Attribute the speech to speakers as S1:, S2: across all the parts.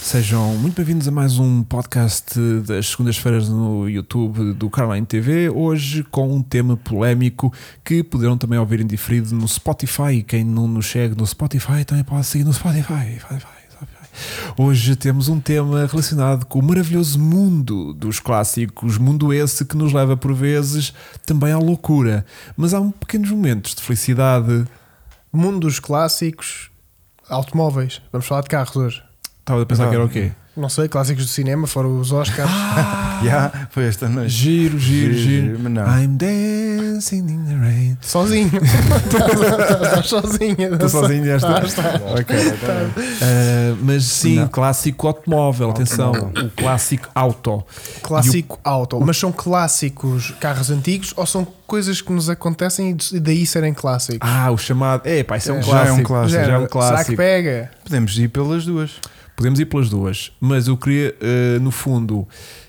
S1: Sejam muito bem-vindos a mais um podcast das segundas-feiras no YouTube do Carline TV, hoje com um tema polémico que poderão também ouvir em diferido no Spotify. Quem não nos segue no Spotify também pode seguir no Spotify. Spotify. Hoje temos um tema relacionado com o maravilhoso mundo dos clássicos, mundo esse que nos leva por vezes também à loucura, mas há um pequenos momentos de felicidade.
S2: Mundos clássicos, automóveis. Vamos falar de carros hoje.
S1: Estava a pensar
S3: Ah.
S1: que era o quê?
S2: Não sei, clássicos do cinema, foram os Oscars.
S1: Ah!
S3: Yeah, foi esta noite.
S1: Giro, giro,
S3: Giro,
S1: giro.
S3: giro, mas não.
S1: I'm dancing in the rain.
S2: Sozinho. Estás sozinha.
S1: Estou sozinho esta.
S2: Estás, estás.
S3: Ok, ok.
S1: Ah, mas sim,
S3: Não.
S1: clássico automóvel, atenção,
S3: Automóvel.
S1: o clássico auto.
S2: Clássico auto. Mas são clássicos carros antigos ou são coisas que nos acontecem e daí serem clássicos?
S1: Ah, o chamado. É, pá, isso é um
S2: Já
S1: clássico.
S3: é um clássico.
S1: Já é um
S2: Género, Será que
S1: clássico.
S2: pega?
S3: Podemos ir pelas duas.
S1: Podemos ir pelas duas, mas eu queria, ah, no fundo,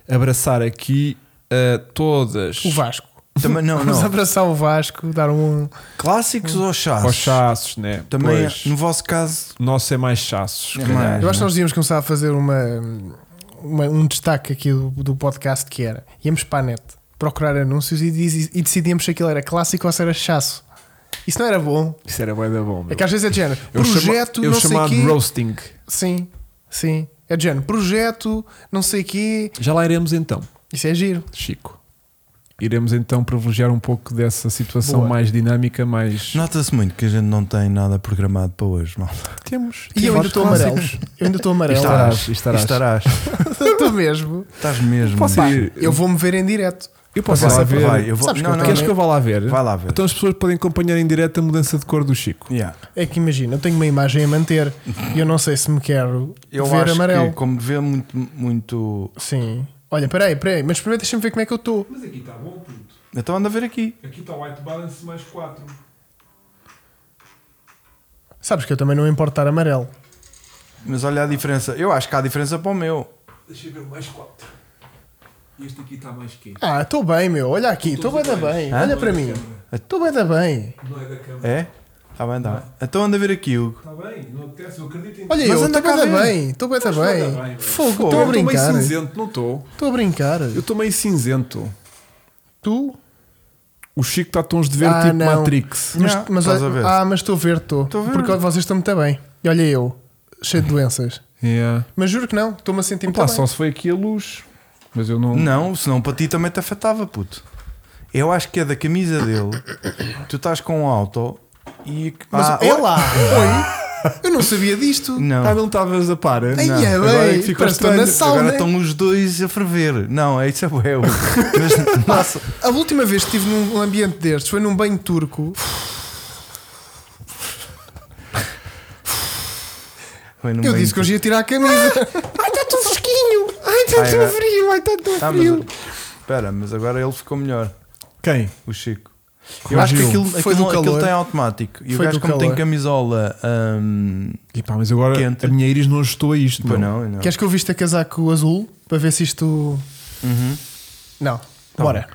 S1: abraçar aqui ah, todas
S2: O Vasco.
S3: Também, não,
S2: Vamos
S3: não.
S2: abraçar o Vasco, dar um.
S3: Clássicos ou chás?
S1: aos chassos, né?
S3: Também,
S2: é
S1: Pois,
S3: no vosso caso,
S1: o nosso é mais chassos. se
S3: É
S1: calhar.
S3: mais.
S2: Eu acho que nós íamos começar a fazer uma, uma- um destaque aqui do, do podcast que era. Íamos para a net procurar anúncios e, diz- e decidíamos se aquilo era clássico ou se era chasso. Isso não era bom.
S1: Isso era bem da bom.
S2: É que às vezes é de género.
S1: Eu chamo-
S2: projeto,
S1: eu
S2: não sei
S1: chamado
S2: quê.
S1: roasting.
S2: Sim, sim. É de género. Projeto, não sei quê.
S1: Já lá iremos então,
S2: Isso é giro.
S1: Chico. Iremos então privilegiar um pouco dessa situação
S2: Boa.
S1: mais dinâmica, mais.
S3: nota-se muito que a gente não tem nada programado para hoje, mal.
S1: Temos.
S2: E eu ainda
S3: vários
S2: estou amarelo. Eu ainda estou amarelo.
S1: Estarás, estarás.
S3: Estarás.
S2: Estou mesmo.
S3: Estás mesmo.
S1: Posso
S3: Vai,
S1: ir?
S2: Eu vou-me ver em direto.
S1: Eu posso ir
S3: vai,
S1: lá ver.
S3: vai, eu vou.
S2: Sabes que eu
S3: não, não,
S1: Queres
S2: também-
S1: que eu vá lá ver?
S3: Vai lá ver.
S1: Então as pessoas podem acompanhar em direto a mudança de cor do Chico.
S3: Yeah.
S2: É que imagina, eu tenho uma imagem a manter e eu não sei se me quero
S3: Eu
S2: ver
S3: acho
S2: amarelo.
S3: que, como vê muito, muito.
S2: Sim. Olha, peraí, peraí, mas primeiro deixa-me ver como é que eu estou.
S1: Mas aqui está bom, puto.
S3: Então anda a ver aqui.
S1: Aqui está White Balance mais 4.
S2: Sabes que eu também não importo estar amarelo.
S3: Mas olha a diferença. Eu acho que há diferença para o meu.
S1: Deixa eu ver mais 4. Este aqui está mais quente.
S2: Ah, estou bem, meu. Olha aqui, estou bem da bem. Olha para mim. Estou bem da bem.
S1: Não é da câmara.
S3: É? Está bem, está bem. Então anda a ver aqui, Hugo.
S1: Está bem, não acontece, eu acredito em
S2: Olha
S3: Mas
S2: eu,
S3: anda
S2: estou bem
S3: cá
S2: da
S3: ver.
S2: bem. Estou bem da
S1: Mas anda bem,
S2: bem.
S1: velho.
S2: Fogo,
S3: Fogo,
S2: estou a
S1: Eu estou meio
S2: brincar.
S1: cinzento, não estou?
S2: Estou a brincar.
S1: Eu estou meio cinzento.
S2: Tu?
S1: O Chico está a tons de verde
S2: Ah,
S1: tipo
S2: não.
S1: Matrix.
S2: Mas,
S3: Não,
S2: mas,
S3: estás a ver.
S2: olha- ah, mas estou a ver, estou.
S3: Estou a ver.
S2: Porque vocês estão muito bem. E olha eu, cheio de doenças.
S1: Yeah.
S2: Mas juro que não, estou-me a sentir muito
S1: Opa,
S2: Tá bem.
S1: É. só se foi aqui a luz. Mas eu não.
S3: Não, senão para ti também te afetava, puto. Eu acho que é da camisa dele. Tu estás com um auto e.
S2: Mas
S3: Ah,
S2: é
S3: oh,
S2: lá. Oi? Eu não sabia disto.
S3: Não.
S1: Ah, não estavas a par?
S2: Ai,
S3: Não.
S2: é
S1: Agora é
S2: bem,
S1: que ficou
S2: parece que estou na
S1: estranho.
S2: sauna.
S3: Agora estão os dois a ferver. Não, é isso é eu. Nossa,
S2: A última vez que estive num ambiente destes foi num banho turco.
S3: foi no
S2: Eu
S3: meio
S2: disse que hoje ia tirar a camisa. Ai, está tão fresquinho! Ai, está
S3: Ai, tão é.
S2: frio! Ai, está tão
S3: Ah, mas, espera, mas agora ele ficou melhor,
S1: Quem?
S3: o Chico.
S1: Corrigiu.
S3: Eu acho que aquilo,
S2: Foi
S3: aquilo,
S2: do calor.
S3: aquilo tem automático. E
S2: Foi
S3: o gajo,
S2: do
S3: como tem
S2: calor.
S3: camisola. hum,
S1: E pá, mas agora
S3: Quente.
S1: a minha íris não ajustou a isto.
S3: pois
S1: meu.
S3: não, não.
S2: Queres que eu vista casaco azul? Para ver se isto.
S1: Uhum.
S2: Não.
S1: Tá
S2: Bora.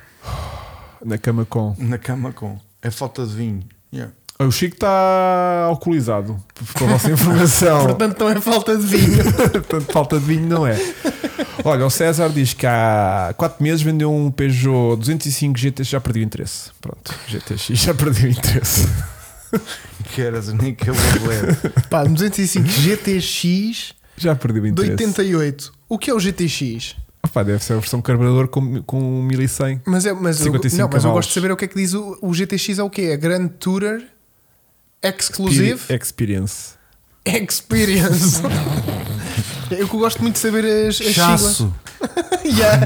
S1: Na cama com.
S3: Na cama com. É falta de vinho. Yeah.
S1: Ah, O Chico está alcoolizado. Ficou a nossa informação.
S2: Portanto, não é falta de vinho.
S1: Portanto, falta de vinho não é. Olha, o César diz que há 4 meses vendeu um Peugeot 205 GTX, já perdi o interesse. Pronto, GTX já perdi o interesse.
S3: Que eras nem que eu vou ler.
S2: Pá, 205 GTX
S1: Já perdi o
S2: de
S1: interesse.
S2: 88. O que é o GTX?
S1: Opá, deve ser a versão carburador com, um com 1100.
S2: Mas, é, mas,
S1: 55
S2: eu, não, mas eu
S1: cavalos.
S2: gosto de saber o que é que diz o, o GTX é o quê? É Grand Tourer Exclusive
S1: Piri- Experience.
S2: Experience. eu que gosto muito de saber as, as siglas.
S3: Chasso.
S2: Yeah.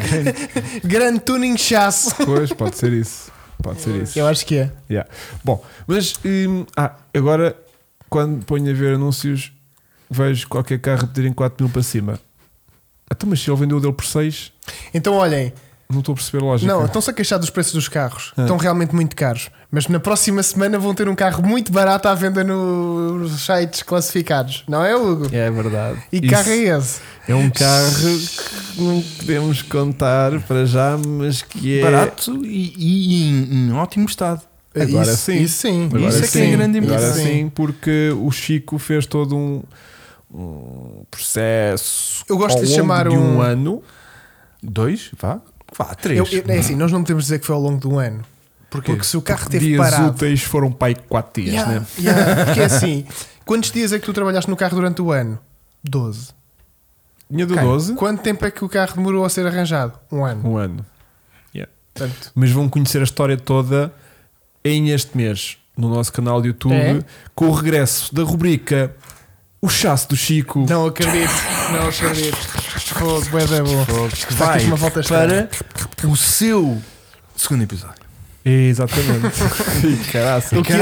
S2: Grande tuning chasso.
S1: Pois, pode ser isso. Pode ser isso.
S2: Eu acho que é.
S1: Yeah. Bom, mas hum, ah, agora quando ponho a ver anúncios, vejo qualquer carro pedirem 4 mil para cima. Até mas se ele vendeu o dele por 6,
S2: Então olhem,
S1: não estou a perceber a lógica.
S2: não, estão-se a queixar dos preços dos carros.
S1: É.
S2: Estão realmente muito caros. Mas na próxima semana vão ter um carro muito barato à venda no- nos sites classificados. Não é, Hugo?
S1: É verdade.
S2: E que carro é esse?
S1: É um carro que não podemos contar para já, mas que é.
S3: Barato e, e em, em ótimo estado.
S1: Agora
S2: isso,
S1: sim.
S2: Isso sim.
S1: Agora
S2: isso é que
S1: sim,
S2: é grande
S1: agora
S2: impressão.
S1: sim, porque o Chico fez todo um. um processo
S2: Eu gosto
S1: ao
S2: de
S1: longo
S2: chamar
S1: de um
S2: um-
S1: ano.
S3: Dois? Vá? Vá,
S2: Eu-
S3: três.
S2: eu- é assim, nós não podemos dizer que foi ao longo do ano.
S3: Porquê?
S2: Porque se o carro teve
S1: Dias
S2: parado.
S1: úteis foram pai 4 dias,
S2: Yeah,
S1: né?
S2: yeah, porque é assim, quantos dias é que tu trabalhaste no carro durante o ano? 12.
S1: Tinha do
S3: Ok.
S1: 12,
S2: Quanto tempo é que o carro demorou a ser arranjado? Um ano.
S1: um ano. Yeah.
S2: Portanto,
S1: mas vão conhecer a história toda em este mês no nosso canal de YouTube
S2: É?
S1: com o regresso da rubrica O Chasse do Chico.
S2: não acredito, não acredito. Fogo, bué da bom.
S3: que
S2: Dá aqui
S3: vai
S2: uma volta
S3: para
S2: estranha.
S3: o seu segundo episódio.
S1: Exatamente. Ih, Caraca.
S2: O que-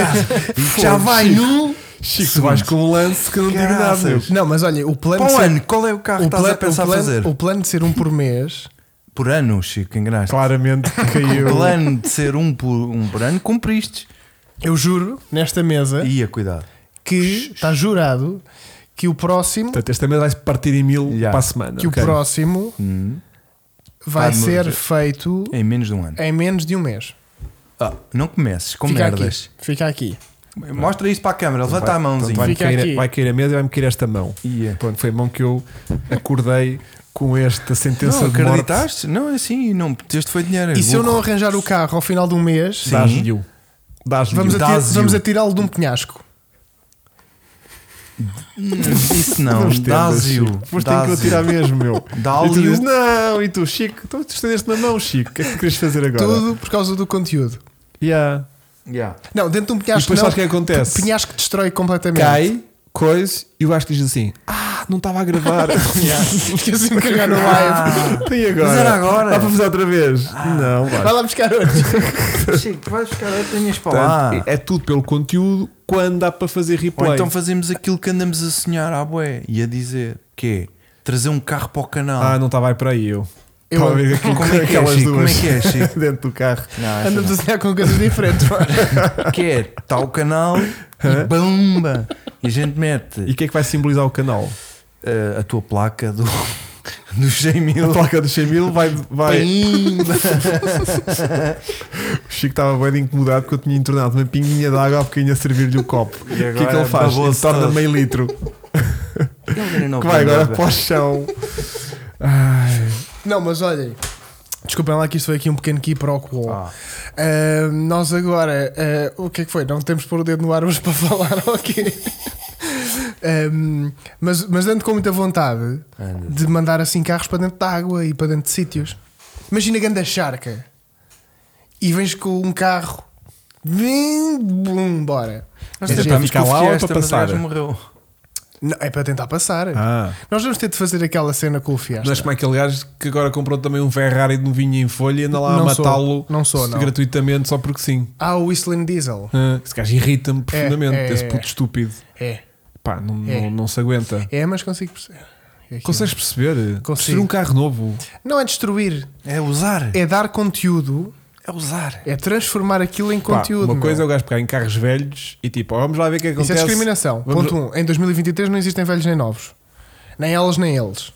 S3: E já vai no.
S1: Chico, tu vais com um lance que não digo nada, meu.
S3: Caraças.
S2: Não, mas olha, o plano,
S3: Para
S2: de
S3: o
S2: ser-
S3: ano, qual é o carro que
S2: o,
S3: estás
S2: plano,
S3: a pensar
S2: o, plano,
S3: fazer?
S2: o plano de ser um por mês.
S3: Por ano, Chico, engraste.
S1: Claramente
S3: O
S1: caiu.
S3: plano de ser um por, um por ano, cumpriste.
S2: Eu juro, nesta mesa,
S3: Ia, cuidado.
S2: que está jurado que o próximo,
S1: Portanto, esta mesa vai-se partir em mil
S3: Yeah.
S1: para a semana.
S2: que o
S1: ok?
S2: próximo
S3: Hum,
S2: vai
S3: Vai demorar.
S2: ser feito
S3: Em menos de um ano.
S2: em menos de um mês.
S3: Ah, não comeces com
S2: Fica
S3: merdas.
S2: aqui. Fica aqui.
S3: Mostra isso para a câmera, levanta a mãozinha.
S1: Vai
S2: Fica aqui.
S1: cair, vai cair a mesa e vai-me cair esta mão.
S3: Ia.
S1: Pronto, foi a mão que eu acordei com esta sentença
S3: Não
S1: de morte.
S3: acreditaste? Não, assim, não. Este foi dinheiro.
S2: E se eu não arranjar o carro ao final do mês,
S3: Sim.
S1: Dás-lhe. o- Dás-lhe.
S2: vamos,
S1: o-
S2: ati-
S3: Dás-lhe.
S2: vamos atirá-lo de um penhasco.
S3: Hum, Isso não.
S1: Vamos ter, mas,
S3: Dásio.
S1: Chico, Mas tenho que eu tirar mesmo, meu.
S3: Dá-lhe.
S1: E tu dizes, não, e tu, Chico, Então tu tu estendeste na mão, Chico, o que é que tu queres fazer agora?
S2: Tudo por causa do conteúdo.
S1: Yeah.
S3: Yeah.
S2: Não, dentro de um
S1: E
S2: penhasco.
S1: depois
S2: não,
S1: sabes o que é que acontece?
S2: O penhasco destrói completamente.
S1: Cai, coisa, e o Vasco diz assim: Ah, não estava a gravar.
S2: Esqueci de assim, carregar no live.
S1: Tem agora.
S3: Ah, é Mas era agora. Ah. Tá
S1: Dá para fazer outra vez? não,
S2: Vai
S1: Vasco.
S2: lá buscar outro.
S3: Chico, vais buscar outras
S1: Portanto, É tudo pelo conteúdo quando dá para fazer replay.
S3: Ou então fazemos aquilo que andamos a sonhar à bué e a dizer que é trazer um carro para o canal.
S1: Ah, não estava aí para aí eu.
S2: Eu-
S1: Estava a ver aquilo
S3: Como é que é,
S1: aquelas
S3: Chico?
S1: duas
S3: Como é que é, Chico?
S1: dentro do carro.
S3: Não, é essa
S2: Andamos a sonhar com coisas diferentes. pá.
S3: não. que é, está o canal e bomba! E a gente mete
S1: E o que é que vai simbolizar o canal?
S3: eh, a tua placa do, do
S1: A
S3: 100
S1: placa do 100 mil vai, vai,
S3: Pimba!
S1: O Chico estava bem incomodado porque eu tinha entornado uma pinguinha de água há bocadinho a servir-lhe o copo. O que é que ele
S3: agora
S1: faz? Ele
S3: babou-se
S1: torna
S3: todo.
S1: meio litro.
S3: Ele ainda não
S1: Que vai
S3: aprendeu,
S1: agora
S3: velho.
S1: para o chão. Ai,
S2: Não, mas olhem. Desculpem lá que isto foi aqui um pequeno key para o qual.
S3: Ah,
S2: Ah, nós agora, ah, o que é que foi? Não temos de pôr o dedo no ar hoje para falar, ok? Ahm, mas, mas ando com muita vontade
S3: anda.
S2: de mandar assim carros para dentro da água e para dentro de sítios. Imagina que anda charca e vens com um carro, vim, bum, bora.
S3: Nós
S1: É,
S3: tentámos
S1: ficar
S3: com o
S1: lá ou
S3: Fiesta,
S1: para
S3: mas o
S1: passar?
S3: gajo morreu.
S2: Não, é para tentar passar.
S1: ah.
S2: Nós vamos ter de fazer aquela cena com o Fiesta.
S1: Mas como é aquele gajo que agora comprou também um Ferrari de novinho em folha e anda lá a
S2: Não sou.
S1: matá-lo
S2: Não sou, não.
S1: gratuitamente só porque sim.
S2: Ah, o Whistling Diesel.
S1: Ah, Esse gajo irrita-me profundamente,
S2: é,
S1: esse
S2: é.
S1: puto estúpido.
S2: É,
S1: Pá, não,
S2: É.
S1: não, não se aguenta.
S2: é, mas consigo perceber. É aquilo.
S1: Consegues perceber?
S2: Consigo.
S1: Construir um carro novo.
S2: Não é destruir,
S3: É usar.
S2: é dar conteúdo,
S3: É usar.
S2: é transformar aquilo em
S1: Pá,
S2: conteúdo.
S1: uma
S2: meu.
S1: coisa é o gajo pegar em carros velhos e tipo, ó, vamos lá ver o que é que
S2: Isso é
S1: acontece.
S2: discriminação.
S1: Vamos-
S2: Ponto 1. Um. Em 2023 não existem velhos nem novos. Nem elas nem eles.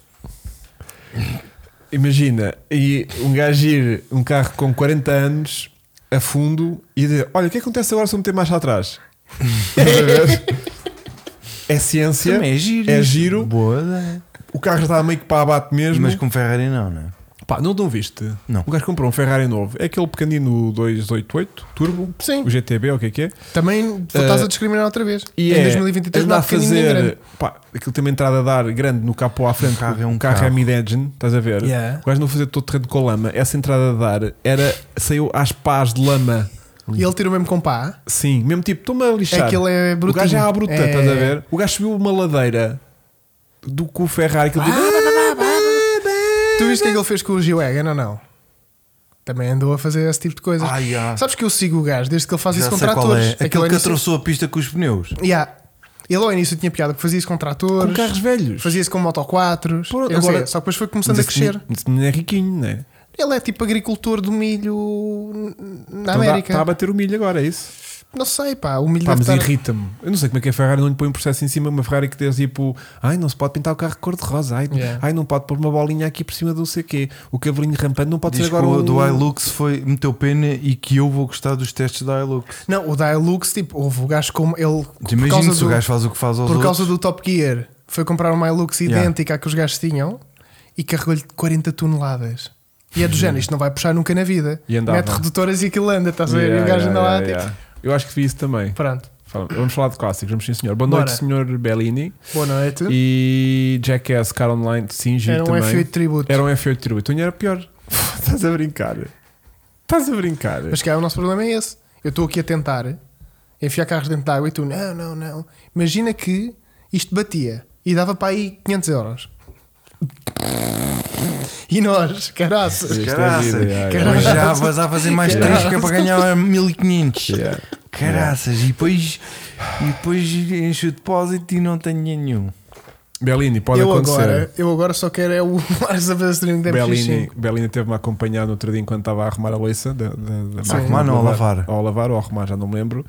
S1: Imagina, e um gajo ir um carro com 40 anos a fundo e dizer: Olha, o que é que acontece agora se eu meter marcha atrás? Estás a ver? é ciência,
S3: Também é giro.
S1: é
S3: isso.
S1: giro.
S3: Boa ideia.
S1: o carro já está meio que para abate mesmo.
S3: Mas com Ferrari não, não é?
S1: Pá, não, não viste?
S3: Não.
S1: O gajo comprou um Ferrari novo, é aquele pequenino 288 Turbo,
S2: Sim.
S1: o GTB, ou o que é que é?
S2: Também estás a discriminar outra vez.
S1: E
S2: em
S1: é,
S2: 2023 não
S1: anda a
S2: há pequenino nem
S1: fazer.
S2: grande.
S1: Pá, aquilo tem uma entrada a dar grande no capô à frente.
S3: Um carro
S1: porque
S3: é um
S1: o carro, é
S3: carro.
S1: mid-engine, estás a ver?
S2: Yeah.
S1: O gajo não fazia todo o terreno com lama. Essa entrada a dar era, saiu às pás de lama.
S2: E ele tira o mesmo com pá.
S1: Sim, mesmo tipo, estou-me a
S2: É
S1: lixar.
S2: que ele é
S1: o
S2: brutinho.
S1: gajo é à bruta,
S2: É.
S1: estás a ver? O gajo subiu uma ladeira do que o Ferrari. Que ele diz,
S2: Tu viste o que é que ele fez com o G-Wagon ou não? Também andou a fazer esse tipo de coisas.
S3: Ai, ah.
S2: Sabes que eu sigo o gajo desde que ele faz
S3: Já
S2: isso com
S3: sei qual é.
S2: tratores.
S3: Aquele,
S2: Aquilo
S3: que
S2: ao início-
S3: atravessou a pista com os pneus.
S2: Yeah. Ele ao início tinha piada que fazia isso com tratores,
S1: com carros velhos.
S2: fazia isso com moto 4
S1: Pronto, agora-
S2: só que depois foi começando a
S1: Mas esse
S2: crescer.
S1: menino- esse menino é riquinho, não é?
S2: Ele é tipo agricultor do milho n- na
S1: Então dá-
S2: América.
S1: Está a bater o milho agora, é isso?
S2: Não sei, pá, o milho
S1: Pá, mas
S2: deve estar-
S1: irrita-me. Eu não sei como é que a Ferrari não lhe põe um processo em cima. Uma Ferrari que diz tipo: ai, não se pode pintar o carro de cor-de-rosa, ai,
S2: Yeah.
S1: ai, não pode pôr uma bolinha aqui por cima do não sei quê. O cavalinho rampante não pode
S3: Diz
S1: ser agora
S3: que o
S1: um...
S3: do iLux foi, meteu pena e que eu vou gostar dos testes da iLux.
S2: Não, o Dialux, tipo, houve o gajo como ele. por
S3: Imagina
S2: causa
S3: se o
S2: do-
S3: gajo faz o que faz aos
S2: Por
S3: outros.
S2: causa do Top Gear, foi comprar uma Hilux
S3: Yeah.
S2: idêntica à que os gajos tinham e carregou-lhe 40 toneladas. E é do género, isto não vai puxar nunca na vida.
S1: E andava.
S2: Mete redutoras e aquilo anda, estás a ver?
S1: Yeah,
S2: e o gajo
S1: yeah,
S2: anda lá,
S1: yeah,
S2: tipo,
S1: yeah. Eu acho que vi isso também.
S2: Pronto,
S1: Fala- Vamos falar de clássicos, vamos sim, senhor. Boa noite,
S2: Bora.
S1: senhor Bellini.
S2: boa noite.
S1: E Jackass Car Online Singe
S2: Era um
S1: também.
S2: F8 tributo.
S1: Era um F8 Tributo. Então era pior. Estás a brincar. Estás a brincar.
S2: Mas que é, o nosso problema é esse. Eu estou aqui a tentar enfiar carros dentro da água e tu, não, não, não. Imagina que isto batia e dava para aí 500 euros. E nós, caraças.
S1: Isto é
S3: Caraças.
S1: vida, yeah,
S2: Caraças.
S1: yeah.
S3: Mas já vais a fazer mais
S2: Caraças.
S3: três que é para ganhar 1500.
S1: Yeah.
S3: Caraças, e depois, e depois encho o depósito e não tenho dinheiro nenhum.
S1: Bellini, pode
S2: Eu
S1: acontecer.
S2: agora, eu agora só quero é o Mars a fazer streaming da
S1: Bellini,
S2: MX5.
S1: Bellini teve-me acompanhado no outro dia enquanto estava a arrumar a louça da, da, da máquina
S2: Sim.
S3: Arrumar
S1: de
S3: não, a lavar.
S1: Ou a lavar ou a arrumar, já não me lembro.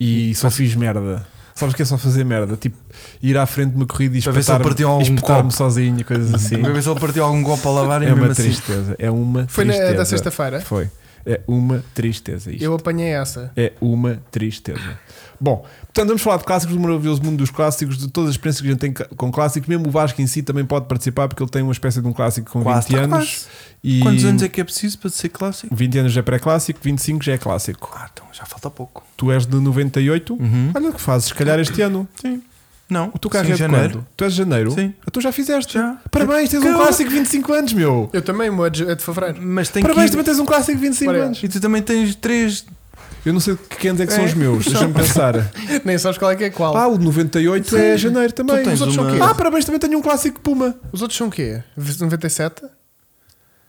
S1: E só fiz merda. Sabes que é só fazer merda? Tipo, ir à frente de uma corrida e
S3: Para ver se
S1: espetar-me
S3: ele partiu algum
S1: espetar-me
S3: copo.
S1: sozinho, e coisas assim.
S3: Para ver se ele partiu algum copo a lavar e
S1: É uma
S3: mesmo assim.
S1: tristeza. É uma
S2: Foi na,
S1: tristeza.
S2: da sexta-feira.
S1: Foi. É uma tristeza isto.
S2: Eu apanhei essa.
S1: É uma tristeza. Bom, portanto, vamos falar de clássicos, do maravilhoso mundo dos clássicos, de todas as experiências que a gente tem ca- com clássicos. Mesmo o Vasco em si também pode participar, porque ele tem uma espécie de um clássico com
S3: Quase,
S1: 20
S3: tá
S1: anos.
S3: quase.
S1: E
S3: Quantos anos é que é preciso para ser clássico?
S1: 20 anos já é pré-clássico, 25 já é clássico.
S3: Ah, então já falta pouco.
S1: Tu és de 98?
S3: Uhum.
S1: Olha o que fazes, se calhar este ano.
S3: Sim. Não.
S1: O teu carro
S3: Sim,
S1: é de
S3: janeiro.
S1: quando? Tu és de janeiro?
S3: Sim.
S1: Ah, Tu já fizeste?
S3: Já.
S1: Parabéns, tens um
S3: Caramba.
S1: clássico de 25 anos, meu.
S2: Eu também, o meu é de é de fevereiro.
S3: Mas tem
S1: Parabéns,
S3: que ir-
S1: também tens um clássico de 25
S2: Olha.
S1: anos.
S3: E tu também tens três.
S1: Eu não sei de que anos é que são
S3: É.
S1: os meus, deixa-me pensar.
S2: Nem sabes qual é que é qual.
S1: Ah, o de 98 é janeiro também.
S3: Tu tens
S1: Os outros
S3: uma-
S1: são o quê? Ah, parabéns, também tenho um clássico Puma.
S2: Os outros são o quê? 97?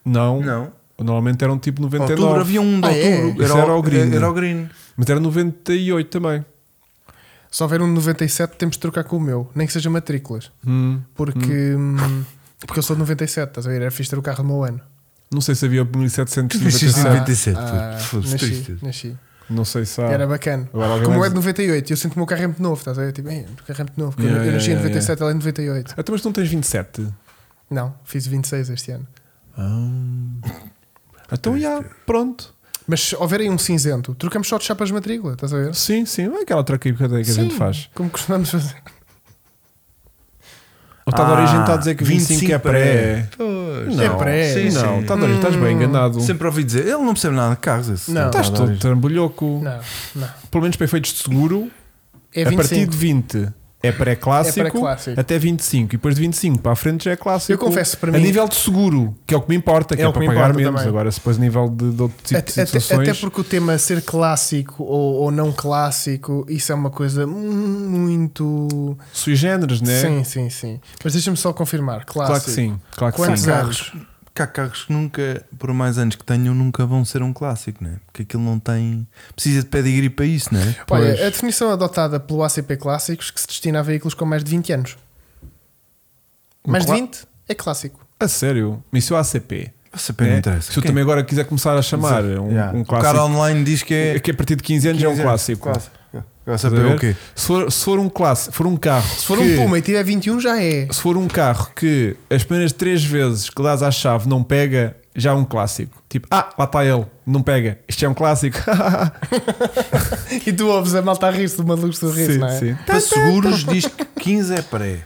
S1: Não,
S3: Não.
S1: normalmente era um tipo 99,
S3: Outubro havia um de
S2: Ah, é?
S3: outubro.
S1: Isso era o green.
S3: Era o green.
S1: mas era 98 também.
S2: Se houver um de 97, temos de trocar com o meu. Nem que seja matrículas.
S1: Hum,
S2: Porque, hum, porque eu sou de 97, estás a ver? Era fixe ter o carro do meu ano.
S1: Não sei se havia
S3: Nasciste em
S1: 1797,
S3: 97, pô. Foda-se,
S2: Ah, nasci,
S3: triste.
S2: nasci.
S1: não sei se há.
S2: Era bacana.
S1: Agora alguém
S2: Como
S1: Ah. mais-
S2: é de 98, eu sinto que o meu carro é muito novo, estás a ver? Tipo, "Ei, o carro é muito novo. porque
S1: Yeah,
S2: eu nasci em
S1: yeah,
S2: 97, ela é em 98.
S1: Até Ah, então, mas tu não tens 27.
S2: Não, fiz 26 este ano.
S1: Então já, pronto.
S2: Mas se houver aí um cinzento, trocamos só de chapas de matrícula, estás a ver?
S1: Sim, sim, é aquela troca que a gente faz.
S2: Como costumamos fazer.
S1: O tal de
S3: Ah,
S1: origem está a dizer que 25, é pré.
S3: Pois.
S1: Não,
S2: É pré.
S1: sim,
S3: Sim,
S1: não,
S3: sim.
S1: tá de origem, estás bem enganado.
S3: Sempre ouvi dizer, ele não percebe nada de carros. Esse
S2: Não.
S1: Estás
S3: Tá,
S1: todo
S3: dá-lhe.
S1: trambolhoco.
S2: Não, não.
S1: Pelo menos para efeitos de seguro,
S2: É
S1: a partir de
S2: 25.
S1: 20 é pré-clássico,
S2: É pré-clássico.
S1: até 25 e depois de 25 para a frente já é clássico.
S2: Eu confesso, para
S1: a
S2: mim-
S1: nível de seguro, que é o que me importa, que é,
S2: É o que
S1: para
S2: me
S1: pagar
S2: importa
S1: menos.
S2: também.
S1: Agora, se depois a nível de, de outro tipo de
S2: Até, até-
S1: situações,
S2: até porque o tema ser clássico ou, ou não clássico, isso é uma coisa muito.
S1: sui generis, né?
S2: Sim, sim, sim. Mas deixa-me só confirmar. Clássico. é
S1: Claro que sim, claro que
S2: Quantos
S1: sim.
S2: anos?
S3: Porque há carros que nunca, por mais anos que tenham, nunca vão ser um clássico, né? Porque aquilo não tem. Precisa de pedigree para isso, né?
S2: Olha,
S1: Pois.
S2: é a definição adotada pelo ACP Clássicos que se destina a veículos com mais de 20 anos.
S1: Um
S2: mais
S1: clá-
S2: de 20 é clássico.
S1: A sério, isso é o ACP.
S3: Você
S1: né?
S3: pena interessa.
S1: Se eu também agora quiser começar a chamar um,
S3: Yeah.
S1: um
S3: O cara
S1: clássico,
S3: online diz que
S1: é
S3: é.
S1: que a partir de 15 anos é um clássico.
S3: Agora
S1: Estás a
S3: saber
S1: ver?
S3: o quê?
S1: Se for, se for um clássico, for um carro,
S2: Se for
S1: que-
S2: um Puma e tiver 21, já é.
S1: se for um carro que as primeiras três vezes que dás à chave não pega, já é um clássico. Tipo, ah, lá está ele, não pega. Isto é um clássico.
S2: E tu ouves a malta a rir-se de uma luz sorriso, não é?
S1: Tá,
S3: Para seguros diz que 15 é pré.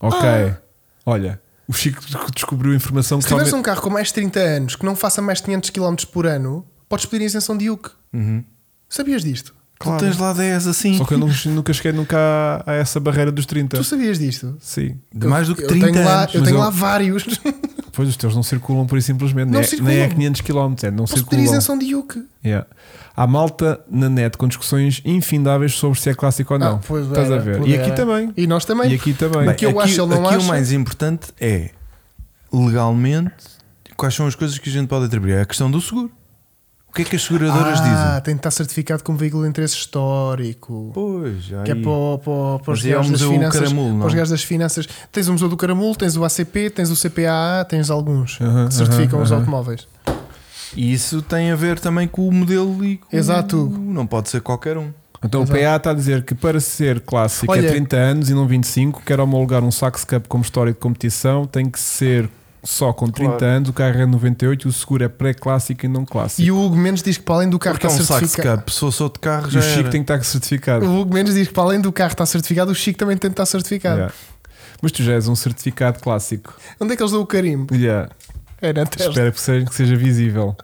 S1: Ok. Olha, o Chico descobriu informação
S2: Se
S1: que
S2: tiveres
S1: realmente...
S2: um carro com mais de 30 anos que não faça mais de 500 km por ano, podes pedir isenção de IUC. Sabias disto?
S1: Claro.
S3: Tu tens lá 10 assim.
S1: Só que eu nu- nunca cheguei nunca a, a essa barreira dos 30.
S2: um Tu sabias disto?
S1: Sim.
S3: De É mais do que
S2: eu
S3: 30
S2: tenho lá,
S3: anos.
S2: eu
S1: mas
S2: tenho
S1: eu-
S2: lá vários.
S1: Pois os teus não circulam por aí simplesmente.
S2: Não
S1: nem, é-
S2: circulam.
S1: nem é 500 km, é, não
S2: Posso pedir
S1: circulam.
S2: isenção de IUC.
S1: Yeah. Há malta na net com discussões infindáveis sobre se é clássico ou não.
S2: Ah, pois
S1: Estás
S2: era,
S1: a ver?
S2: pois
S1: E aqui
S2: era.
S1: também.
S2: E nós também.
S1: E aqui também.
S2: Bem, que eu
S3: aqui,
S2: acho, ele não
S3: aqui
S2: acha.
S3: o mais importante é legalmente quais são as coisas que a gente pode atribuir. É a questão do seguro. O que é que as seguradoras
S2: ah,
S3: dizem?
S2: tem de estar certificado como veículo de interesse histórico.
S3: Pois, aí.
S2: Que é para, o- para o- para os
S3: Mas aí é o
S2: gajos das
S3: Museu do
S2: finanças.
S3: Caramulo, não?
S2: para os gajos das finanças. Tens o Museu do Caramulo, tens o ACP, tens o CPAA, tens alguns
S1: Aham,
S2: que certificam
S1: aham,
S2: os
S1: aham.
S2: automóveis.
S3: E isso tem a ver também com o modelo e com
S2: Exato.
S3: Não pode ser qualquer um.
S1: Então
S2: Exato.
S1: o PA está a dizer que para ser clássico
S2: Olha-
S1: a 30 anos e não 25, quer homologar um Sax Cup como história de competição, tem que ser só com 30
S3: Claro.
S1: anos, o carro é 98, o seguro é pré-clássico e não clássico.
S2: E o Hugo Mendes diz que para além do carro
S3: Porque é
S2: está
S3: um sax
S2: certificado.
S3: cup. Se fosse outro carro,
S1: E
S3: já
S1: o Chico
S3: era.
S1: tem que estar certificado.
S2: O Hugo Mendes diz que para além do carro está certificado, o Chico também tem de estar certificado.
S1: Yeah. Mas tu já és um certificado clássico.
S2: Onde é que eles dão o carimbo?
S1: Yeah.
S2: É na testa.
S1: Espero que seja, que seja visível.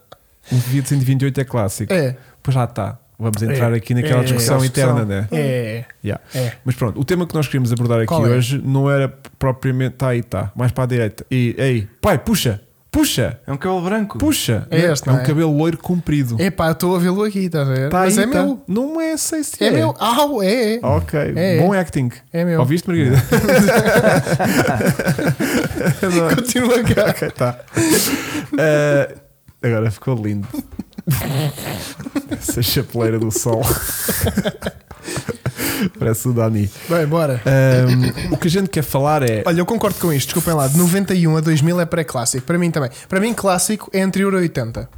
S1: Um vídeo de 128 é clássico.
S2: É.
S1: Pois já está. Vamos entrar
S2: É.
S1: aqui naquela
S2: É.
S1: discussão
S2: Aquela
S1: interna, né?
S2: discussão. É.
S1: Yeah.
S2: É.
S1: Mas pronto, o tema que nós queríamos abordar aqui
S2: Qual é?
S1: hoje não era propriamente. Tá aí, tá. Mais para a direita. E ei, pai, puxa, puxa,
S3: É um cabelo branco.
S1: puxa.
S2: É este,
S1: um
S2: não é?
S1: cabelo loiro comprido.
S2: É pá, estou a vê-lo aqui, estás a ver?
S1: Tá
S2: Mas
S1: aí,
S2: é
S1: tá.
S2: meu.
S1: Não é, sei se
S2: É, meu. Au, é, é.
S1: Ok,
S2: É,
S1: bom acting.
S2: É meu.
S1: Ouviste, Margarida?
S2: Continua cá.
S1: ok, tá. Eh, agora ficou lindo. Essa chapeleira do sol. Parece o Dani.
S2: Bem, bora.
S1: Ahm, o que a gente quer falar é.
S2: Olha, eu concordo com isto, desculpem lá. De 91 a 2000 é pré-clássico. Para mim também. Para mim, clássico é anterior a 80.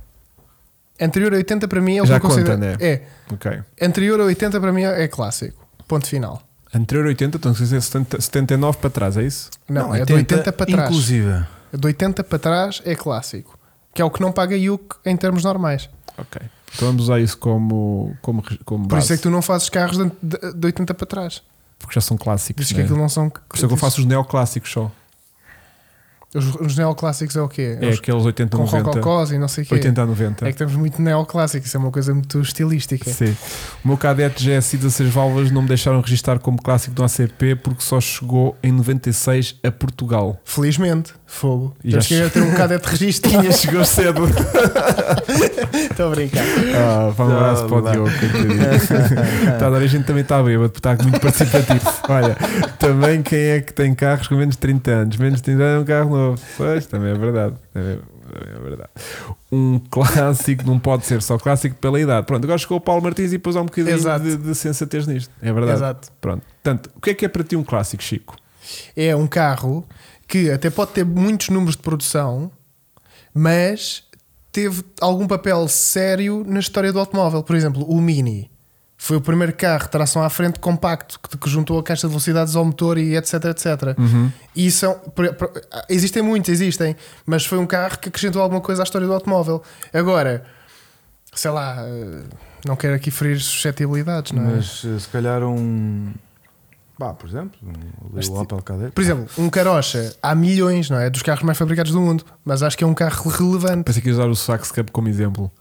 S2: Anterior a 80 para mim é o
S1: Já
S2: que eu considero.
S1: conta, né?
S2: É.
S1: Ok.
S2: Anterior a 80 para mim é clássico. Ponto final.
S1: Anterior 80, então se é 70 79 para trás, é isso?
S2: Não, é de 80 para trás.
S3: Inclusive.
S2: De 80 para trás é clássico. Que é o que não paga IUC em termos normais.
S1: Ok. Então vamos usar isso como, como, como
S2: Por
S1: base,
S2: isso é que tu não fazes carros de, de- de 80 para trás.
S1: porque já são
S2: Por
S1: clássicos.
S2: isso
S1: né?
S2: que aquilo não são.
S1: Por isso é que eu faço os neoclássicos só.
S2: Os, os neoclássicos é o quê?
S1: É
S2: os,
S1: aqueles 80 a
S2: com
S1: 90.
S2: rococós e não sei o quê.
S1: 80 a 90.
S2: É que temos muito neoclássico. Isso é uma coisa muito estilística.
S1: Sim. O meu Cadete GSI 16 válvulas não me deixaram registar como clássico do ACP porque só chegou em 96 a Portugal.
S2: Felizmente, fogo.
S1: E
S2: Temos
S1: já
S2: que ir ter um bocado de registro.
S1: chegou cedo.
S2: Estou a brincar.
S1: Ah, vai um abraço para o
S3: Olá.
S1: Diogo. coitadinho. Está a dar, a gente também está bêbado, porque está muito participativo. Olha, também quem é que tem carros com menos de 30 anos? Menos de 30 anos é um carro novo. Pois, também é verdade. Também, também é verdade. Um clássico não pode ser só clássico pela idade. Pronto, agora chegou o Paulo Martins e pôs há um bocadinho
S2: Exato.
S1: de, de sensatez nisto. É verdade.
S2: Exato.
S1: Pronto. Portanto, o que é que é para ti um clássico, Chico?
S2: É um carro que até pode ter muitos números de produção, mas teve algum papel sério na história do automóvel. Por exemplo, o Mini. Foi o primeiro carro de tração à frente compacto que, que juntou a caixa de velocidades ao motor e etc, etc.
S1: Uhum.
S2: E são, por- por- existem muitos, existem, mas foi um carro que acrescentou alguma coisa à história do automóvel. Agora, sei lá, eh, não quero aqui ferir suscetibilidades, não é?
S3: Mas eh, se calhar um. Pá, por exemplo, um,
S2: Mas
S3: o
S2: ti-
S3: Opel Cadete.
S2: Por exemplo, um carocha, há milhões, não é? Dos carros mais fabricados do mundo, mas acho que é um carro relevante.
S1: Pensei que ia usar o Sax Cup como exemplo.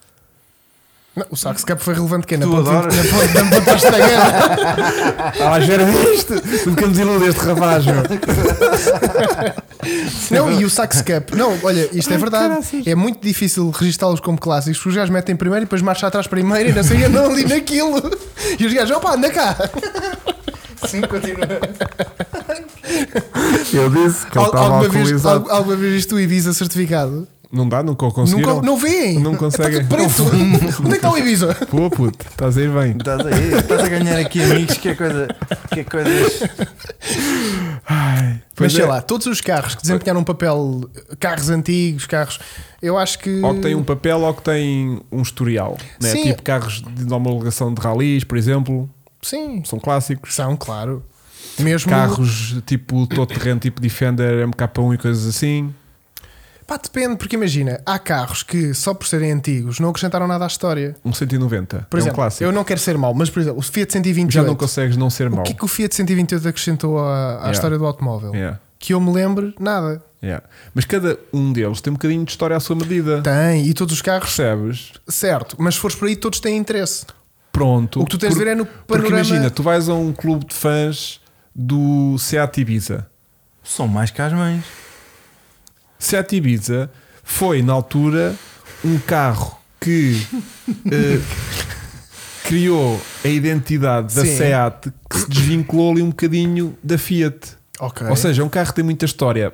S2: Não, o Sax Cup foi relevante que é na
S3: Tu
S2: ponte
S3: adoras.
S2: na ponte- na ponte de Estanheira.
S1: Ah, já era isto! Nunca me desilude este rapaz, meu.
S2: Não, e o Sax Cup. Não, olha, isto é verdade.
S1: caraças.
S2: É muito difícil registá-los como clássicos, porque os gajos metem primeiro e depois marcha atrás primeiro e não sei, andam ali naquilo. E os gajos, opa, anda cá.
S3: Sim, continua.
S1: Eu disse que ele
S2: Al-
S1: estava
S2: alguma, vez,
S1: alcoolizado.
S2: al- alguma vez viste o Ibiza certificado?
S1: Não dá, nunca o
S2: Nunca,
S1: conseguiram.
S2: não veem.
S1: Não conseguem.
S2: É preto. Onde é que está o Ibiza?
S1: Pô, puto, estás a ir bem.
S3: Estás aí, estás a ganhar aqui amigos, que é coisa. Que é coisas.
S1: Pois
S2: Mas sei
S1: é.
S2: lá, todos os carros que desempenharam um papel, carros antigos, carros, eu acho que.
S1: Ou que tem um papel ou que tem um historial. Né?
S2: Sim.
S1: Tipo carros de homologação de ralis, por exemplo,
S2: Sim,
S1: são clássicos.
S2: são, claro. Mesmo.
S1: Carros tipo todo terreno, tipo Defender, MK1 e coisas assim.
S2: Pá, depende, porque imagina, há carros que só por serem antigos não acrescentaram nada à história.
S1: Um 190.
S2: Por
S1: é um
S2: exemplo,
S1: clássico.
S2: eu não quero ser mau, mas por exemplo, o Fiat 128.
S1: Já não consegues não ser
S2: o
S1: mau.
S2: que é que o Fiat 128 acrescentou à, à
S1: Yeah.
S2: história do automóvel?
S1: Yeah,
S2: Que eu me lembre, nada.
S1: yeah. Mas cada um deles tem um bocadinho de história à sua medida.
S2: Tem, e todos os carros,
S1: Percebes?
S2: certo, mas se fores por aí, todos têm interesse.
S1: Pronto.
S2: o que tu tens de
S1: Por-
S2: ver é no
S1: Porque
S2: panorama.
S1: imagina, tu vais a um clube de fãs do Seat Ibiza.
S3: São mais que as mães.
S1: Seat Ibiza foi na altura um carro que eh, criou a identidade da
S2: Sim.
S1: Seat que se desvinculou ali um bocadinho da Fiat.
S2: Ok.
S1: Ou seja, é um carro que tem muita história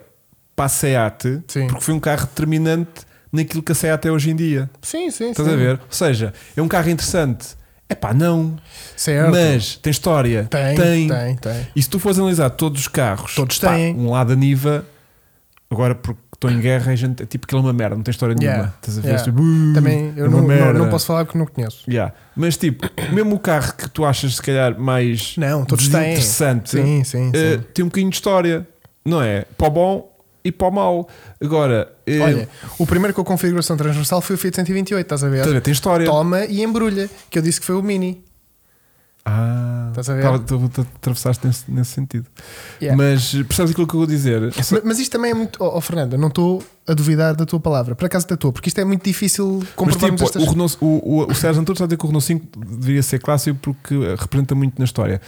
S1: para a Seat
S2: Sim.
S1: porque foi um carro determinante naquilo que a Seat é hoje em dia.
S2: sim, sim.
S1: Estás
S2: sim.
S1: a ver? Ou seja, é um carro interessante. É pá, não,
S2: Certo.
S1: mas tem história.
S2: Tem, tem, tem.
S1: E se tu fores analisar todos os carros,
S2: Todos
S1: pá,
S2: têm.
S1: um lado a Niva, agora porque estou em guerra, a gente, é tipo que ele é uma merda, não tem história nenhuma.
S2: Yeah,
S1: Estás a ver?
S2: yeah.
S1: Tipo, "Uh,
S2: Também
S1: é
S2: eu
S1: uma
S2: não, não,
S1: merda."
S2: não posso falar porque não conheço.
S1: Yeah. Mas tipo, mesmo o carro que tu achas se calhar mais
S2: Não, todos têm.
S1: interessante,
S2: Sim, sim,
S1: eh,
S2: sim.
S1: tem um bocadinho de história, não é? Para o bom e para o mau. Agora, eh,
S2: Olha, o primeiro com a configuração transversal foi o Fiat 128, estás a ver?
S1: estás a ver? tem história.
S2: Toma e embrulha, que eu disse que foi o Mini.
S1: Ah,
S2: Estás a ver?
S1: tava- tu- tu atravessaste nesse, nesse sentido.
S2: Yeah.
S1: Mas eh, percebes aquilo que eu vou dizer? Só-
S2: Mas, mas isto também é muito. Oh, oh, Fernando, eu não estou a duvidar da tua palavra. Por acaso da tua, porque isto é muito difícil
S1: Mas
S2: comprovarmos
S1: tipo,
S2: estas
S1: o, Renault, o, o, o Sérgio Antunes está a dizer que o Renault 5 deveria ser clássico porque eh, representa muito na história.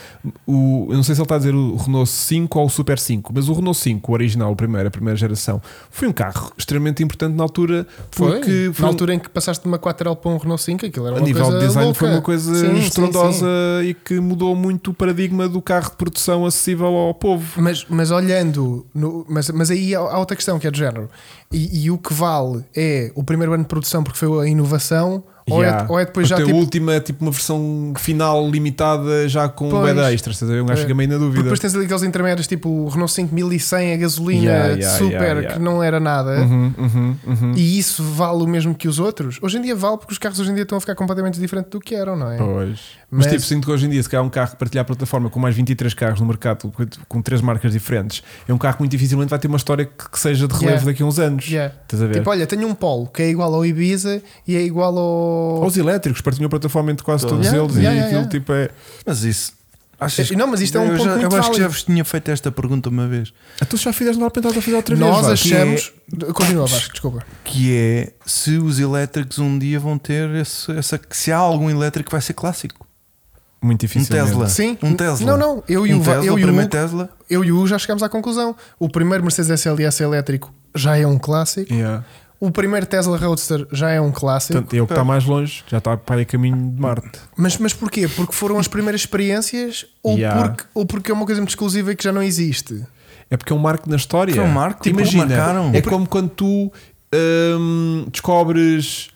S1: O, eu não sei se ele está a dizer o Renault 5 ou o Super 5, mas o Renault 5, o original, o primeiro, a primeira geração, foi um carro extremamente importante na altura porque
S2: Foi.
S1: foi
S2: Na
S1: um-
S2: altura em que passaste de uma 4L para um Renault 5, aquilo era
S1: a
S2: uma
S1: nível
S2: coisa
S1: de design
S2: louca.
S1: foi uma coisa
S2: Sim, sim,
S1: estrondosa
S2: sim.
S1: e que mudou muito o paradigma do carro de produção acessível ao povo.
S2: Mas, mas olhando, no- mas, mas aí há há outra questão que é do género. E, e o que vale é o primeiro ano de produção porque foi a inovação, ou, é,
S1: Yeah.
S2: ou é depois já
S1: Até
S2: tipo.
S1: a última, tipo uma versão final limitada já com o
S2: Pois.
S1: extra extras. estás a ver? Um gajo
S2: É.
S1: fica meio na
S2: Porque
S1: dúvida.
S2: depois tens ali aqueles intermédios tipo o Renault 5100 a gasolina
S1: Yeah, yeah,
S2: super
S1: yeah, yeah.
S2: que não era nada.
S1: Uhum, uhum, uhum.
S2: E isso vale o mesmo que os outros? Hoje em dia vale porque os carros hoje em dia estão a ficar completamente diferentes do que eram, não é?
S1: Pois. Mas,
S2: Mas-
S1: tipo, sinto que hoje em dia, se calhar um carro que partilhar plataforma com mais 23 carros no mercado, com- com três marcas diferentes, é um carro que muito dificilmente vai ter uma história que, que seja de relevo
S2: Yeah.
S1: daqui a uns anos.
S2: Yeah.
S1: Estás a ver?
S2: Tipo, olha, tenho um Polo que é igual ao Ibiza e é igual ao.
S1: Os elétricos partilham plataforma entre quase todos
S2: Todos. Yeah,
S1: eles
S2: yeah,
S1: e
S2: yeah,
S1: aquilo
S2: yeah.
S1: tipo é.
S3: Mas isso. Achas
S2: Eh, não, mas isto é um
S3: eu
S2: ponto
S3: já,
S2: muito
S3: Eu acho que
S2: válido.
S3: já vos tinha feito esta pergunta uma vez.
S1: Ah, tu já fizeste lá para tentar fazer outra
S2: Nós
S1: vez. vá, que é-
S2: achamos. Continua, Vasco, desculpa.
S3: Que é se os elétricos um dia vão ter esse, essa. Se há algum elétrico que vai ser clássico. Um
S1: Muito difícil.
S3: Tesla.
S2: Sim.
S3: Um Tesla.
S2: Não, não. Eu e
S3: um
S2: o Va-
S3: Tesla,
S2: eu
S3: o
S2: e o
S3: primeiro
S2: Hugo-
S3: Tesla.
S2: Eu e o Hugo já chegámos à conclusão. O primeiro Mercedes SLS elétrico já é um clássico.
S1: Yeah.
S2: O primeiro Tesla Roadster já é um clássico.
S1: Portanto, é o que está mais longe, já está para aí a caminho de Marte.
S2: Mas, mas porquê? Porque foram as primeiras experiências ou,
S1: Yeah.
S2: porque, ou porque é uma coisa muito exclusiva e que já não existe?
S1: É porque é um marco na história.
S3: Foi um marco, tipo,
S1: Imagina,
S3: marcaram.
S1: É como quando tu hum, descobres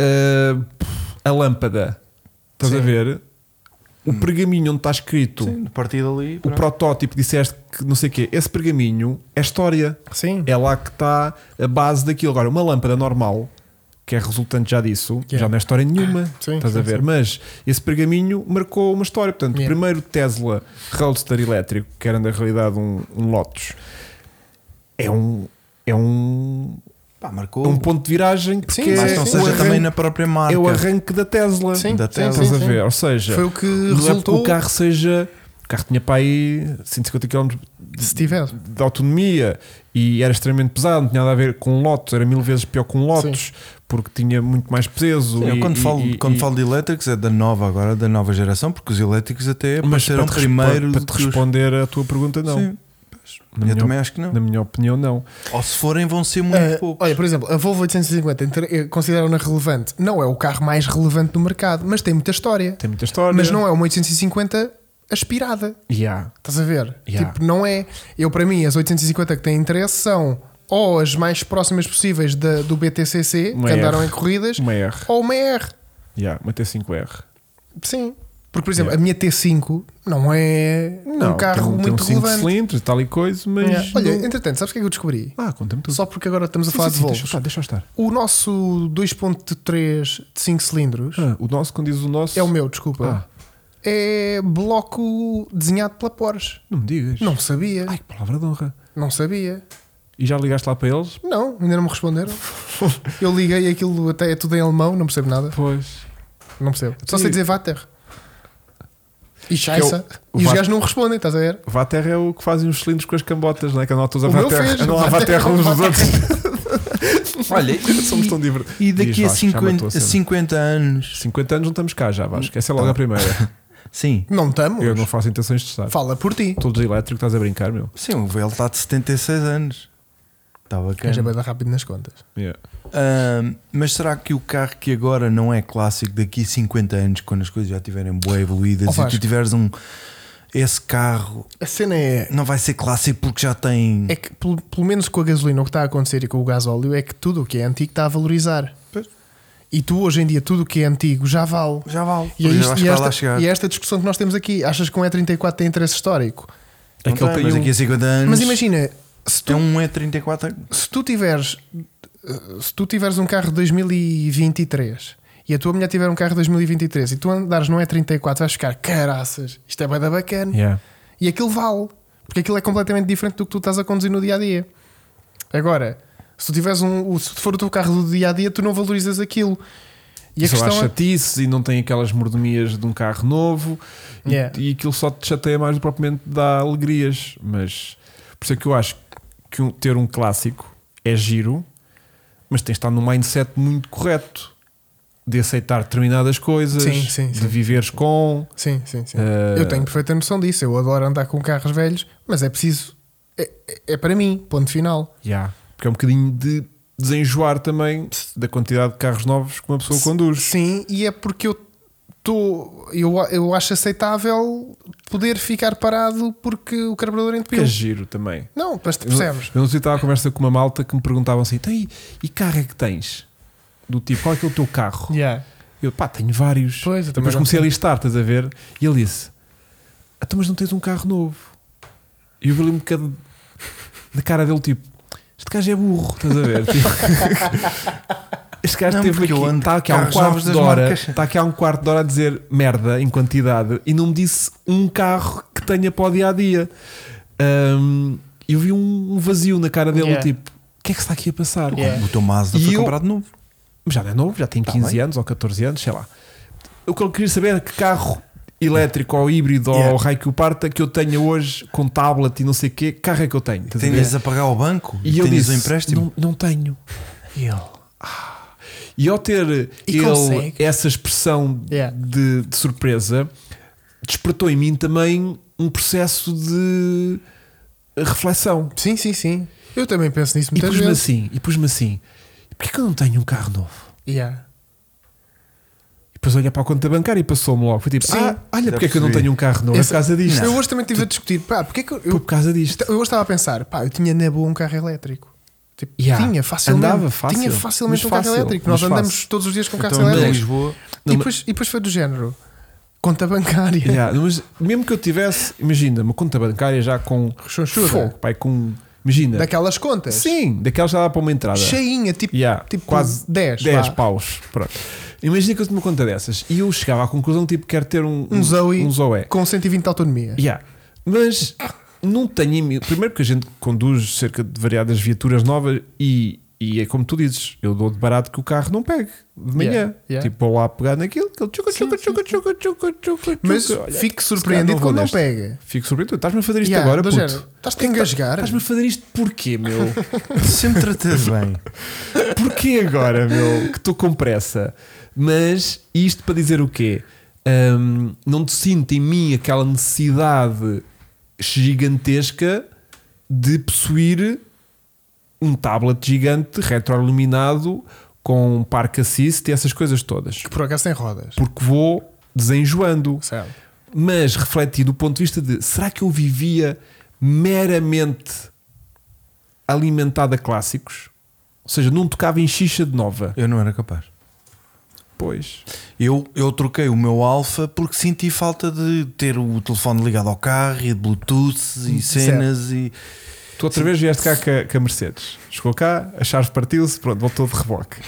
S1: hum, a lâmpada. Estás
S2: Sim.
S1: a ver? O pergaminho onde está escrito
S3: Hum. Sim, de partir dali.
S1: o
S3: pronto.
S1: protótipo, disseste que não sei o quê. Esse pergaminho é história.
S2: Sim.
S1: É lá que está a base daquilo. Agora, uma lâmpada normal, que é resultante já disso,
S2: Yeah.
S1: já não é história nenhuma.
S2: Sim,
S1: estás
S2: sim,
S1: a ver? Mas esse pergaminho marcou uma história. Portanto,
S2: Yeah.
S1: o primeiro Tesla Roadster elétrico, que era na realidade um, um Lotus, é um. É um,
S3: Pá,
S1: é
S3: marcou.
S1: um ponto de viragem porque
S2: Oh. Sim,
S3: mas
S1: é,
S3: não
S2: sim,
S1: o
S3: seja também
S1: arranque,
S3: na própria marca.
S1: é o arranque da Tesla.
S2: Sim,
S3: Da
S2: sim,
S3: Tesla.
S2: sim,
S1: Estás a
S2: sim.
S1: ver? Ou seja,
S2: Foi o que
S1: não é porque
S2: resultou.
S1: o carro seja. O carro tinha para aí 150 km de,
S2: Se tiver.
S1: de autonomia e era extremamente pesado, não tinha nada a ver com Lotus, era mil vezes pior que um Lotus, porque tinha muito mais peso.
S3: Sim,
S1: e-
S3: eu quando,
S1: e-
S3: falo,
S1: e-
S3: quando
S1: e-
S3: falo de elétricos é da nova agora, da nova geração, porque os elétricos até
S1: mas para
S3: apareceram
S1: te,
S3: um primeiro.
S1: primeiro para te
S3: que os-
S1: responder à tua pergunta, não.
S3: Sim, pois.
S1: Na
S3: eu
S1: minha
S3: também acho que não.
S1: Na minha opinião, não.
S3: Ou se forem, vão ser muito
S2: Ah,
S3: é poucos.
S2: olha, por exemplo, a Volvo 850 entre- eh, consideram-na relevante. Não é o carro mais relevante do mercado, mas tem muita história.
S1: Tem muita história.
S2: Mas não é uma 850 aspirada.
S1: Yeah.
S2: Estás a ver?
S1: Yeah.
S2: Tipo, não é. Eu, para mim, as 850 que têm interesse são ou as mais próximas possíveis da- do BTCC,
S1: Uma
S2: que andaram
S1: R.
S2: em corridas,
S1: Uma R.
S2: ou uma R.
S1: Yeah, uma T5R.
S2: Sim. Porque, por exemplo,
S1: Yeah.
S2: a minha T5 não é um
S1: tem,
S2: carro muito
S1: tem um 5
S2: relevante.
S1: cilindros, tal e coisa, mas.
S2: Yeah. Olha,
S1: não-
S2: entretanto, sabes o que é que eu descobri?
S1: Ah, conta-me tudo.
S2: Só porque agora estamos a
S1: Sim,
S2: falar
S1: sim,
S2: de
S1: sim,
S2: voos.
S1: deixa eu estar, deixa eu estar.
S2: O nosso 2.3 de 5 cilindros
S1: Ah, o nosso, quando diz o nosso.
S2: é o meu, desculpa.
S1: Ah,
S2: É bloco desenhado pela Porsche.
S1: não me digas.
S2: Não sabia,
S1: Ai, que palavra de honra.
S2: não sabia.
S1: E já ligaste lá para eles?
S2: Não, ainda não me responderam. Eu liguei aquilo, até é tudo em alemão, não percebo nada.
S1: Pois.
S2: Não percebo. Só
S1: Sim.
S2: sei dizer Vater. E Scheisse.
S1: o
S2: E os
S1: Vater-
S2: gajos não respondem, estás a ver?
S1: Vater é o que fazem os cilindros com as cambotas, não é? Que andam todos a
S2: O meu
S1: Vater.
S2: fez.
S1: Andam a
S2: Vater-
S1: Vater uns dos
S2: Vater-
S1: outros.
S3: Olha, e-
S1: Somos tão divertidos.
S3: E daqui
S1: Diz,
S3: a
S1: Vasco, já matou a
S3: 50,
S1: cena.
S3: 50 anos.
S1: 50 anos não estamos cá já, Vasco. Essa é logo a primeira.
S3: Sim.
S2: Não estamos.
S1: Eu não faço intenções de estar.
S2: Fala por ti.
S1: Todos elétricos, estás a brincar, meu.
S3: Sim, o VL está de 76 anos. Está
S2: Já vai
S3: bacana.
S2: dar é rápido nas contas.
S1: Yeah.
S3: Ahm, mas será que o carro que agora não é clássico daqui a 50 anos, quando as coisas já estiverem boa evoluídas
S2: Ó,
S3: e tu
S2: Oh, Vasco.
S3: tiveres um. Esse carro
S2: A cena é.
S3: não vai ser clássico porque já tem.
S2: É que, pelo, pelo menos com a gasolina, o que está a acontecer e com o gás óleo é que tudo o que é antigo está a valorizar.
S3: Pois.
S2: E tu, hoje em dia, tudo o que é antigo já vale.
S3: Já vale.
S2: E, é
S3: Eu
S2: isto-
S3: acho
S2: e
S3: que vai lá
S2: esta,
S3: chegar.
S2: e é esta discussão que nós temos aqui. Achas que um E34 tem interesse histórico?
S1: É que ele tem
S3: Então mas
S1: um-
S3: daqui a 50 anos.
S2: Mas imagina, se tu,
S3: É um E34.
S2: se tu tiveres eh, se tu tiveres um carro de 2023 e a tua mulher tiver um carro de 2023 e tu andares num E34, vais ficar caraças, isto é bem da bacana.
S1: Yeah.
S2: E aquilo vale, porque aquilo é completamente diferente do que tu estás a conduzir no dia a dia. Agora, se tu tiveres um, o- se for o teu carro do dia a dia, tu não valorizas aquilo. E a
S1: só
S2: questão
S1: há
S2: é-
S1: chatices e não tem aquelas mordomias de um carro novo e-
S2: Yeah.
S1: e, aquilo só te chateia mais do que propriamente dá alegrias. Mas por isso é que eu acho que um- ter um clássico é giro, mas tens de estar num mindset muito correto de aceitar determinadas coisas,
S2: Sim, sim,
S1: de
S2: sim.
S1: viveres com.
S2: Sim, sim, sim.
S1: Eh,
S2: Eu tenho perfeita noção disso. Eu adoro andar com carros velhos, mas é preciso. É, é- é para mim, ponto final.
S1: yeah, porque é um bocadinho de desenjoar também da quantidade de carros novos que uma pessoa conduz.
S2: Sim, e é porque eu estou. Eu, eu acho aceitável poder ficar parado porque o carburador
S1: Que
S2: entupiu.
S1: é giro também.
S2: Não, mas tu percebes?
S1: Eu não sei, estava a conversa com uma malta que me perguntavam assim: "Então, e, e carro é que tens? Do tipo, qual é que é o teu carro?
S2: Yeah.
S1: Eu, pá, tenho vários.
S2: Pois, eu também
S1: Depois
S2: não
S1: comecei a
S2: tenho.
S1: listar, estás a ver? E ele disse: Ah, tu, mas não tens um carro novo? E eu vi um bocado da cara dele, tipo: Este gajo é burro, estás a ver? Tipo, este gajo
S3: Não,
S1: teve
S3: porque eu
S1: aqui,
S3: ando
S1: está
S3: de
S1: aqui há um
S3: carros
S1: quarto
S3: novos das
S1: de hora,
S3: marcas.
S1: está aqui há um quarto de hora a dizer merda em quantidade e não me disse um carro que tenha para o dia a dia. Hum, eu vi um vazio na cara dele,
S2: Yeah.
S1: tipo: O que é que se está aqui a passar?
S2: Yeah.
S3: O teu Mazda
S1: E
S3: foi
S1: eu-
S3: comprado novo.
S1: Mas já não é novo, já tem 15
S3: Tá bem.
S1: anos ou 14 anos, sei lá. O que eu queria saber é que carro elétrico ou híbrido ou
S3: Yeah.
S1: raio que o parta que eu tenha hoje com tablet e não sei o quê, que carro é que eu tenho? Estás a ver?
S3: Tenhas a pagar ao banco
S1: E eu
S3: tenhas
S1: disse,
S3: um empréstimo.
S1: Não, não tenho. E ele, "Ah." E ao ter
S2: E
S1: ele
S2: consegue.
S1: essa expressão
S2: Yeah.
S1: de, de surpresa, despertou em mim também um processo de reflexão.
S2: Sim, sim, sim. Eu também penso nisso
S1: E
S2: muitas
S1: pus-me
S2: vezes.
S1: assim, e pus-me assim, porquê que eu não tenho um carro novo?
S2: Yeah.
S1: E depois olhei para a conta bancária e passou-me logo. Foi tipo,
S2: Sim.
S1: ah, olha
S3: Já
S1: porque é que eu não
S3: percebi.
S1: tenho um carro novo? É por
S2: Essa-
S1: causa disto. Tipo,
S2: Eu hoje também estive a discutir, pá, porque é que eu,
S1: Foi por
S2: eu,
S1: causa disto.
S2: eu hoje estava a pensar, pá, eu tinha na boa um carro elétrico. Tipo,
S1: Yeah.
S2: Tinha facilmente,
S1: Andava fácil,
S2: tinha facilmente
S1: mas
S2: um carro
S1: fácil,
S2: elétrico.
S1: mas
S2: Nós andamos
S1: fácil.
S2: todos os dias com carros
S3: Então, em
S2: elétricos.
S3: Lisboa,
S1: Não,
S2: e, depois, e depois foi do género conta bancária.
S1: Yeah, mas mesmo que eu tivesse, imagina, uma conta bancária já com
S2: Rechonchuda.
S1: fogo, pai, com. Imagina.
S2: Daquelas contas.
S1: Sim, daquelas já dá para uma entrada.
S2: Cheinha, tipo,
S1: Yeah,
S2: tipo
S1: quase
S2: 10.
S1: 10
S2: vá.
S1: paus. Pronto. Imagina que eu tinha uma conta dessas e eu chegava à conclusão, tipo, quero ter um,
S2: Um Zoe
S1: Um Zoe.
S2: com 120 de autonomia.
S1: Yeah. Mas não tenho. em mim- Primeiro que a gente conduz cerca de variadas viaturas novas e, e é como tu dizes, eu dou de barato que o carro não pegue de manhã.
S2: Yeah, yeah.
S1: Tipo, vou lá pegar naquilo, aquele tchuca, tchuca, tchuca, tchuca, tchuca, tchuca,
S2: Mas
S1: tchuca. Olha,
S2: fico
S1: se calhar
S2: surpreendido
S1: vou
S2: quando não
S1: deste.
S2: pega.
S1: Fico surpreendido. Estás-me a fazer isto
S2: Yeah,
S1: agora,
S2: do
S1: puto?
S2: género, Estás-te a engasgar.
S1: Estás-me a fazer isto porquê, meu?
S3: sempre tratas bem.
S1: Porquê agora, meu? Que estou com pressa. Mas isto para dizer o quê? Hum, não te sinto em mim aquela necessidade gigantesca de possuir um tablet gigante retroiluminado com um parque assist e essas coisas todas.
S2: Que por acaso tem rodas.
S1: Porque vou desenjoando
S2: Sabe?
S1: mas refleti do ponto de vista de será que eu vivia meramente alimentada a clássicos? Ou seja, não tocava em xixa de nova.
S3: Eu não era capaz.
S1: Pois.
S3: Eu, eu troquei o meu Alfa porque senti falta de ter o telefone ligado ao carro e de Bluetooth e cenas e.
S1: Tu outra vez vieste cá com a, com a Mercedes. Chegou cá, a chave partiu-se, pronto, voltou de reboque.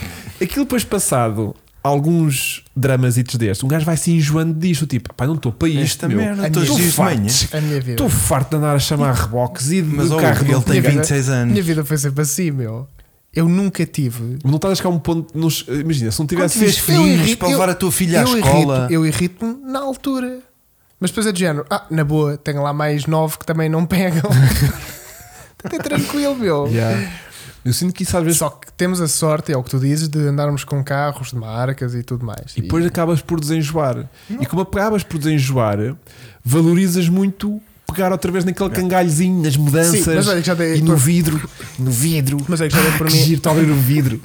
S1: Aquilo depois passado, alguns dramazitos destes, um gajo vai se enjoando disto, tipo, pá, não estou para isto,
S3: Esta
S1: meu.
S3: merda,
S1: Estou
S3: todos os dias de
S1: farto.
S3: manhã.
S2: É A minha vida.
S1: Estou farto de andar a chamar reboques e de
S3: Mas ó,
S1: carro
S3: ele
S1: não
S3: tem
S2: Minha vida-
S3: 26
S2: Minha
S3: anos.
S2: vida foi sempre assim, meu. Eu nunca tive.
S1: Não estás a chegar a um ponto. nos- Imagina, se não tivesse
S3: tiveres
S1: isto-
S3: filhos
S2: Eu irrito-
S3: para levar a tua filha à
S2: eu
S3: escola.
S2: irrito- eu irrito-me na altura. Mas depois é de género. Ah, na boa, tenho lá mais nove que também não pegam. Até tranquilo, meu.
S1: Yeah. Eu sinto que isso às vezes.
S2: Só que temos a sorte, é o que tu dizes, de andarmos com carros de marcas e tudo mais.
S1: E depois acabas por desenjoar. E como acabas por desenjoar, valorizas muito pegar outra vez naquele cangalhozinho, nas mudanças
S2: Sim, mas olha que já dei-
S1: e no vidro. No vidro.
S2: Mas olha que já dei por
S1: que
S2: mim-
S1: giro, está a abrir o vidro.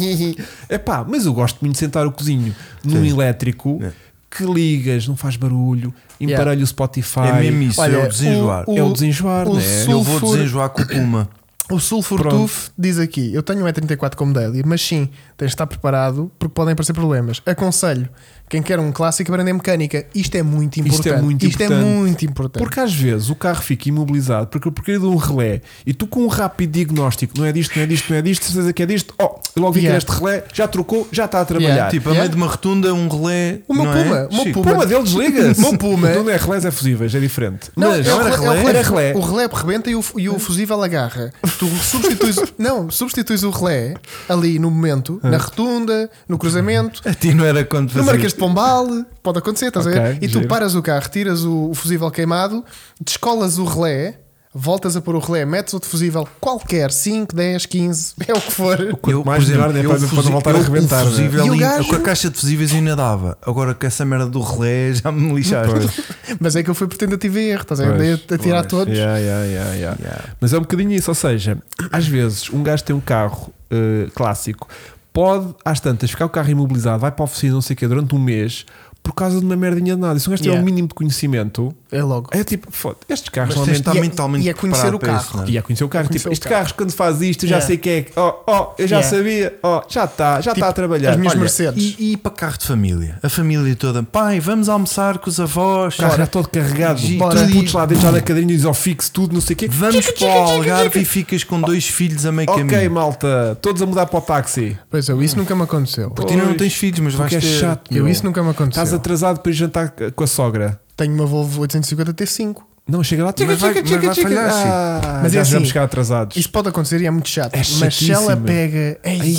S1: é pá, mas eu gosto muito de sentar o cozinho num
S3: Sim.
S1: elétrico
S3: É.
S1: que ligas, não faz barulho,
S2: Yeah.
S1: emparelho o Spotify.
S3: É mesmo isso,
S2: Olha,
S3: é o desenjoar.
S2: o-
S1: É o desenjoar,
S2: o
S1: né?
S2: sul-
S3: eu vou
S2: sulfuro-
S3: desenjoar com o Puma.
S2: O Sulfur
S1: Pronto.
S2: Tooth diz aqui: Eu tenho um E34 como daily, mas sim, tens de estar preparado porque podem aparecer problemas. Aconselho quem quer um clássico aprender mecânica. Isto é muito
S1: Isto é
S2: importante.
S1: muito
S2: Isto é
S1: importante.
S2: muito importante.
S1: Porque às vezes o carro fica imobilizado porque porque de um relé e tu com um rápido diagnóstico, não é disto, não é disto, não é disto, certeza que é disto, oh, eu logo vi
S2: Yeah.
S1: que era este relé, já trocou, já está a trabalhar.
S2: Yeah.
S3: Tipo, a
S2: Yeah.
S3: meio de uma rotunda, um relé.
S2: O meu
S3: não
S2: Puma,
S3: é?
S2: o meu
S3: Chico.
S1: O
S2: Puma-
S1: puma dele desliga-se.
S2: O meu Puma-
S1: Não é relés, é fusíveis, é diferente. Mas
S2: é o
S1: não
S2: relé- é o relé-
S1: Era relé.
S2: O relé rebenta e o, e o fusível agarra. tu substituis, não, substituis o relé ali no momento,
S1: Ah.
S2: na retunda, no cruzamento,
S3: A ti não era quando
S2: no
S3: fazia.
S2: Marquês de Pombal, pode acontecer, estás a ver?
S1: Ok,
S2: E tu
S1: giro.
S2: paras o carro, tiras o, o fusível queimado, descolas o relé, voltas a pôr o relé, metes outro fusível qualquer, 5, 10, 15, é o que for.
S1: Quanto mais girar,
S2: né?
S1: é para- para não voltar a arrebentar,
S3: Eu,
S1: né?
S3: um fusível
S2: E o
S3: em-
S2: gajo?
S3: Com a caixa de fusíveis ainda dava. Agora com essa merda do relé já me lixaste.
S2: Mas é que eu fui por tentativa e erro, estás a ver?
S1: Pois,
S2: Dei a tirar
S3: pois,
S2: todos.
S1: Yeah, yeah, yeah, yeah.
S3: Yeah.
S1: Mas é um bocadinho isso, ou seja, às vezes um gajo tem um carro eh, clássico, pode às tantas ficar o carro imobilizado, vai para a oficina, não sei o quê, durante um mês, por causa de uma merdinha de nada. E se um gajo tiver
S2: Yeah.
S1: um mínimo de conhecimento,
S2: É logo.
S1: é tipo, foda, estes carros
S3: Mas tens
S1: normalmente.
S3: de estar
S2: E é-
S3: mentalmente
S2: e é conhecer
S3: preparado
S2: o
S3: para
S2: carro.
S3: isso, não é?
S1: E a conhecer o carro,
S2: Conhecer
S1: tipo,
S2: o
S1: este
S2: carro.
S1: carro quando faz isto, eu já
S2: Yeah.
S1: sei que é. Oh, oh, eu já
S2: Yeah.
S1: sabia, oh, já está, já está
S2: Tipo,
S1: a trabalhar.
S2: as minhas
S1: Olha,
S2: Mercedes.
S3: E, e para carro de família? A família toda, pai, vamos almoçar com os avós.
S1: o carro já tá todo carregado,
S3: Gi-
S1: tu
S3: Bora.
S1: putos lá dentro já da cadeirinha e diz ao fixo tudo, não sei o quê.
S3: Vamos para o Algarve e ficas com dois filhos a meio
S1: Ok,
S3: caminho.
S1: malta, todos a mudar para o táxi.
S2: Pois é, isso nunca me aconteceu.
S3: Porque tu ainda não
S1: Pois,
S3: tens filhos, mas vais
S1: Porque é
S3: ter.
S1: chato.
S2: Eu
S1: meu.
S2: isso nunca me
S1: Estás
S2: aconteceu.
S1: atrasado para ir jantar c- com a sogra.
S2: Tenho uma Volvo 850 T5.
S1: Não, chega lá,
S3: Mas vai- mas vai falhar, sim.
S1: Ah,
S2: Mas
S1: já
S2: é assim,
S1: vamos ficar atrasados.
S2: Isso pode acontecer e é muito chato.
S1: É
S2: mas se ela
S1: chatíssimo.
S2: pega. Ei,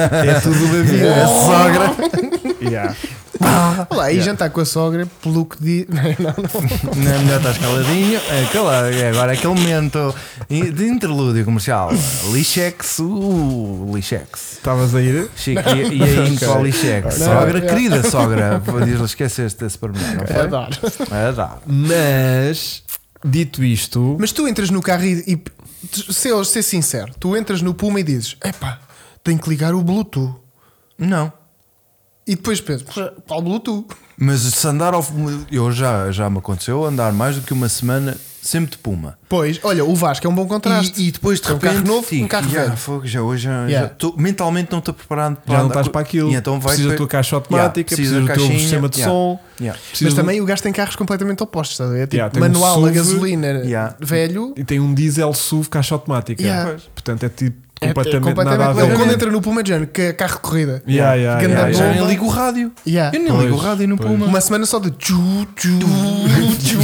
S1: Ai,
S3: É tudo da vida. É sogra.
S1: Yeah.
S2: Olá, e jantar com a sogra, pelo que diz. Não, não, não.
S3: Não é melhor estás caladinho. É aquela- é agora aquele momento de interlúdio comercial. Lixex, uh, lixex.
S1: Estavas a ir?
S3: Chico, e, e aí indo para o lixex.
S2: Não,
S3: Sogra,
S2: é.
S3: querida sogra. Diz-lhe, esqueceste esse pormenor, não
S2: É
S3: foi?
S2: dar.
S3: É, dá.
S1: Mas, dito isto,
S2: Mas tu entras no carro e. e tu- se eu ser sincero, tu entras no Puma e dizes: epá, tenho que ligar o Bluetooth.
S3: Não.
S2: E depois pensas: "Pá, pá, o Bluetooth.
S3: Mas se andar ao. Eu já, já me aconteceu andar mais do que uma semana sempre de puma.
S2: Pois, olha, o Vasco é um bom contraste.
S3: E, e depois de
S2: É um
S3: repente.
S2: carro novo, um carro
S3: yeah,
S2: velho.
S3: fogo, já hoje já-
S2: Yeah.
S3: já tô- mentalmente não estou preparado para.
S1: já não
S3: andar
S1: estás
S3: co-
S1: para aquilo.
S3: E então vais
S1: precisa da
S3: pe-
S1: tua caixa
S3: Yeah,
S1: automática,
S3: precisa
S1: precisa
S3: da
S1: do teu
S3: caixinha,
S1: sistema de
S3: yeah,
S1: som.
S3: yeah.
S1: precisa
S2: Mas
S1: do-
S2: também o gajo tem carros completamente opostos, estás a ver? Tipo,
S1: Yeah, tem um
S2: manual a
S1: SUV,
S2: gasolina
S3: yeah.
S2: velho.
S1: E tem um diesel SUV caixa automática.
S2: Yeah.
S1: Pois. Portanto, é tipo
S2: É- é
S1: completamente, nada a
S2: completamente-
S1: ver.
S2: Ele quando entra no Puma é de género, que é carro de corrida.
S1: Yeah, yeah,
S2: Ganda
S1: yeah,
S3: Eu já
S1: yeah.
S3: nem
S2: bomba.
S3: ligo o rádio.
S2: Yeah.
S3: Eu nem
S1: Pois,
S3: ligo o rádio no
S1: pois.
S3: Puma.
S2: Uma semana só de tchu, tchu, tchu.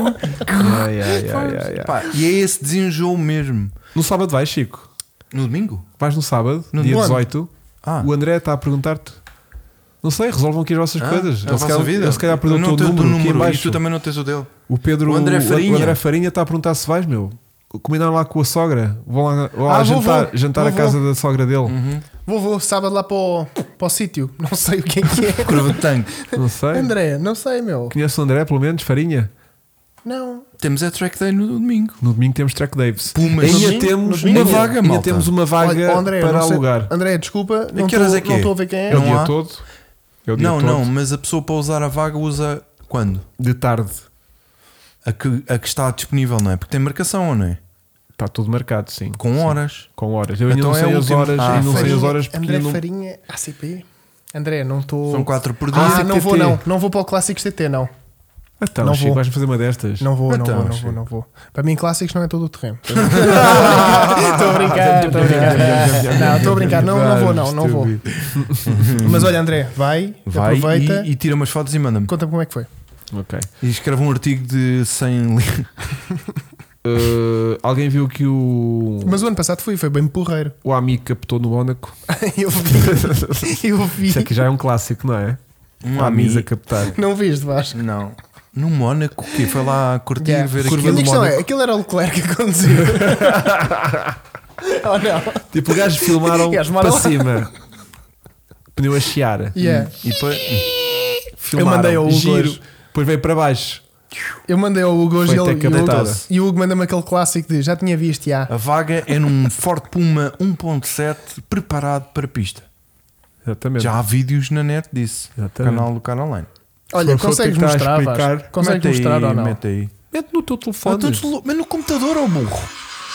S1: Yeah, yeah, yeah, yeah, yeah.
S3: Pá, e é esse desenjoo mesmo.
S1: No sábado vais, Chico?
S3: No domingo?
S1: Vais no sábado,
S3: No-
S1: dia
S3: no ano.
S1: 18.
S3: Ah.
S1: O André está a perguntar-te. Não sei, resolvam aqui as vossas
S3: Ah,
S1: coisas.
S3: a
S1: Ele se
S3: vossa
S1: calhar-
S3: vida.
S1: ele se calhar perdeu
S3: Eu
S1: o teu
S3: não tenho o
S1: número,
S3: teu
S1: aqui em
S3: número e
S1: baixo.
S3: tu também não tens o dele.
S1: O Pedro
S3: O André Farinha.
S1: o André Farinha está a perguntar se vais, meu. Combinaram lá com a sogra. Vão lá, vão lá
S2: Ah, vou,
S1: jantar,
S2: vou.
S1: jantar
S2: Vou,
S1: a casa da sogra dele.
S3: Uhum.
S2: Vou, vou, sábado lá para o, para o sítio. Não sei o que é que é.
S3: Curva de tanque.
S1: Não sei.
S2: André, não sei, meu.
S1: Conhece o André, pelo menos, Farinha?
S2: Não.
S3: Temos a track day no domingo.
S1: No domingo temos Track Davis.
S3: Pumas. No
S1: ainda
S3: domingo?
S1: temos
S3: No
S1: uma
S3: domingo?
S1: vaga,
S3: Ainda
S1: malta.
S3: temos
S1: temos uma vaga
S2: Olha, André,
S1: para
S2: não sei-
S1: alugar.
S2: André, desculpa. Não
S3: que horas é que é?
S2: estou a ver quem é.
S1: É o
S3: Não
S1: dia
S3: há?
S1: todo. É o dia
S3: Não,
S1: todo.
S3: não, mas a pessoa para usar a vaga usa quando?
S1: De tarde.
S3: A que, a que está disponível, não é? Porque tem marcação, ou não é?
S1: Está tudo marcado, sim.
S3: Com horas.
S1: Com horas. Eu ainda
S3: Então
S1: não
S3: é
S1: sei
S3: o
S1: as
S3: último.
S1: horas.
S3: Ah,
S1: ainda não sei
S2: Farinha,
S1: as horas porque
S2: André
S1: ainda não.
S2: Farinha, ACP. André, não estou.
S3: São quatro por dia. Tipo,
S2: Ah,
S1: Ah,
S2: não
S1: TT.
S2: vou, não. Não vou para o Clássicos TT, não.
S1: Então,
S2: Não
S1: Chico,
S2: vou.
S1: vais-me fazer uma destas?
S2: Não vou, não
S3: Então,
S2: vou, não
S3: Chico.
S2: vou, não vou. Para mim, Clássicos não é todo o terreno. Estou a brincar, estou a brincar. Não, estou a brincar. Não, não vou, não, não vou. Mas olha, André, vai,
S3: Vai
S2: aproveita.
S3: e, e tira umas fotos e manda-me.
S2: Conta-me como é que foi.
S1: Ok.
S3: E escreve um artigo de 100 li-
S1: Uh, alguém viu que o,
S2: Mas o ano passado fui, foi bem porreiro.
S1: o amigo captou no Mónaco?
S2: Eu vi. Eu vi.
S1: Isso aqui já é um clássico, não é?
S3: um
S1: Um amigo a
S3: amigo.
S1: captar.
S2: Não viste, Vasco.
S3: Não. No Mónaco, o quê? Foi lá curtir,
S2: Yeah.
S3: ver
S1: Curva
S2: a minha
S1: do
S3: aquilo.
S2: questão é:
S1: Mónaco.
S2: aquilo era o Leclerc que conduziu. oh não.
S1: Tipo, gajos filmaram
S2: E as
S1: para
S2: malas lá.
S1: cima. Pneu a chiar. Hum.
S2: Yeah.
S3: E depois...
S1: Filmaram.
S2: mandei ao Hugo
S1: Giro.
S2: hoje.
S1: Depois veio para baixo.
S2: Eu mandei ao Hugo hoje e,
S1: Foi até
S2: ele, e, o Hugo,
S1: captada.
S2: e o Hugo manda-me aquele clássico de já tinha visto, já.
S3: A vaga é num Ford Puma 1.7 preparado para pista.
S1: Exatamente.
S3: Já há vídeos na net disso.
S1: Exatamente.
S3: Canal do Car Online.
S2: Olha,
S1: for-
S3: é
S1: for
S2: consegues
S1: tentar
S2: mostrar,
S1: explicar,
S2: Vasco? Consegues
S3: tá Mete aí,
S2: mostrar ou não?
S3: Mete aí.
S1: Mete no teu telefone.
S3: Mas tu- mas no computador ou burro?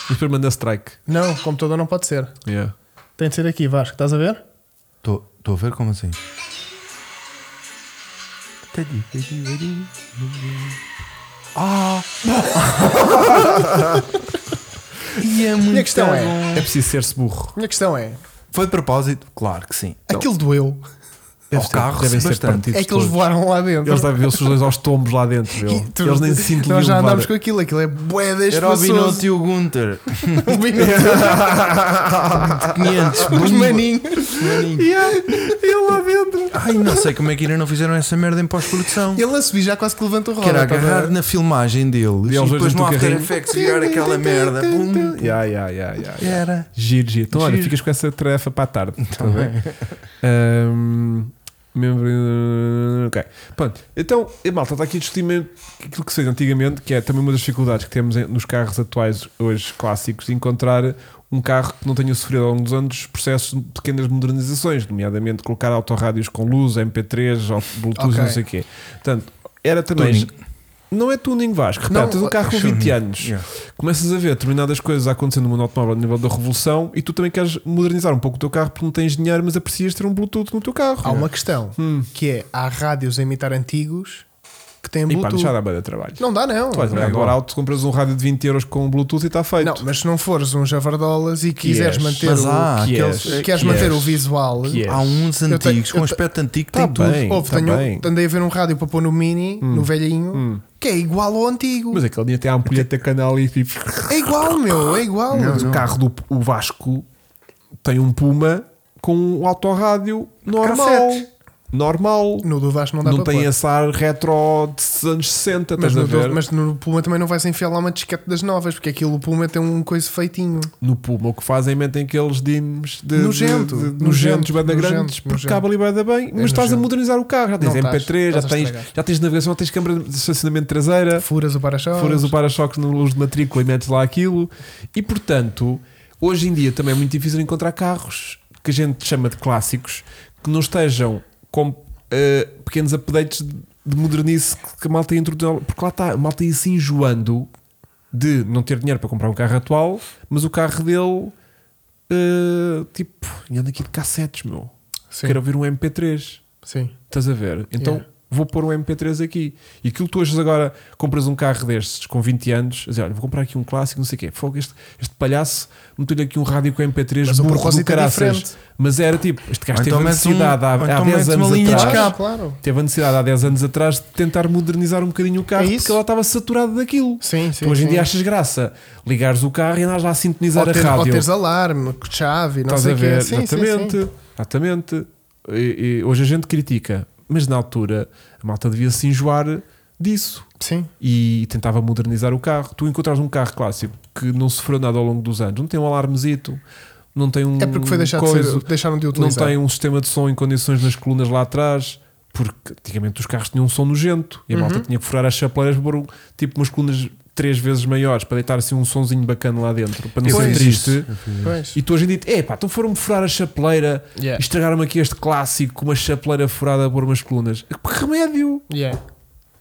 S1: E depois manda strike.
S2: Não, computador não pode ser.
S1: Yeah.
S2: Tem de ser aqui, Vasco, estás a ver?
S3: Estou a ver como assim?
S2: é
S3: Ah! e é muito
S2: Minha questão é-
S3: bom.
S1: É preciso ser-se burro.
S2: Minha questão é:
S3: Foi de propósito? Claro que sim.
S2: aquilo doeu.
S3: ao carro
S1: devem
S3: se
S1: ser
S3: bastante.
S1: partidos
S2: É que eles
S1: todos.
S2: voaram lá dentro.
S1: Eles devem ver-se os dois aos tombos lá dentro. meu.
S2: E tu-
S1: Eles nem se sentem
S2: Nós já
S1: levar.
S2: andámos com aquilo, aquilo é bué das
S3: Era o
S2: pessoas.
S3: Binotto e o Gunter.
S2: O Binotto.
S3: 500.
S2: Os
S3: bumba.
S2: maninhos.
S3: Maninho.
S1: Yeah, ele lá dentro.
S3: Ai, não sei como é que ainda não fizeram essa merda em pós-produção.
S2: Ele a subir já quase que levanta o roda.
S3: Que era
S2: tá a ver?
S3: agarrar na filmagem deles
S1: E
S3: e,
S1: eles dois
S3: depois
S1: no
S3: no After
S1: carrinho.
S3: Effects virar aquela merda. Bum.
S1: Yeah, yeah, yeah, yeah, yeah.
S3: Era.
S1: Giro, giro. Então, olha,
S3: Giro. Então é.
S1: ficas com essa tarefa para a tarde. Está bem? Ahm, membro- ok. Pronto. Então, eh, malta, está aqui a discutir mesmo aquilo que se fez antigamente, que é também uma das dificuldades que temos em- nos carros atuais, hoje clássicos, de encontrar um carro que não tenha sofrido ao longo dos anos processos de pequenas modernizações, nomeadamente colocar autorrádios com luz, MP3, ou Bluetooth,
S2: Ok.
S1: não sei o quê. Portanto, era também.
S3: Tuning.
S1: Não é tuning Vasco, repara,
S2: Não, uh,
S1: tens um carro com 20 anos,
S3: Yeah.
S1: começas a ver determinadas coisas a acontecer no mundo automóvel a nível da revolução e tu também queres modernizar um pouco o teu carro porque não tens dinheiro, mas aprecias ter um Bluetooth no teu carro.
S2: Há uma questão
S1: Hum.
S2: que é: há rádios a imitar antigos que têm
S1: E pá,
S2: Bluetooth.
S1: já dá bem de trabalho.
S2: não dá, não.
S1: tu vais
S3: não é
S1: trabalhar
S3: igual.
S1: agora alto, compras um rádio de 20 euros com Bluetooth e está feito.
S2: Não, mas se não fores um Javardolas e quiseres
S1: és,
S2: manter
S3: Mas
S2: o.
S3: há
S1: que
S3: aqueles.
S1: és.
S2: Queres
S1: que
S2: manter
S1: és.
S2: o visual.
S1: Que és.
S3: Há uns
S2: tenho-
S3: antigos,
S2: eu
S3: com
S2: te-
S3: aspecto antigo,
S1: Tá
S3: tem tudo.
S1: bem.
S2: Houve,
S1: tá
S2: tenho-
S1: bem. Hum.
S2: andei a ver um rádio para pôr no mini, no velhinho, que é igual ao antigo.
S1: Mas aquele dia tem a ampulheta canal e tipo.
S2: É igual, meu, é igual.
S1: Mas o carro do o Vasco tem um Puma com um autorrádio normal.
S3: Cassete.
S1: Normal.
S2: No do Vasco não dá
S1: Não
S2: para
S1: tem
S2: pôr.
S1: esse ar retro de anos 60,
S2: Mas
S1: estás a
S2: no,
S1: ver?
S2: do- mas no Puma também não vais enfiar lá uma disquete das novas, porque aquilo o Puma tem um coisa feitinho.
S1: no Puma o que fazem é metem aqueles dimes de,
S2: Nugento,
S1: de, de,
S2: nugento,
S1: nojentos, bada
S2: nugento,
S1: grandes, porque
S2: nugento.
S1: cabe ali bada bem, mas estás a
S2: nugento.
S1: modernizar o carro, já tens
S2: É Não estás,
S1: MP3, já
S2: estás a
S1: tens,
S2: estragar.
S1: já tens navegação, já tens câmara de estacionamento traseira,
S2: Furas o para-choques.
S1: É. furas o para-choques no luz de matrícula e metes lá aquilo, e portanto, hoje em dia também é muito difícil encontrar carros que a gente chama de clássicos que não estejam com eh, pequenos updates de- de modernice que a malta ia introduzindo, porque lá está, a malta ia se enjoando de não ter dinheiro para comprar um carro atual, mas o carro dele, eh, tipo, e anda aqui de cassetes, meu.
S2: Sim,
S1: Quero ouvir um MP3.
S2: sim.
S1: Estás a ver? Então
S2: Yeah.
S1: vou pôr um MP3 aqui. E aquilo que tu achas agora, compras um carro destes com 20 anos, a dizer, olha, vou comprar aqui um clássico, não sei o quê. Fogo, este, este palhaço meteu-lhe aqui um rádio com MP3,
S2: Mas o
S1: burro do
S2: propósito é
S1: caraças.
S2: diferente.
S1: Mas era tipo, este gajo
S3: Ou
S1: teve
S3: então
S1: a
S3: metes um-
S1: necessidade há,
S3: ou
S1: há 10
S3: então metes uma
S1: anos
S3: linha de
S1: atrás.
S2: Cá,
S3: Acho-
S2: claro.
S1: Teve a necessidade há 10 anos atrás de tentar modernizar um bocadinho o carro
S2: É isso.
S1: porque ela estava saturada daquilo.
S2: Sim, sim.
S1: Tu hoje em
S2: sim.
S1: dia achas graça ligares o carro e andares lá a sintonizar
S2: ou teres,
S1: a
S2: ou
S1: rádio.
S2: teres alarme, chave, não
S1: Estás
S2: sei
S1: a
S2: o quê.
S1: ver?
S2: Sim, sim,
S1: exatamente.
S2: sim.
S1: exatamente. E- e hoje a gente critica, mas na altura a malta devia se enjoar disso
S2: Sim.
S1: e tentava modernizar o carro. Tu encontras um carro clássico que não sofreu nada ao longo dos anos, não tem um alarmezito, não tem um.
S2: É porque foi deixado de
S1: coisa,
S2: ser, deixaram de
S1: não
S2: utilizar.
S1: tem um sistema de som em condições nas colunas lá atrás, porque antigamente os carros tinham um som nojento e a
S2: Uhum.
S1: malta tinha que furar as chapeleiras para pôr um- tipo umas colunas três vezes maiores para deitar assim um sonzinho bacana lá dentro, para não
S3: Eu
S1: ser
S2: Pois.
S3: fiz
S1: triste.
S3: isso. Eu fiz isso.
S2: Pois.
S1: E tu hoje em dia, é pá, então foram-me furar a chapeleira,
S2: Yeah.
S1: estragaram-me aqui este clássico com uma chapeleira furada por umas colunas. Que remédio!
S2: Yeah.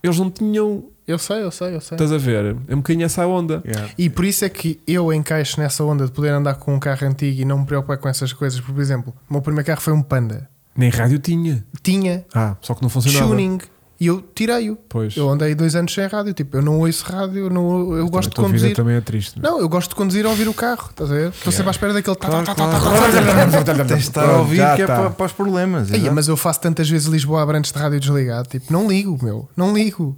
S1: Eles não tinham,
S2: Eu sei, eu sei, eu sei.
S1: estás a ver? É um bocadinho essa a onda.
S3: Yeah.
S2: E por isso é que eu encaixo nessa onda de poder andar com um carro antigo e não me preocupar com essas coisas. Por exemplo, o meu primeiro carro foi um Panda.
S1: Nem rádio tinha.
S2: Tinha
S1: Ah, só que não funcionava.
S2: tuning e eu tirei-o.
S1: Pois.
S2: Eu andei dois anos sem rádio. Tipo, eu não ouço rádio, eu, não, eu gosto de
S1: A tua vida
S2: conduzir.
S1: também é triste.
S2: Não, eu gosto de conduzir a ouvir o carro. Estás a ver? Estou sempre à espera daquele. tá, tá, tá, tá, tá, tá, tá.
S3: Tens de estar a ouvir que é
S1: tá.
S3: para, para os problemas.
S2: Ai,
S3: exato.
S2: mas eu faço tantas vezes Lisboa Abrantes de rádio desligado. Tipo, não ligo, meu. Não ligo.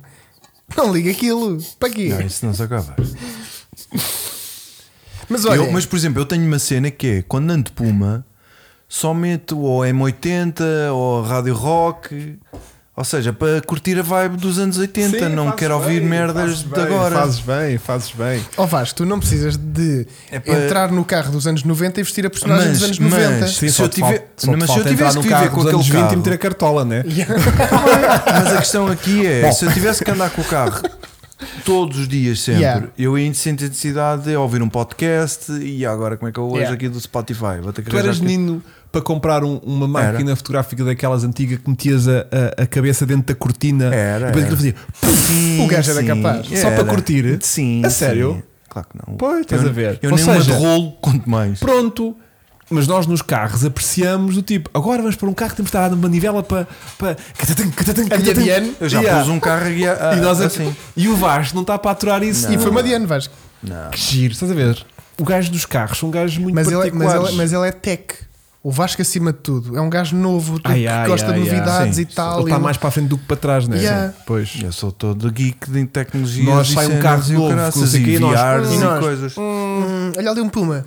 S2: Não ligo aquilo. Para quê?
S3: Não, isso não se acaba.
S2: Mas olha,
S3: Eu- mas, por exemplo, eu tenho uma cena que é quando ando de Puma, só meto ou M80 ou Rádio Rock. Ou seja, para curtir a vibe dos anos 80, não quero ouvir merdas de agora.
S1: Fazes bem, fazes bem.
S2: ó Vasco, tu não precisas de
S3: É para-
S2: entrar no carro dos anos 90 e vestir a personagem
S3: Mas,
S2: dos anos 90.
S3: mas,
S1: Sim,
S3: se
S1: só
S3: eu
S1: te falta-
S3: tiver-
S1: só te
S3: mas se
S1: falta
S3: eu tivesse
S1: entrar
S3: que
S1: num
S3: viver
S1: carro
S3: com
S1: dos
S3: aquele
S1: anos 20 e
S3: carro.
S1: meter a cartola, né?
S3: Mas a questão aqui é: se eu tivesse que andar com o carro todos os dias sempre,
S2: Yeah.
S3: eu ia sentir necessidade de ouvir um podcast e agora como é que eu ouço
S2: Yeah.
S3: aqui do Spotify? Vou ter que
S1: Tu
S3: arranjar
S1: eras
S3: aqui.
S1: menino para comprar um- uma máquina fotográfica daquelas antigas que metias a, a- a cabeça dentro da cortina
S3: Era,
S1: e depois aquilo fazia.
S3: Sim,
S2: O gajo era
S3: sim.
S2: capaz.
S1: Só para curtir?
S3: Sim.
S1: A
S3: sim.
S1: sério?
S3: Claro que não.
S1: Pois, estás
S3: eu,
S1: a ver.
S3: Eu
S1: Ou
S3: nem uma de
S1: seja-
S3: rolo, quanto mais.
S1: Pronto. Mas nós nos carros apreciamos o tipo, agora vamos para um carro que temos de estar a dar uma manivela para. para... catatum, catatum,
S2: A minha
S1: catatum.
S2: Diane,
S3: Eu já
S1: Yeah.
S3: pus um carro e,
S1: E, nós é a-
S3: assim.
S1: e o Vasco não está para aturar isso.
S2: E foi uma Diane, Vasco.
S1: Que giro, estás a ver? O gajo dos carros, um gajo muito
S2: Mas ele, é- mas,
S1: particular.
S2: ele, mas ele é tech. O Vasco, acima de tudo, é um gajo novo tipo,
S1: Ai, ai,
S2: que gosta
S1: ai,
S2: de
S1: ai.
S2: novidades
S3: Sim. tá
S2: e tal.
S1: Ele
S2: e um-
S1: está
S2: não-
S1: mais para a frente do que para trás, não é?
S2: Yeah.
S1: Sim, Pois.
S3: Eu sou todo geek de tecnologia.
S1: Nós sai um carro
S3: e o
S1: novo,
S3: caraças,
S1: que não sei
S3: e
S1: quê, nós-
S3: VRs
S2: e
S3: e,
S2: nós-
S3: coisas.
S2: Hum, olha ali um puma.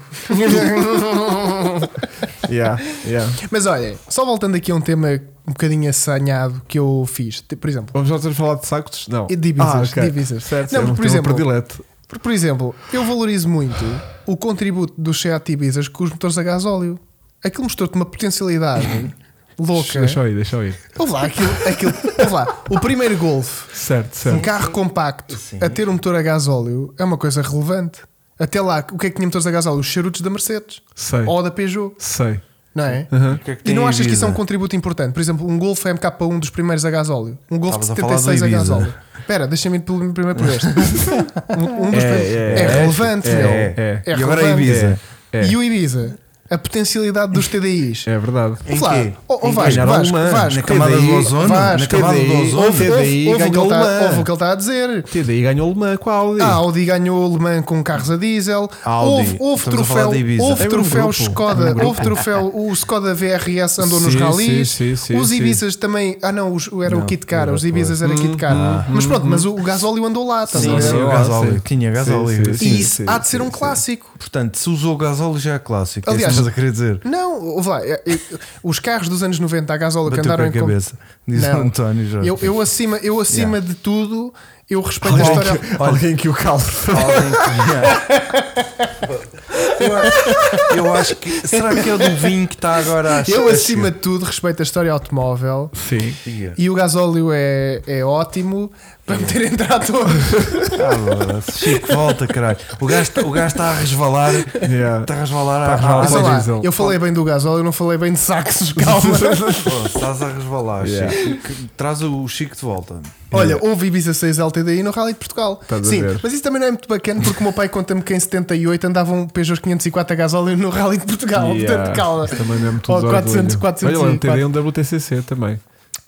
S1: Yeah, yeah.
S2: Mas olha, só voltando aqui a um tema um bocadinho assanhado que eu fiz, Tipo, por exemplo,
S1: Vamos já ter falar de sacos? Não.
S2: e divisas.
S1: Ah, ok.
S2: divisas.
S1: Certo,
S2: não,
S1: é um
S2: porque, por
S1: tema
S2: exemplo,
S1: predileto.
S2: porque, por exemplo, eu valorizo muito o contributo dos Seat Ibizas com os motores a gasóleo. Aquilo mostrou-te uma potencialidade louca.
S1: Deixa eu ir, deixa eu ir.
S2: Ouve lá, aquilo, aquilo, ouve lá, o primeiro Golf,
S1: Certo,
S2: um
S1: certo.
S2: carro compacto, a ter um motor a gasóleo, é uma coisa relevante. Até lá, o que é que tinha motores a gasóleo? Os charutos da Mercedes
S1: Sei.
S2: ou da Peugeot,
S1: Sei.
S2: não é?
S1: Aham.
S3: O que é que
S2: E
S3: tem
S2: não
S3: a
S2: achas que isso é um
S3: Ibiza?
S2: contributo importante? Por exemplo, um Golf MK1 dos primeiros a gasóleo. Um Golf de
S3: Estavas a falar do
S2: 76 a
S3: Ibiza.
S2: gasóleo. Espera, deixa-me ir pelo primeiro por este. um, um dos
S1: É,
S2: primeiros.
S1: é,
S2: é,
S1: é.
S2: relevante, meu.
S1: É, é.
S2: É
S3: E agora a
S2: relevante.
S3: Ibiza.
S1: É, é.
S2: E o Ibiza? A potencialidade dos TDIs.
S1: É verdade.
S3: Em
S2: Vá,
S3: quê?
S2: ó, ó,
S3: Em
S2: Vasco,
S1: ganhar
S2: Vasco,
S1: uma,
S2: Vasco,
S3: na camada
S1: TDI,
S3: do ozono?
S2: Vasco,
S3: na camada do
S1: TDI,
S3: ozono?
S1: ouve-
S2: Ouve, ouve,
S1: TDI
S2: ouve, o que
S1: ganhou
S2: ele tá-
S1: Le Mans.
S2: ouve o que ele está a dizer.
S1: TDI ganhou o Mans com a Audi.
S2: A Audi ganhou o Le Mans com carros a diesel.
S3: Audi.
S2: Houve, houve
S3: Estamos a falar
S2: troféu,
S3: de Ibiza.
S2: houve
S1: É um
S2: troféu
S1: grupo,
S2: Skoda.
S1: é um grupo.
S2: houve troféu. O Skoda VRS andou nos
S1: Sim,
S2: ralis.
S1: sim, sim, sim,
S2: os
S1: sim.
S2: Ibizas também. Ah, não, os- era o
S3: Não,
S2: Kit Car.
S3: era
S2: Os Ibizas era Kit Car. mas pronto, mas o, o gasóleo andou lá. estás a
S3: Hum, Sim,
S2: ver?
S3: sim, o gasóleo.
S1: Sim.
S3: Tinha gasóleo.
S1: Sim, sim,
S2: e
S1: sim.
S2: isso há de ser um
S1: sim,
S2: clássico.
S3: Portanto, se usou gasóleo já é clássico.
S2: Aliás-
S3: Aliás, é isso que estás a querer dizer.
S2: Não, oh, ouve lá, eu- eu- é, os carros dos anos 90 a gasóleo que
S3: Bateu com
S2: andaram
S3: a
S2: em com-
S3: cabeça. Diz o
S2: Não.
S3: António Jorge.
S2: Eu, eu acima, eu acima de tudo, eu respeito a
S3: Alguém
S2: história.
S3: que- Olha.
S1: Alguém que o calde.
S3: Alguém
S2: é.
S3: que- Eu acho- Eu acho que. Será que é o do vinho que está agora a
S2: Eu acima de tudo respeito a história automóvel.
S1: Sim.
S3: de.
S2: E o gasóleo é, é ótimo para meter entrado todo.
S3: ah, Chico, volta, caralho. O gajo o gajo está a resvalar.
S1: Yeah.
S3: Está a resvalar
S1: Está a resvalar.
S3: a- a-
S2: Mas
S1: pode
S2: olha lá,
S1: diesel.
S2: eu falei bem do gasóleo, não falei bem de saxos, calma.
S3: Pô, Estás a resvalar,
S1: Yeah.
S3: Chico. Que- Traz o Chico de volta.
S2: olha, houve Ibiza 6 LTDI no Rally de Portugal.
S1: Estás a
S2: Sim,
S1: ver.
S2: mas isso também não é muito bacana porque o meu pai conta-me que em 78 andavam um Peugeot 504 a gasóleo no Rally de Portugal. Portanto, tá, calma.
S1: Isso também não é muito
S2: Ó,
S1: usado,
S2: 400,
S1: olha.
S2: 400
S1: Olha, lá,
S2: e
S1: um TD e um WTCC também.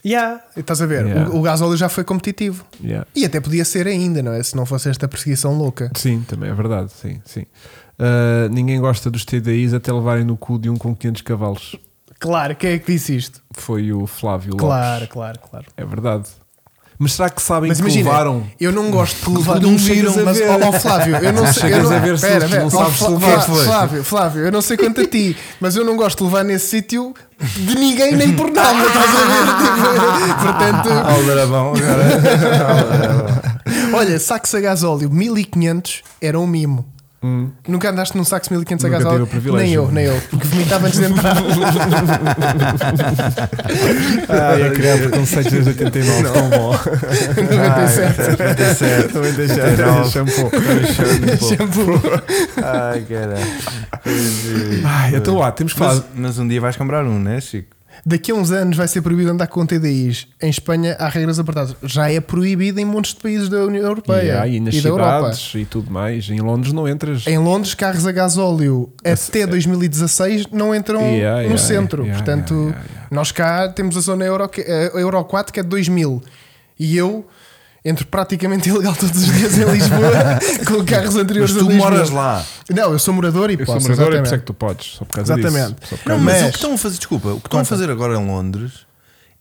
S2: Yeah. Estás a ver?
S1: Yeah.
S2: O, o gasóleo já foi competitivo.
S1: Yeah.
S2: E até podia ser ainda, não é? Se não fosse esta perseguição louca.
S1: Sim, também é verdade. Sim, sim. Ah, ninguém gosta dos TDIs até levarem no cu de um com 500 cavalos.
S2: Claro, quem é que disse isto?
S1: Foi o Flávio
S2: Claro,
S1: Lopes.
S2: claro, claro.
S1: É verdade. Mas será que sabem
S2: Mas
S1: que
S2: imagina,
S1: levaram?
S2: eu não gosto de levar.
S1: Não chegas a
S2: mas
S1: ver.
S2: ó ó, Flávio, eu não sei.
S1: Chegas
S2: eu não,
S1: a ver se
S2: pera,
S1: tu
S2: pera,
S1: não
S2: ó,
S1: sabes
S2: Flá-
S1: levar,
S2: Flá-
S1: pois.
S2: Flávio, Flávio, eu não sei quanto a ti, mas eu não gosto de levar nesse sítio de ninguém nem por nada, estás a ver? Tipo, Portanto,
S3: Aldarabão, agora.
S2: olha, sacos a gasóleo 1500 era um mimo.
S1: Hum.
S2: Nunca andaste num saco 1500 a
S1: Nunca tive o
S2: gasóleo?
S1: privilégio.
S2: Nem eu, nem eu, porque vomitava antes de entrar.
S1: Ah, é criar preconceito desde 89. Tão bom. Ah, é.
S2: 97.
S3: 97.
S1: Também deixa
S3: Não.
S1: shampoo.
S3: Ai, caralho.
S1: Ai, então lá, temos que falar.
S3: Mas, mas um dia vais comprar um, né, Chico?
S2: Daqui a uns anos vai ser proibido andar com TDIs. Em Espanha há regras apertadas. Já é proibido em montes de países da União Europeia
S1: Yeah, e nas
S2: é. e da Europa.
S1: cidades e tudo mais. Em Londres não entras.
S2: Em Londres, carros a gasóleo até 2016 não entram
S1: é- Yeah,
S2: no
S1: yeah,
S2: centro.
S1: yeah,
S2: Portanto,
S1: yeah, yeah, yeah.
S2: nós cá temos a zona Euro, que- a Euro 4 que é de 2000. E eu entro praticamente ilegal todos os dias em Lisboa com carros anteriores
S3: Mas
S2: a
S3: tu
S2: Lisboa.
S3: moras lá.
S2: Não, eu sou morador e
S1: Eu sou
S2: posso.
S1: morador e por isso é
S2: exatamente.
S1: que tu podes. Só por causa
S2: Exatamente.
S1: disso. Só por
S3: Não,
S1: causa
S3: mas,
S2: Mas-
S3: o que estão a fazer, desculpa, o que estão a fazer agora em Londres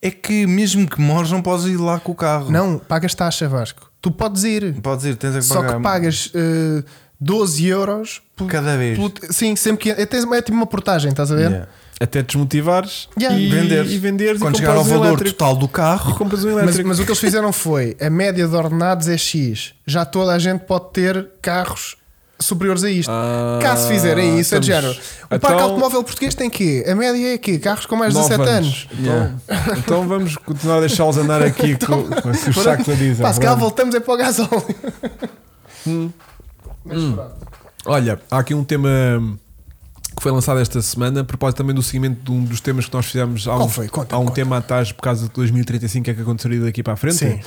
S3: é que mesmo que mores não podes ir lá com o carro.
S2: Não, pagas taxa, Vasco. Tu podes ir.
S3: Podes ir, tens é que
S2: Só
S3: pagar.
S2: que pagas eh, 12 euros por-
S3: Cada vez.
S2: pelo- sim, sempre que. É, tens- é tipo uma portagem, estás a ver?
S3: Yeah.
S1: Até desmotivares
S2: Yeah.
S1: e
S3: Venderes.
S1: E venderes
S3: Quando
S1: e
S3: chegar ao
S1: compras um
S3: valor
S1: elétrico.
S3: total do
S1: E
S3: carro,
S1: compras um
S2: Mas,
S1: elétrico.
S2: mas o que eles fizeram foi a média de ordenados é X. Já toda a gente pode ter carros superiores a isto.
S1: Ah,
S2: Caso fizerem isso, é de género.
S1: estamos-
S2: O parque
S1: Então-
S2: automóvel português tem quê? A média é quê? Carros com mais de
S1: Nove
S2: 17 anos.
S1: Então, então vamos continuar a deixá-los andar aqui
S3: Então,
S1: com, com esses sacos a diesel.
S2: Pá, se calhar
S1: Pronto.
S2: voltamos é para o gasóleo.
S1: Olha, há aqui um tema hum, que foi lançado esta semana, a propósito também do seguimento de um dos temas que nós fizemos há um,
S2: Qual foi? Conta,
S1: há um
S2: conta.
S1: tema atrás por causa de 2035, que é que aconteceria daqui para a frente.
S2: Sim.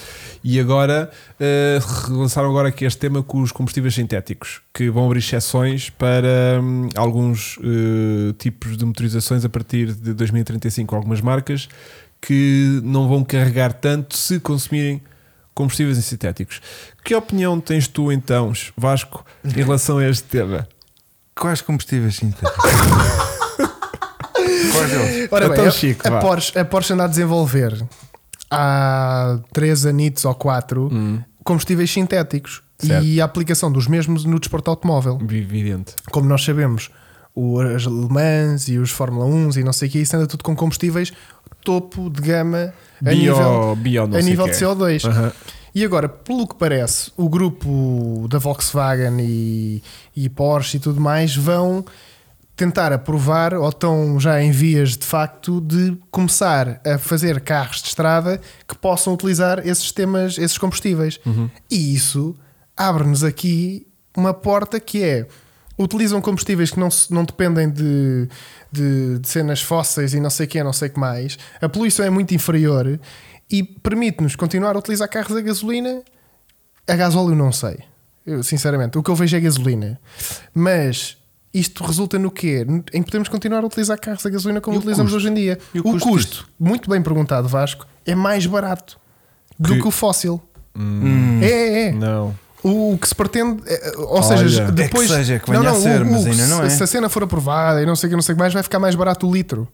S1: E agora uh, relançaram agora aqui este tema com os combustíveis sintéticos, que vão abrir exceções para hum, alguns uh, tipos de motorizações a partir de 2035, algumas marcas que não vão carregar tanto se consumirem combustíveis sintéticos. Que opinião tens tu então, Vasco, em relação a este tema?
S3: quais combustíveis sintéticos? Quais deles?
S2: Ora
S1: Então,
S2: bem, a-
S1: Chico,
S2: a,
S1: vá.
S2: Porsche, a Porsche anda a desenvolver há 3 anitos ou 4 combustíveis sintéticos
S1: Hum. Certo.
S2: e a aplicação dos mesmos no desporto automóvel.
S1: Evidente.
S2: Como nós sabemos, o, as Le Mans e os Fórmula 1 e não sei o que, isso anda tudo com combustíveis topo de gama a
S1: Bio-
S2: nível,
S1: bio não
S2: a
S1: sei
S2: nível
S1: quê.
S2: de CO2.
S1: Aham.
S2: E agora, pelo que parece, o grupo da Volkswagen e, e Porsche e tudo mais vão tentar aprovar ou estão já em vias de facto de começar a fazer carros de estrada que possam utilizar esses sistemas, esses combustíveis.
S1: Uhum.
S2: E isso abre-nos aqui uma porta que é utilizam combustíveis que não, se- não dependem de, de, de cenas fósseis e não sei o que, não sei o que mais. A poluição é muito inferior e permite-nos continuar a utilizar carros a gasolina. A gasóleo não sei. Eu, sinceramente, o que eu vejo é gasolina. Mas isto resulta no quê? Em que podemos continuar a utilizar carros a gasolina como
S3: E o
S2: utilizamos
S3: custo?
S2: hoje em dia.
S3: E o
S2: o
S3: custo
S2: custo, muito bem perguntado, Vasco, é mais barato
S1: Que-
S2: do que o fóssil.
S3: Hum.
S2: É, é, é.
S1: Não.
S2: O, o que se pretende, é, ou
S1: Olha,
S2: seja,
S1: é que
S2: depois.
S3: seja, que venha a ser, mas ainda não
S2: se,
S3: é.
S2: Se a cena for aprovada e não sei o que, não sei o que mais, vai ficar mais barato o litro.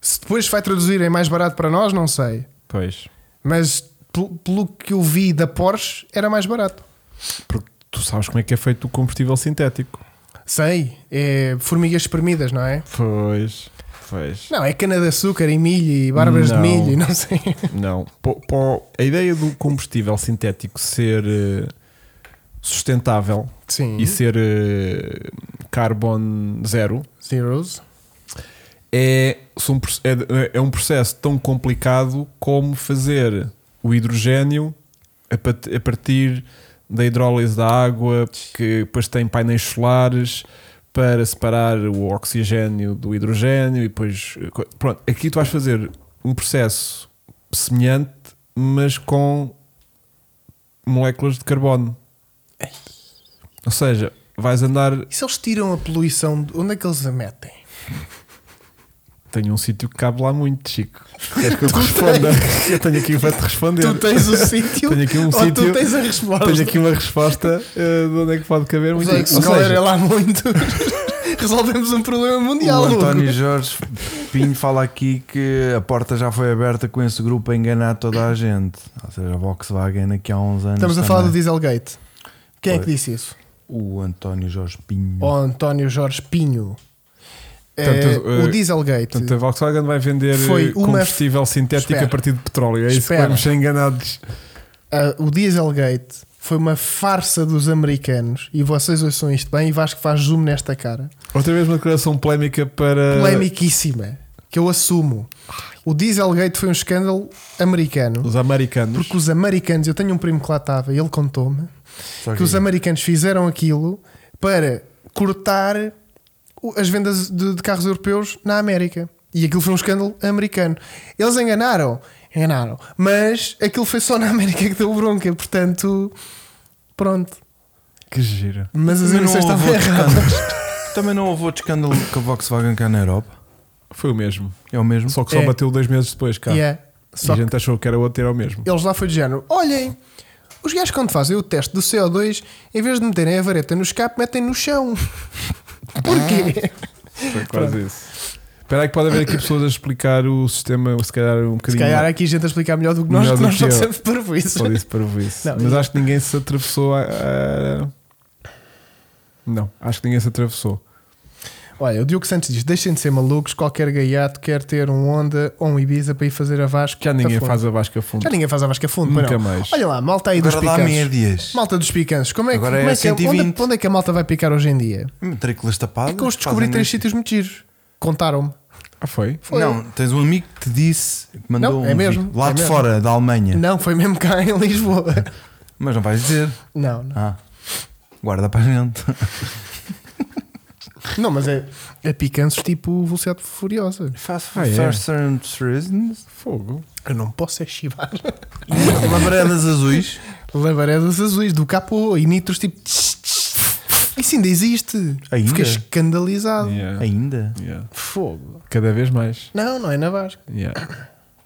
S2: Se depois vai traduzir em mais barato para nós, não sei.
S1: Pois.
S2: Mas pel- pelo que eu vi da Porsche, era mais barato.
S1: Porque tu sabes como é que é feito o combustível sintético.
S2: Sei, é formigas espremidas, não é?
S1: Pois. Pois.
S2: Não, é cana-de-açúcar e milho e barbas
S1: Não.
S2: de milho e não sei.
S1: Não. Po- po- a ideia do combustível sintético ser eh, sustentável
S2: Sim,
S1: e ser eh, carbon zero
S2: zeros.
S1: é, são pro- é- é um processo tão complicado como fazer o hidrogênio a, pat- a partir da hidrólise da água, que depois tem painéis solares para separar o oxigênio do hidrogênio e depois. eh, co- Pronto, aqui tu vais fazer um processo semelhante, mas com moléculas de carbono. Ou seja, vais andar
S2: E se eles tiram a poluição, de- onde é que eles a metem?
S1: Tenho um sítio que cabe lá muito, Chico. Queres que eu te responda? Eu tenho aqui para te responder.
S2: Tu tens o sítio
S1: Tenho aqui um
S2: ou
S1: sítio-
S2: tu tens a resposta?
S1: Tenho aqui uma resposta eh, de onde é que pode caber muito.
S2: Mas é que
S1: Ou
S2: se calhar
S1: seja,
S2: é lá muito. Resolvemos um problema mundial.
S3: O
S2: louco.
S3: António Jorge Pinho fala aqui que a porta já foi aberta com esse grupo a enganar toda a gente. Ou seja, a Volkswagen aqui há uns anos.
S2: Estamos a
S3: também.
S2: falar do Dieselgate. Quem é que
S3: Pois.
S2: disse isso?
S3: O António Jorge Pinho.
S2: O António Jorge Pinho. É,
S1: Portanto, eh,
S2: o Dieselgate.
S1: Portanto, a Volkswagen vai vender
S2: Foi
S1: eh,
S2: uma-
S1: combustível sintético
S2: Espera.
S1: a partir de petróleo. É isso
S2: Espera.
S1: que vamos ser enganados.
S2: Ah, o Dieselgate foi uma farsa dos americanos e vocês ouçam isto bem e Vasco faz zoom nesta cara.
S1: Outra vez uma declaração polémica para.
S2: Polemiquíssima, que eu assumo. O Dieselgate foi um escândalo americano.
S1: Os americanos.
S2: Porque os americanos, eu tenho um primo que lá estava e ele contou-me
S3: Só
S2: que os americanos fizeram aquilo para cortar o- as vendas de, de carros europeus na América. E aquilo foi um escândalo americano. Eles enganaram, enganaram, mas aquilo foi só na América que deu bronca, portanto, pronto.
S1: Que giro.
S2: Mas as
S3: Também não,
S2: eleições estavam
S3: houve outro
S2: erradas.
S3: escândalo. Também não houve outro escândalo com a Volkswagen cá na Europa.
S1: Foi o mesmo.
S3: É o mesmo.
S1: Só que só
S2: É.
S1: bateu dois meses depois, cara.
S2: Yeah.
S1: E
S2: Só
S1: a
S2: que
S1: gente achou que era outro, era o mesmo.
S2: eles lá foi de género: olhem, os gajos quando fazem o teste do CO2, em vez de meterem a vareta no escape, metem no chão. Porquê?
S1: Foi quase isso. Espera aí que pode haver aqui pessoas a explicar o sistema, se calhar um
S2: Se
S1: bocadinho.
S2: calhar há aqui gente a explicar melhor do que nós,
S1: Melhor
S2: que
S1: do
S2: nós
S1: que
S2: não
S1: eu.
S2: sabemos para isso.
S1: Só disse para isso.
S2: Não,
S1: Mas
S2: e-
S1: acho que ninguém se atravessou a, a- Não, acho que ninguém se atravessou.
S2: Olha, o Diogo Santos diz: deixem de ser malucos, qualquer gaiato quer ter um Honda ou um Ibiza para ir fazer a Vasco.
S1: Já
S3: Tá
S1: ninguém
S2: a fundo."
S1: faz a Vasca fundo.
S2: Já ninguém faz a Vasco a fundo, pois
S1: Nunca
S2: não.
S1: mais.
S2: Olha lá, malta aí dos
S3: Agora dá
S2: picantes.
S3: médias.
S2: Malta dos picantes, como é, que-
S3: Agora é
S2: como é que, é- onde é-
S3: 120.
S2: onde é que a malta vai picar hoje em dia?
S3: Matrículas Hum, tapadas.
S2: É que eu os descobri
S3: Ah, fazem
S2: três
S3: isso.
S2: sítios muito giros. Contaram-me.
S1: Ah, foi?
S2: Foi.
S3: Não, tens um amigo que te disse que mandou
S2: Não, é
S3: um
S2: mesmo,
S3: vídeo. lá
S2: é
S3: de
S2: mesmo.
S3: fora da Alemanha.
S2: Não, foi mesmo cá em Lisboa.
S3: Mas não vais dizer.
S2: Não, não.
S3: Ah, guarda para a gente.
S2: Não, mas é, é picantes tipo velocidade furiosa.
S3: Fast
S1: Ah, é.
S3: First and Reasons.
S1: Fogo.
S2: Eu não posso é chivar.
S3: Labaredas azuis.
S2: Labaredas azuis do capô e nitros tipo. tss, tss. Isso ainda existe.
S3: Ainda?
S2: Fiquei
S3: Ah.
S2: escandalizado.
S1: Yeah.
S3: Ainda.
S1: Yeah.
S2: Fogo.
S1: Cada vez mais.
S2: Não, não é na Vasco.
S1: Yeah.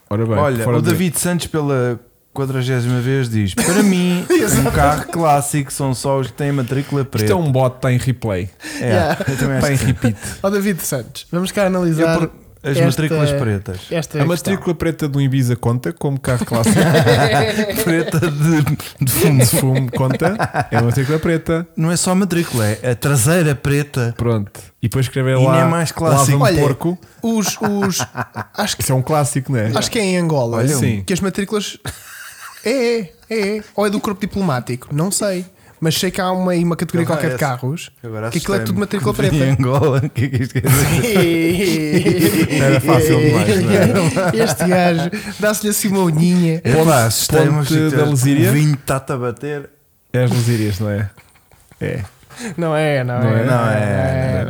S1: Ora bem,
S3: Olha,
S1: fora
S3: o
S1: de-
S3: David Santos pela 40 vez diz: Para mim, um carro clássico são só os que têm matrícula
S1: Isto é
S3: preta.
S1: um bot, está em replay.
S3: É,
S2: Yeah.
S3: eu também
S1: Está
S3: acho
S1: em
S3: que sim.
S1: repeat.
S2: Ó David Santos, vamos cá
S3: Eu
S2: analisar.
S3: por- As
S2: Esta-
S3: matrículas pretas.
S2: Esta é
S1: A
S2: a
S1: matrícula preta do Ibiza conta como carro clássico
S3: Preta de, de fundo.
S1: de fumo conta. É a matrícula preta.
S3: Não é só a matrícula, é a traseira preta.
S1: Pronto. E depois escrever
S3: E
S1: lá.
S3: nem é mais clássico.
S1: Lava um
S2: Olha,
S1: porco.
S2: questão. Os, os, acho, que,
S1: Isso é um clássico, não é?
S2: acho que é em Angola
S1: Olha, sim.
S2: que as matrículas. É, é, é. Ou é do corpo diplomático, não sei. Mas sei que há uma, aí uma categoria
S3: Ah,
S2: qualquer de
S3: essa.
S2: carros
S3: Agora
S2: que aquilo é
S3: assustei-me.
S2: tudo matrícula
S3: Quando vim
S2: preta.
S3: Em Angola, o que é que isto quer dizer?
S2: Era
S3: Era fácil demais, não é?
S2: Este gajo dá-se-lhe assim uma unhinha.
S3: Epá, É assustei-me,
S1: ponte
S3: assustei-me.
S1: da Lesíria?
S3: O vinho está-te a bater.
S1: É as Lusírias, não é? É.
S2: Não é, não,
S1: Não
S2: é,
S1: é,
S3: não é,
S2: não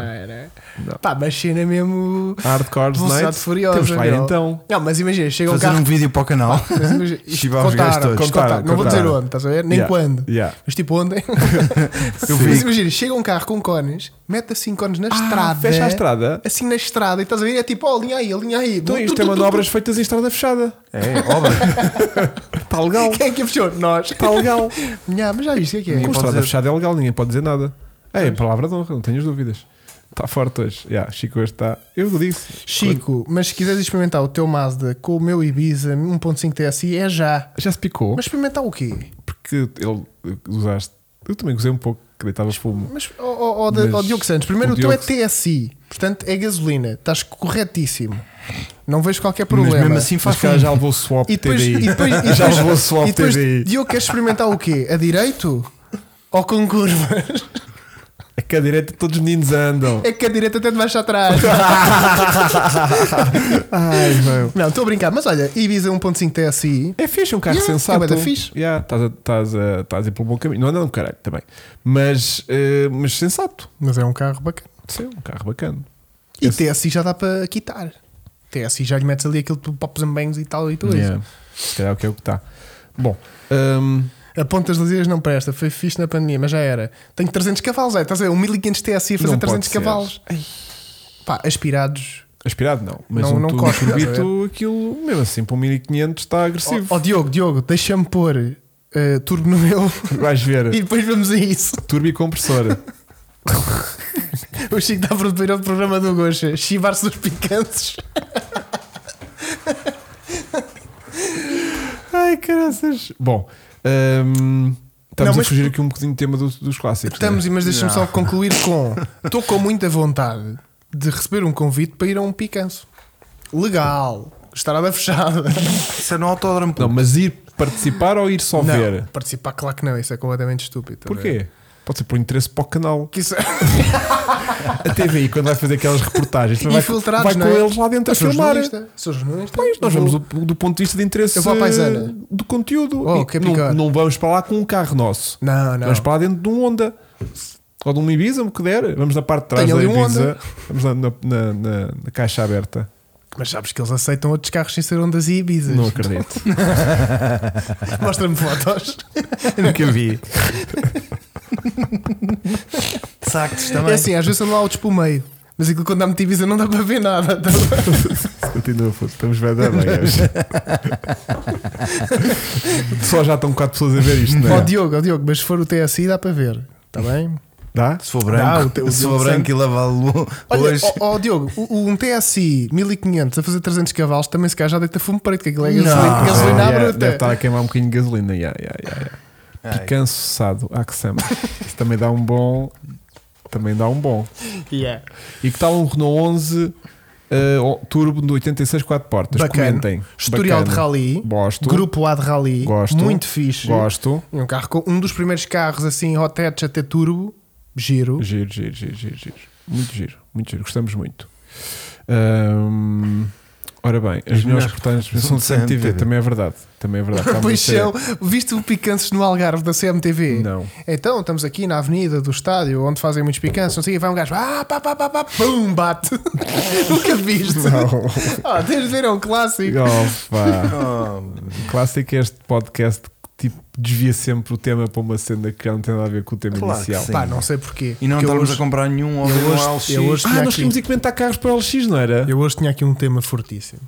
S2: é, não é.
S1: Não.
S2: Pá, mas cena mesmo.
S1: Hardcore
S2: Velocidade
S1: Night.
S2: Furiosa,
S1: Temos lá
S2: meu.
S1: então.
S2: Não, mas imagina, chega um
S3: Fazer
S2: carro.
S3: um vídeo para o canal.
S2: Mas imagina- isto
S3: Chivar os gajos
S2: contaram,
S3: todos.
S2: isto contaram.
S1: Contaram,
S2: Não vou dizer
S1: contaram.
S2: onde, estás a ver? Nem
S1: Yeah,
S2: quando.
S1: yeah.
S2: Mas tipo ontem.
S3: Eu
S2: Mas
S3: vi.
S2: imagina, chega um carro com cones, mete assim cones na
S1: Ah,
S2: estrada.
S1: Fecha a estrada.
S2: Assim na estrada, e estás a ver? É tipo, ó, linha aí, linha aí.
S1: Então isto é manobras feitas em estrada fechada.
S3: É, obra.
S1: Está legal.
S2: Quem é que a fechou? Nós.
S1: Está Tá legal.
S2: Nhá, mas já viste o que é que é?
S1: Com
S3: pode
S1: estrada
S3: dizer-
S1: fechada é legal, ninguém pode dizer nada. É, palavra de honra, não tenhas dúvidas. Está forte hoje. Yeah, Chico hoje está. Eu disse.
S2: Chico, mas se quiseres experimentar o teu Mazda com o meu Ibiza 1.5 TSI, é já.
S1: Já se picou.
S2: Mas experimentar o quê?
S1: Porque ele usaste. Eu também gozei um pouco, que deitavas fumo.
S2: Mas, ó ó, ó, da-
S1: Mas
S2: ó, Diogo Santos, primeiro
S1: o
S2: o, teu
S1: Diogo-
S2: é TSI, portanto é gasolina, estás corretíssimo. Não vejo qualquer problema.
S3: Mas mesmo assim faz
S1: Mas cara
S3: fumo.
S1: já levou swap
S2: e depois,
S1: TDI.
S2: e depois, e
S1: já
S2: depois-
S1: levou swap
S2: e depois
S1: TDI.
S2: Diogo quer experimentar o quê? A direito? Ou com curvas?
S1: É que a direita todos os meninos andam.
S2: É que a direita até de baixo atrás.
S1: Ai, meu.
S2: Não, estou a brincar, mas olha, Ibiza 1.5 TSI,
S1: É fixe, é um carro
S2: Yeah,
S1: sensato.
S2: é bué da fixe.
S1: Yeah, estás, a, estás, a, estás a ir pelo bom caminho. Não anda um caralho também. Mas, eh, mas sensato.
S2: mas é um carro bacana.
S1: Sim, um carro bacana.
S2: E
S1: Esse-
S2: TSI já dá para quitar. TSI já lhe metes ali aquele popos and bangs e tal e tudo
S1: Yeah. Se calhar é o que é o que está. Bom, hum,
S2: isso. A ponta das liseiras não presta, foi fixe na pandemia, mas já era. Tenho 300 cavalos, é, estás a ver? Um 1500 TSI a fazer
S1: Não pode
S2: 300
S1: ser.
S2: cavalos. Pá, aspirados.
S1: aspirado não, mas
S2: Não-
S1: um
S2: não
S1: turbo
S2: corre, estás a
S1: turbito, aquilo mesmo assim para um 1500 está agressivo.
S2: Ó oh, Diogo, Diogo, deixa-me pôr eh, turbo no meu
S1: Vais ver,
S2: e depois vamos a isso.
S1: turbo e compressor.
S2: O Chico está a produzir o programa do Gocha, chivar-se dos picantes.
S1: Ai, caraças. Bom, hum, estamos
S2: Não, mas-
S1: a fugir aqui um bocadinho do tema do- dos clássicos.
S2: Estamos, mas deixa-me só
S3: Não.
S2: concluir com: estou com muita vontade de receber um convite para ir a um picanço. Legal, estrada fechada.
S3: Isso é no autódromo.
S1: Não, é? não, mas ir participar ou ir só
S2: Não,
S1: ver?
S2: participar, claro que não, isso é completamente estúpido. tá bem?
S1: Porquê? Pode ser por interesse para o canal.
S2: Que isso- é
S1: A TVI, quando vai fazer aquelas reportagens, vai,
S2: Infiltrados,
S1: vai
S2: não
S1: com
S2: é?
S1: eles lá dentro a
S2: Eu sou
S1: filmar.
S2: jornalista. Sou jornalista.
S1: Pois, nós
S2: Vou-
S1: vamos do, do ponto de vista de interesse
S2: Uhum. Eu vou à paisana.
S1: eh, do conteúdo.
S2: Oh,
S1: E
S2: que
S1: não,
S2: picante.
S1: não vamos para lá com um carro nosso.
S2: Não, não.
S1: Vamos para lá dentro de um Honda. Ou de um Ibiza, o que der. Vamos na parte de trás
S2: Tenho
S1: da
S2: ali um
S1: Ibiza.
S2: Honda.
S1: Vamos lá na, na- na- na caixa aberta.
S2: Mas sabes que eles aceitam outros carros sem ser ondas e Ibizas.
S1: Não acredito.
S2: Mostra-me fotos.
S3: Eu nunca vi. Sacos também.
S2: É assim, às vezes andam lá outros pelo meio. Mas aquilo quando dá muito Ibiza não dá para ver nada. tá bem?
S1: Continua, puto. Estamos bem da bem hoje. Só já estão 4 pessoas a ver isto, não
S2: Ó
S1: é?
S2: Diogo, ó Diogo, mas se for o TSI dá para ver. Está bem?
S1: Dá?
S3: Se for
S2: Dá, o
S3: branco,
S2: teu- o
S3: se
S2: teu
S3: for branco e lavá-lo
S2: Olha,
S3: hoje.
S2: ó, ó, Diogo, o- o- um TSI 1500 a fazer 300 cavalos também se calhar já deita fumo preto, que aquilo é
S3: Não.
S2: gasolina, gasolina à
S1: Yeah,
S2: bruta.
S1: Ah, Deve estar a queimar um bocadinho de gasolina. Yeah, yeah, yeah, yeah.
S3: Ai,
S1: Picanço sado, há que samba. Isso também dá um bom. Também dá um bom.
S2: Yeah.
S1: E que tal um Renault 11 eh, o- Turbo de 86 4 portas?
S2: Bacana.
S1: Comentem.
S2: Historial
S1: Bacana.
S2: de rally,
S1: Gosto.
S2: grupo A de rally,
S1: Gosto.
S2: muito fixe.
S1: Gosto.
S2: E Um, carro com- um dos primeiros carros assim, hot hatch até turbo, giro.
S1: Giro, giro, giro, giro, giro. Muito giro, muito giro. Gostamos muito. Ahm, ora bem, as
S3: As
S1: melhores
S3: melhores
S1: reportagens são de
S3: são de
S1: CMTV.
S3: CMTV.
S1: Também é verdade. Também é verdade. Está muito
S2: Paixão, viste o Picanços no Algarve da CMTV?
S1: Não.
S2: Então, estamos aqui na avenida do estádio onde fazem muitos picanços, não sei, o quê, vai um gajo, ah, pá, pá, pá, pá, pum, bate. Nunca viste. Ah, tens de ver, é um clássico.
S1: Opa.
S3: oh,
S1: Clássico é este podcast que tipo, desvia sempre o tema para uma cena que não tem nada a ver com o tema
S3: Claro que
S1: inicial.
S3: sim.
S2: Pá, não sei porquê.
S3: E não
S2: Porque eu
S3: estamos a
S2: hoje-
S3: comprar nenhum ou
S2: eu
S3: nenhum
S2: hoje-
S3: LX.
S2: eu hoje-
S1: Ah,
S2: Tinha
S1: nós
S2: aqui.
S1: tínhamos de comentar carros para o LX, não era?
S2: Eu hoje tinha aqui um tema fortíssimo.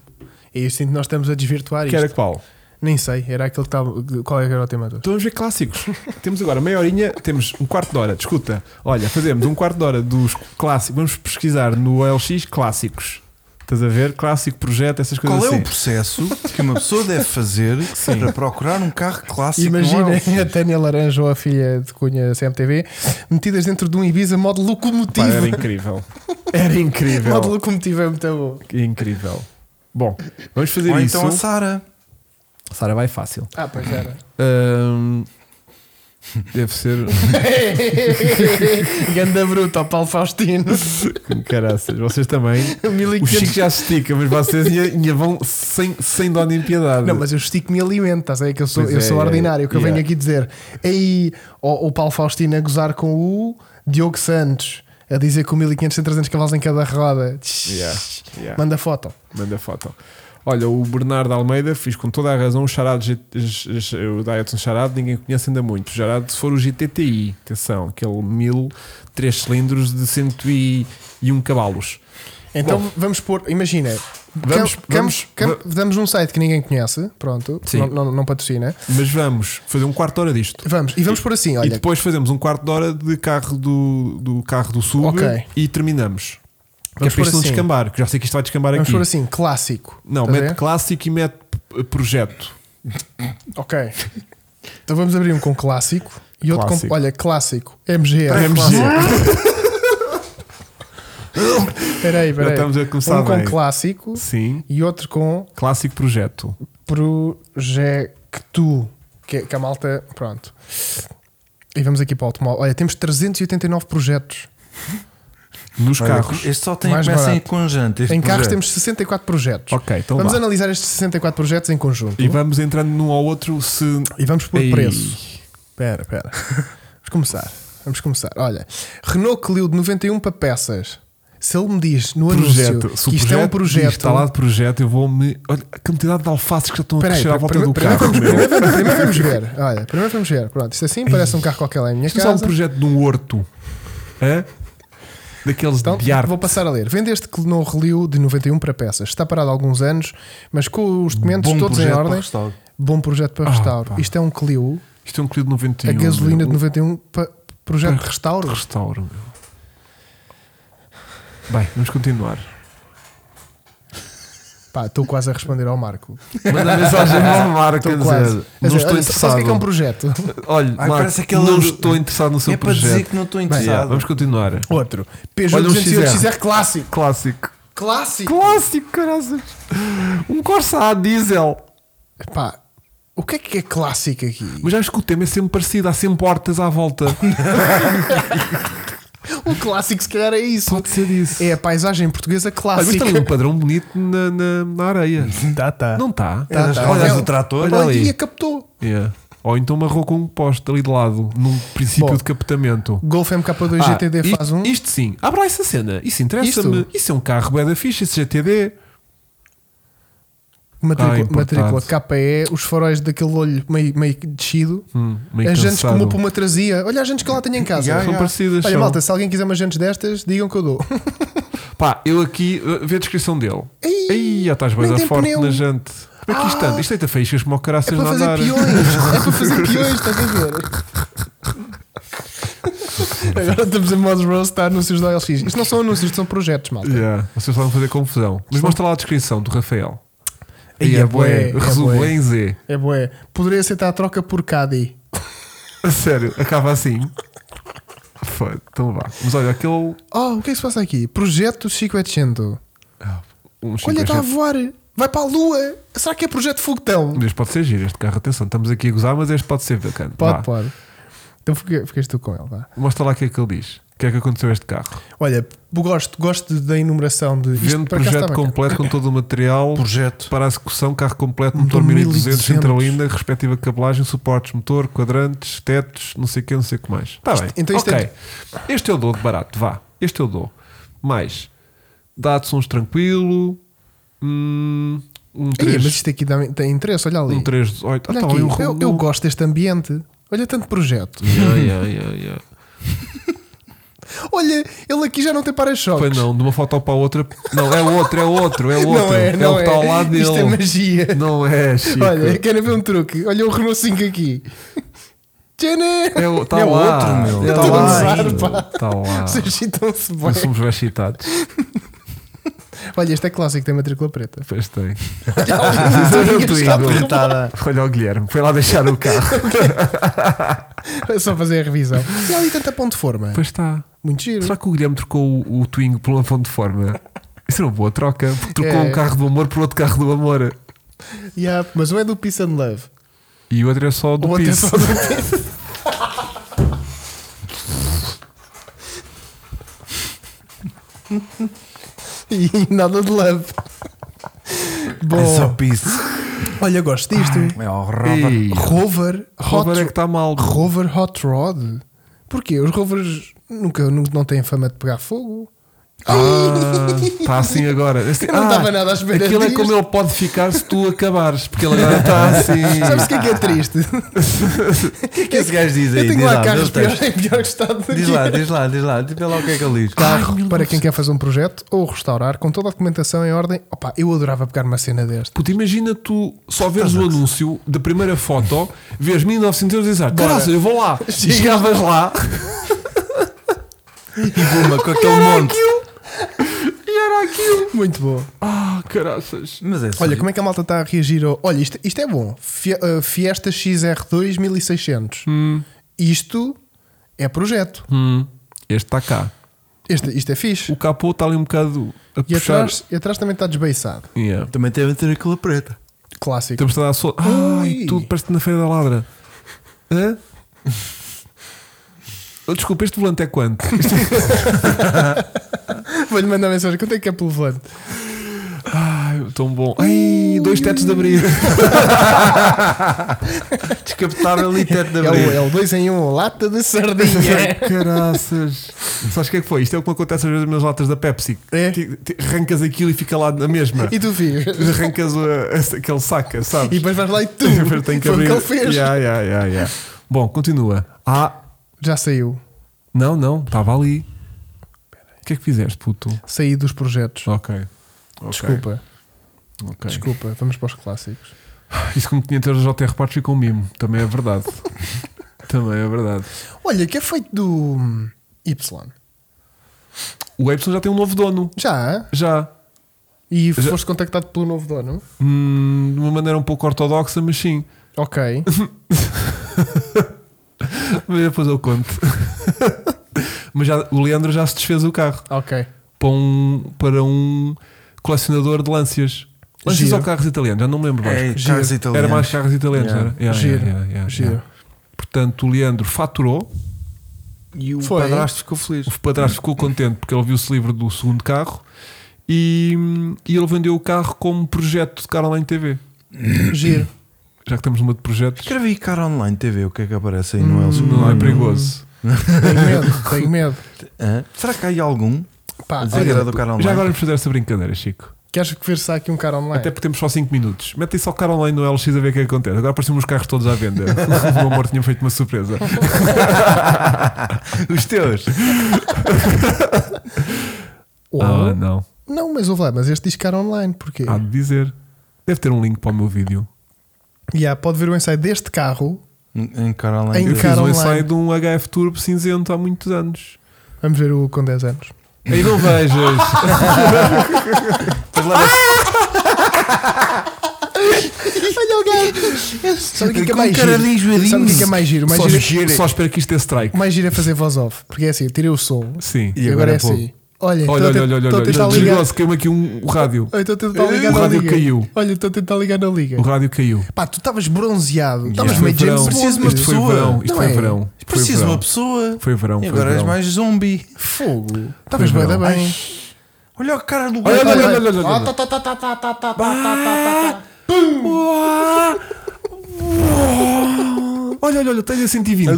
S2: E eu sinto que nós estamos a desvirtuar
S1: Que
S2: isto.
S1: era qual?
S2: Nem sei, era aquele que estava. Qual é que era o tema todo?
S1: Então vamos ver clássicos. temos agora meia horinha, temos um quarto de hora. Escuta, olha, fazemos um quarto de hora dos clássicos. Vamos pesquisar no LX clássicos. Estás a ver? Clássico projeto, essas coisas
S3: Qual é
S1: assim.
S3: o processo que uma pessoa deve fazer para procurar um carro clássico?
S2: Imagina
S3: não é?
S2: a Tânia Laranja ou a filha de Cunha CMTV metidas dentro de um Ibiza modo
S1: Pá, era
S2: locomotivo.
S1: incrível. Era
S2: modo
S1: incrível.
S2: locomotivo é muito bom.
S1: incrível. Bom, vamos fazer
S3: Ou
S1: isso.
S3: então a Sara.
S1: Sara vai fácil.
S2: Ah, pois era.
S1: Ahm, deve ser. um-
S2: Ganda bruto ao Paulo Faustino.
S1: Caraças, vocês também. O
S2: 1500.
S1: Chico já se estica, mas vocês ainda, ainda vão sem, sem dó nem piedade.
S2: Não, mas eu estico-me e alimento, estás a ver? Que eu sou,
S1: Pois
S2: eu
S1: é,
S2: sou
S1: é,
S2: ordinário. que eu
S1: yeah.
S2: venho aqui dizer, aí o, o Paulo Faustino a gozar com o Diogo Santos a dizer que o 1500 tem 300 cavalos em cada roda. Tsh,
S1: Yeah, yeah.
S2: Manda foto.
S1: Manda foto. Olha, o Bernardo Almeida fez com toda a razão o charado, G- G- G- o Dyson charado, ninguém conhece ainda muito. O charado, se for o GTTI, atenção, aquele 1000, 3 cilindros de 101 cavalos.
S2: Então vamos pôr, imagina,
S1: Vamos-
S2: cam-
S1: vamos-
S2: cam-
S1: va-
S2: cam- damos num site que ninguém conhece, pronto,
S1: Sim.
S2: não, não, não patrocina.
S1: Mas vamos fazer um quarto de hora disto.
S2: Vamos, e vamos pôr assim,
S1: E
S2: olha,
S1: depois fazemos um quarto de hora de carro do, do carro do sul
S2: Ok.
S1: e terminamos. Que é
S2: Vamos
S1: para
S2: pôr
S1: isto não
S2: assim.
S1: descambar, que já sei que isto vai descambar
S2: vamos
S1: aqui.
S2: pôr assim, clássico.
S1: Não,
S2: Estás a
S1: mete
S2: ver?
S1: clássico e mete eh, projeto.
S2: Ok. Então vamos abrir um com clássico e outro
S1: Clássico.
S2: com, olha, clássico, MGR.
S1: MG.
S2: Peraí, peraí.
S1: estamos a começar
S2: um com
S1: bem.
S2: clássico
S1: Sim.
S2: e outro com
S1: Clássico projeto.
S2: Projecto, que, é- que a malta. Pronto. E vamos aqui para o automóvel. Olha, temos 389 projetos.
S1: Nos
S3: Olha,
S1: carros.
S3: Este só tem
S2: Mais
S3: começa em
S2: barato.
S3: conjunto. este
S2: em carros
S3: projeto.
S2: temos 64 projetos.
S1: Ok, então
S2: vamos
S1: vá.
S2: analisar estes 64 projetos em conjunto.
S1: E vamos entrando num ao outro se.
S2: E vamos por
S1: Ei.
S2: preço. Espera, espera. Vamos começar. Vamos começar. Olha, Renault Clio de 91 para peças. Se ele me diz no
S1: Projeto.
S2: anúncio
S1: Se o
S2: que isto é um projeto.
S1: diz Está lá de projeto, eu vou-me. Olha a quantidade de alfaces que já estão a
S2: Espera aí,
S1: crescer à volta
S2: primeiro,
S1: do
S2: primeiro
S1: carro. meu.
S2: vamos, primeiro vamos- primeiro vamos ver. Olha, primeiro vamos ver. Pronto, isto assim parece um carro qualquer lá em minha
S1: Isto é um
S2: casa.
S1: projeto de um horto. Hã? Daqueles
S2: Então,
S1: de arte.
S2: vou passar a ler. Vende este Renault Relio de 91 para peças. Está parado há alguns anos, mas com os documentos
S3: Bom
S2: todos em
S3: projeto para
S2: ordem.
S3: restauro.
S2: Bom projeto para
S1: Ah,
S2: restauro.
S1: pá.
S2: Isto é um Clio,
S1: Isto é um Clio de 91.
S2: a gasolina de
S1: meu.
S2: 91 para projeto
S1: Para
S2: de restauro.
S1: Restauro, meu. Bem, vamos continuar.
S2: Pá, estou quase a responder ao Marco.
S1: Manda mensagem ao Marco.
S2: Estou
S1: quer
S2: Então, quase.
S1: dizer,
S2: Quer
S1: Não
S2: dizer,
S1: estou
S2: olha, sabes o que é que é um
S1: interessado.
S2: projeto?
S1: Olha,
S3: Ai, parece
S1: Marco,
S3: aquele-
S1: não estou interessado no seu
S3: É para dizer
S1: projeto.
S3: que não estou
S1: Bem, yeah,
S3: interessado.
S1: Vamos continuar.
S2: Outro. Peugeot
S1: Olha um
S2: 208
S1: XR.
S2: XR clássico.
S1: Clássico.
S2: Clássico.
S1: Clássico, caraças. Um Corsa a diesel.
S2: Pá, o que é que é clássico aqui?
S1: Mas acho que o tema é sempre parecido, há sempre hortas à volta.
S2: O clássico se calhar é isso.
S1: Pode ser isso.
S2: É a paisagem portuguesa
S1: Olha, mas
S2: clássica.
S1: tem ali um padrão bonito na, na, na areia.
S2: Tá, tá.
S1: Não está?
S3: É das
S2: Tá, tá.
S3: rodas do
S2: Olha-
S3: trator.
S1: olha ali.
S2: E a captou.
S1: Yeah. Ou então marrou com um poste ali de lado, num princípio
S2: Bom.
S1: de captamento.
S2: Golf MK2
S1: Ah,
S2: GTD
S1: isto,
S2: faz um.
S1: Isto sim, abra essa cena. Isso interessa-me.
S2: Isto?
S1: Isso é um carro bué da ficha, esse GTD. Ah,
S2: matrícula,
S1: importado.
S2: matrícula KPE, é os faróis daquele olho meio, meio descido.
S1: Hum, meio
S2: as jantes
S1: cansado.
S2: como para uma trazia. Olha as jantes que eu lá tenho em casa.
S3: Yeah,
S1: São
S3: yeah.
S1: parecidas.
S2: Olha,
S1: são.
S2: malta, se alguém quiser umas jantes destas, digam que eu dou.
S1: Pá, eu aqui, uh, vê a descrição dele.
S2: Ei,
S1: Aí, já estás bem
S2: nem
S1: a
S2: tem
S1: forte
S2: pneu. Ah.
S1: na jante. Como é que isto anda? Isto deita feixas como o
S2: É
S1: caraças
S2: para
S1: de
S2: fazer
S1: andar.
S2: peões. É para fazer peões, estás a ver? Agora estamos em modo roastar anúncios da LX. Isto não são anúncios, isto são projetos, malta.
S1: Yeah, vocês estavam a fazer confusão. Mas mostra lá a descrição do Rafael.
S2: Ei,
S1: Aí
S2: é
S1: é bué,
S2: bué, é
S1: resumo
S2: bué.
S1: em Z.
S2: É boé. Poderia aceitar a troca por Cadi.
S1: A sério, acaba assim. Foi, então vá. Mas olha, aquele.
S2: Oh, o que é que se passa aqui? Projeto Chico 800.
S1: Ah, um
S2: Olha, está a
S1: 500.
S2: voar. Vai para a lua. Será que é projeto foguetão?
S1: Mas pode ser giro este carro, atenção, estamos aqui a gozar, mas este pode ser bacana.
S2: Pode,
S1: Vá.
S2: pode. Então fica- ficas tu com ele, vá.
S1: Mostra lá o que é que ele diz. O que é que aconteceu a este carro?
S2: Olha, gosto, gosto da enumeração de. isto
S1: Vendo
S2: por acaso
S1: projeto
S2: está bem,
S1: completo com todo o material
S3: Projeto.
S1: para a execução, carro completo, motor
S2: Motor
S1: 1200,
S2: 1200,
S1: centralina, respectiva cabelagem, suportes, motor, quadrantes, tetos, não sei o que, não sei o que mais. Está bem.
S2: então isto
S1: Ok. Este eu dou de barato, vá. Este eu dou. Mais. Datsuns tranquilo. Hum, um
S2: cara. Ei,
S1: 3.
S2: mas isto aqui dá- tem interesse, olha ali.
S1: um 318.
S2: Olha
S1: Ah, tá,
S2: aqui,
S1: um
S2: eu, eu gosto deste ambiente. Olha tanto projeto.
S1: Yeah, yeah, yeah, yeah.
S2: Olha, ele aqui já não tem para-choques.
S1: Pois não, de uma foto para a outra. Não, é outro, é outro, é outro.
S2: Não é, não
S1: o que
S2: é.
S1: está ao lado dele.
S2: Isto é magia.
S1: Não é, Chico.
S2: Olha, querem ver um truque? Olha o Renault 5 aqui. Tcharam!
S1: É, o- tá
S3: É
S1: lá.
S3: outro, meu.
S1: Tá
S2: Eu tô a
S1: lá,
S2: gozar,
S1: meu.
S2: pá.
S1: Tá lá.
S2: Vocês citam-se bem.
S1: Nós somos bem excitados.
S2: Olha, este é clássico, tem matrícula preta.
S1: Pois tem.
S2: Olha,
S1: Olha o
S3: Está
S1: Twingo.
S3: pintada.
S1: Olha o Guilherme, foi lá deixar o carro.
S2: Só fazer a revisão. E há ali tanta ponto de forma.
S1: pois está.
S2: Muito giro.
S1: Será que o Guilherme trocou o, o Twingo por uma fonte de forma? Isso é uma boa troca, porque trocou
S2: É.
S1: um carro do amor por outro carro do amor.
S2: Yeah, mas um é do Peace and Love.
S1: E o outro é só
S2: O
S1: do
S2: outro é
S1: piso.
S2: só do E nada de love.
S3: É só
S2: Bom,
S3: piso.
S2: olha, gosto disto.
S3: É o Robert.
S1: Ei,
S2: Rover,
S1: Ah. Rover é que
S2: Hot,
S1: está mal.
S2: Rover Hot Rod. Porquê? Os rovers nunca, nunca não têm fama de pegar fogo.
S1: Está Ah, assim agora. Assim,
S2: Eu não
S1: ah,
S2: estava nada à espera
S1: Aquilo é
S2: disto.
S1: como ele pode ficar se tu acabares, porque ele agora está
S2: Sabes o
S1: assim.
S2: que é que é triste?
S3: O que é que esse gajo diz aí?
S2: Eu tenho
S3: diz
S2: lá
S3: lá,
S2: carros
S3: diz lá,
S2: pior, em pior estado
S3: diz
S2: daqui.
S3: lá, diz lá, diz lá, diz lá o que é que ele diz.
S2: Carro para quem quer fazer um projeto ou restaurar com toda a documentação em ordem. Opa, eu adorava pegar uma cena deste.
S1: Puta, imagina tu só veres o anúncio da primeira foto, vês 1900 euros e dizes, ah,
S2: Bora.
S1: graças, eu vou lá. E
S2: Chega.
S1: chegavas lá
S3: E buma com
S2: é
S3: aquele monte.
S1: e era aquilo.
S2: Muito bom.
S1: Ah, caraças.
S3: Mas é só-
S2: Olha, como é que a malta está a reagir ao. Olha, isto, isto é bom. Fie- uh, Fiesta XR2 1600. Isto é projeto.
S1: Hum, este está cá.
S2: Este, isto é fixe.
S1: O capô está ali um bocado a
S2: E
S1: puxar.
S2: atrás, e atrás também está desbeiçado.
S1: Yeah.
S3: Também teve a ter aquela preta.
S2: Clássico.
S1: Temos de andar solto. Ai,
S2: Ui.
S1: tudo parece na Feira da Ladra. Hã? Oh, Desculpa, este volante é quanto? Isto é-
S2: Vou-lhe mandar mensagem. Quanto é que é pelo volante?
S1: Ai, tão bom. Ai, dois tetos de abrir.
S3: Descaptar ali teto da
S2: É o
S3: brisa.
S2: é o dois em um Lata de sardinha.
S1: Caraças. Sabes o que é que foi? Isto é o que me acontece às vezes nas latas da Pepsi.
S2: É.
S1: Ti- ti- Arrancas aquilo e fica lá na mesma.
S2: e tu ficas.
S1: Arrancas a- a- aquele saca,
S2: E
S1: sabes?
S2: depois vais lá e tu.
S1: Depois tem que
S2: Foi o
S1: abrir.
S2: que ele fez.
S1: Yeah, yeah, yeah, yeah. Bom, continua. Ah,
S2: Já saiu.
S1: não, não, estava ali. O que é que fizeste, puto?
S2: Saí dos projetos.
S1: Ok. Ok,
S2: Desculpa.
S1: ok.
S2: Desculpa. Vamos para os clássicos.
S1: Isso como 500 euros ao TR Partes ficou um mimo. Também é verdade. Também é verdade.
S2: Olha, que é feito do hum, Y.
S1: O Epson já tem um novo dono.
S2: Já?
S1: Já.
S2: E
S1: Já-
S2: foste contactado pelo novo dono?
S1: Hum, de uma maneira um pouco ortodoxa, mas sim.
S2: Ok.
S1: Mas depois eu conto. mas já, o Leandro já se desfez o carro
S2: Ok.
S1: para um, para um colecionador de lancias. Lancias
S2: Giro.
S1: ou carros italianos? Já não me lembro mais.
S3: É,
S2: Giro.
S3: carros
S1: Era
S3: italianos.
S1: mais carros italianos.
S3: Yeah.
S1: Era. Yeah,
S2: Giro.
S1: yeah, yeah, yeah,
S2: Giro.
S1: yeah. Portanto, o Leandro faturou.
S3: E o
S2: Foi.
S3: padrasto ficou feliz.
S1: O padrasto ficou contente porque ele viu-se livre do segundo carro e, e ele vendeu o carro como projeto de Caroline TV.
S2: Giro.
S1: Já que estamos numa de projetos,
S3: Escrevi cara online TV, o que é que aparece aí
S2: Hum.
S3: no Elcio? Hum.
S1: não é perigoso.
S2: Tenho medo, tenho medo.
S3: Hã? Será que há aí algum?
S2: Pá,
S3: A dizer que
S2: olha,
S3: era do cara online.
S1: Já agora vamos fazer essa brincadeira, Chico.
S2: queres que veja aqui um cara online?
S1: Até porque temos só 5 minutos. Mete aí só Caroline no LX a ver o que é que acontece. Agora aparecem os carros todos à venda. o meu amor tinha feito uma surpresa.
S3: Os teus.
S2: Ou-
S1: Ah, não. Ah.
S2: Não, mas ouve lá, mas este diz cara online, porquê?
S1: Há de dizer. Deve ter um link para o meu vídeo.
S2: E há, pode ver o ensaio deste carro.
S3: Em em cara
S2: Em
S3: online
S1: Eu
S3: TV.
S1: fiz
S2: cara
S1: um
S2: online.
S1: ensaio de um HF Turbo cinzento há muitos anos.
S2: Vamos ver o com 10 anos.
S1: Aí não vejas.
S3: Depois leva-
S2: olha o gajo! Sabe o que é que é
S3: Com
S2: mais
S3: cara
S2: giro?
S3: de enjoadinho.
S2: Sabe o que é que é mais giro? O Mais
S1: só,
S2: giro,
S1: só espero que isto dê strike.
S2: o mais giro é fazer voz off. Porque é assim, eu tirei o som
S1: Sim.
S2: e,
S3: E
S2: agora,
S3: agora
S2: é
S3: vou.
S2: assim. Olha, então
S1: Olha, olha, olha, olha,
S2: estou a
S1: olha.
S2: tentar ligar.
S1: Desligou-se, caiu aqui um o rádio.
S2: Olha, estou a tentar ligar
S1: O
S2: na
S1: rádio
S2: liga.
S1: caiu.
S2: Olha, estou a tentar ligar na liga.
S1: O rádio caiu.
S2: Pá, tu estavas bronzeado, estavas
S1: Isto foi
S2: meio
S1: verão.
S2: James Bond.
S3: Preciso de uma
S1: Isto foi
S3: pessoa.
S1: verão. Isto
S2: Não
S1: foi
S2: é?
S1: verão. Isto foi
S3: Preciso de
S1: verão.
S3: uma pessoa.
S1: Foi verão. foi
S3: E agora és
S1: verão.
S3: mais zombi.
S2: Fogo. Estavas bem,
S1: verão.
S2: bem.
S3: Olha o cara do
S1: Olha,
S3: gajo.
S1: olha, olha, olha, olha.
S2: Ah, tá, tá, tá, tá, tá, tá, tá, tá, tá, tá, tá.
S1: Olha, olha, olha, tenho a 120.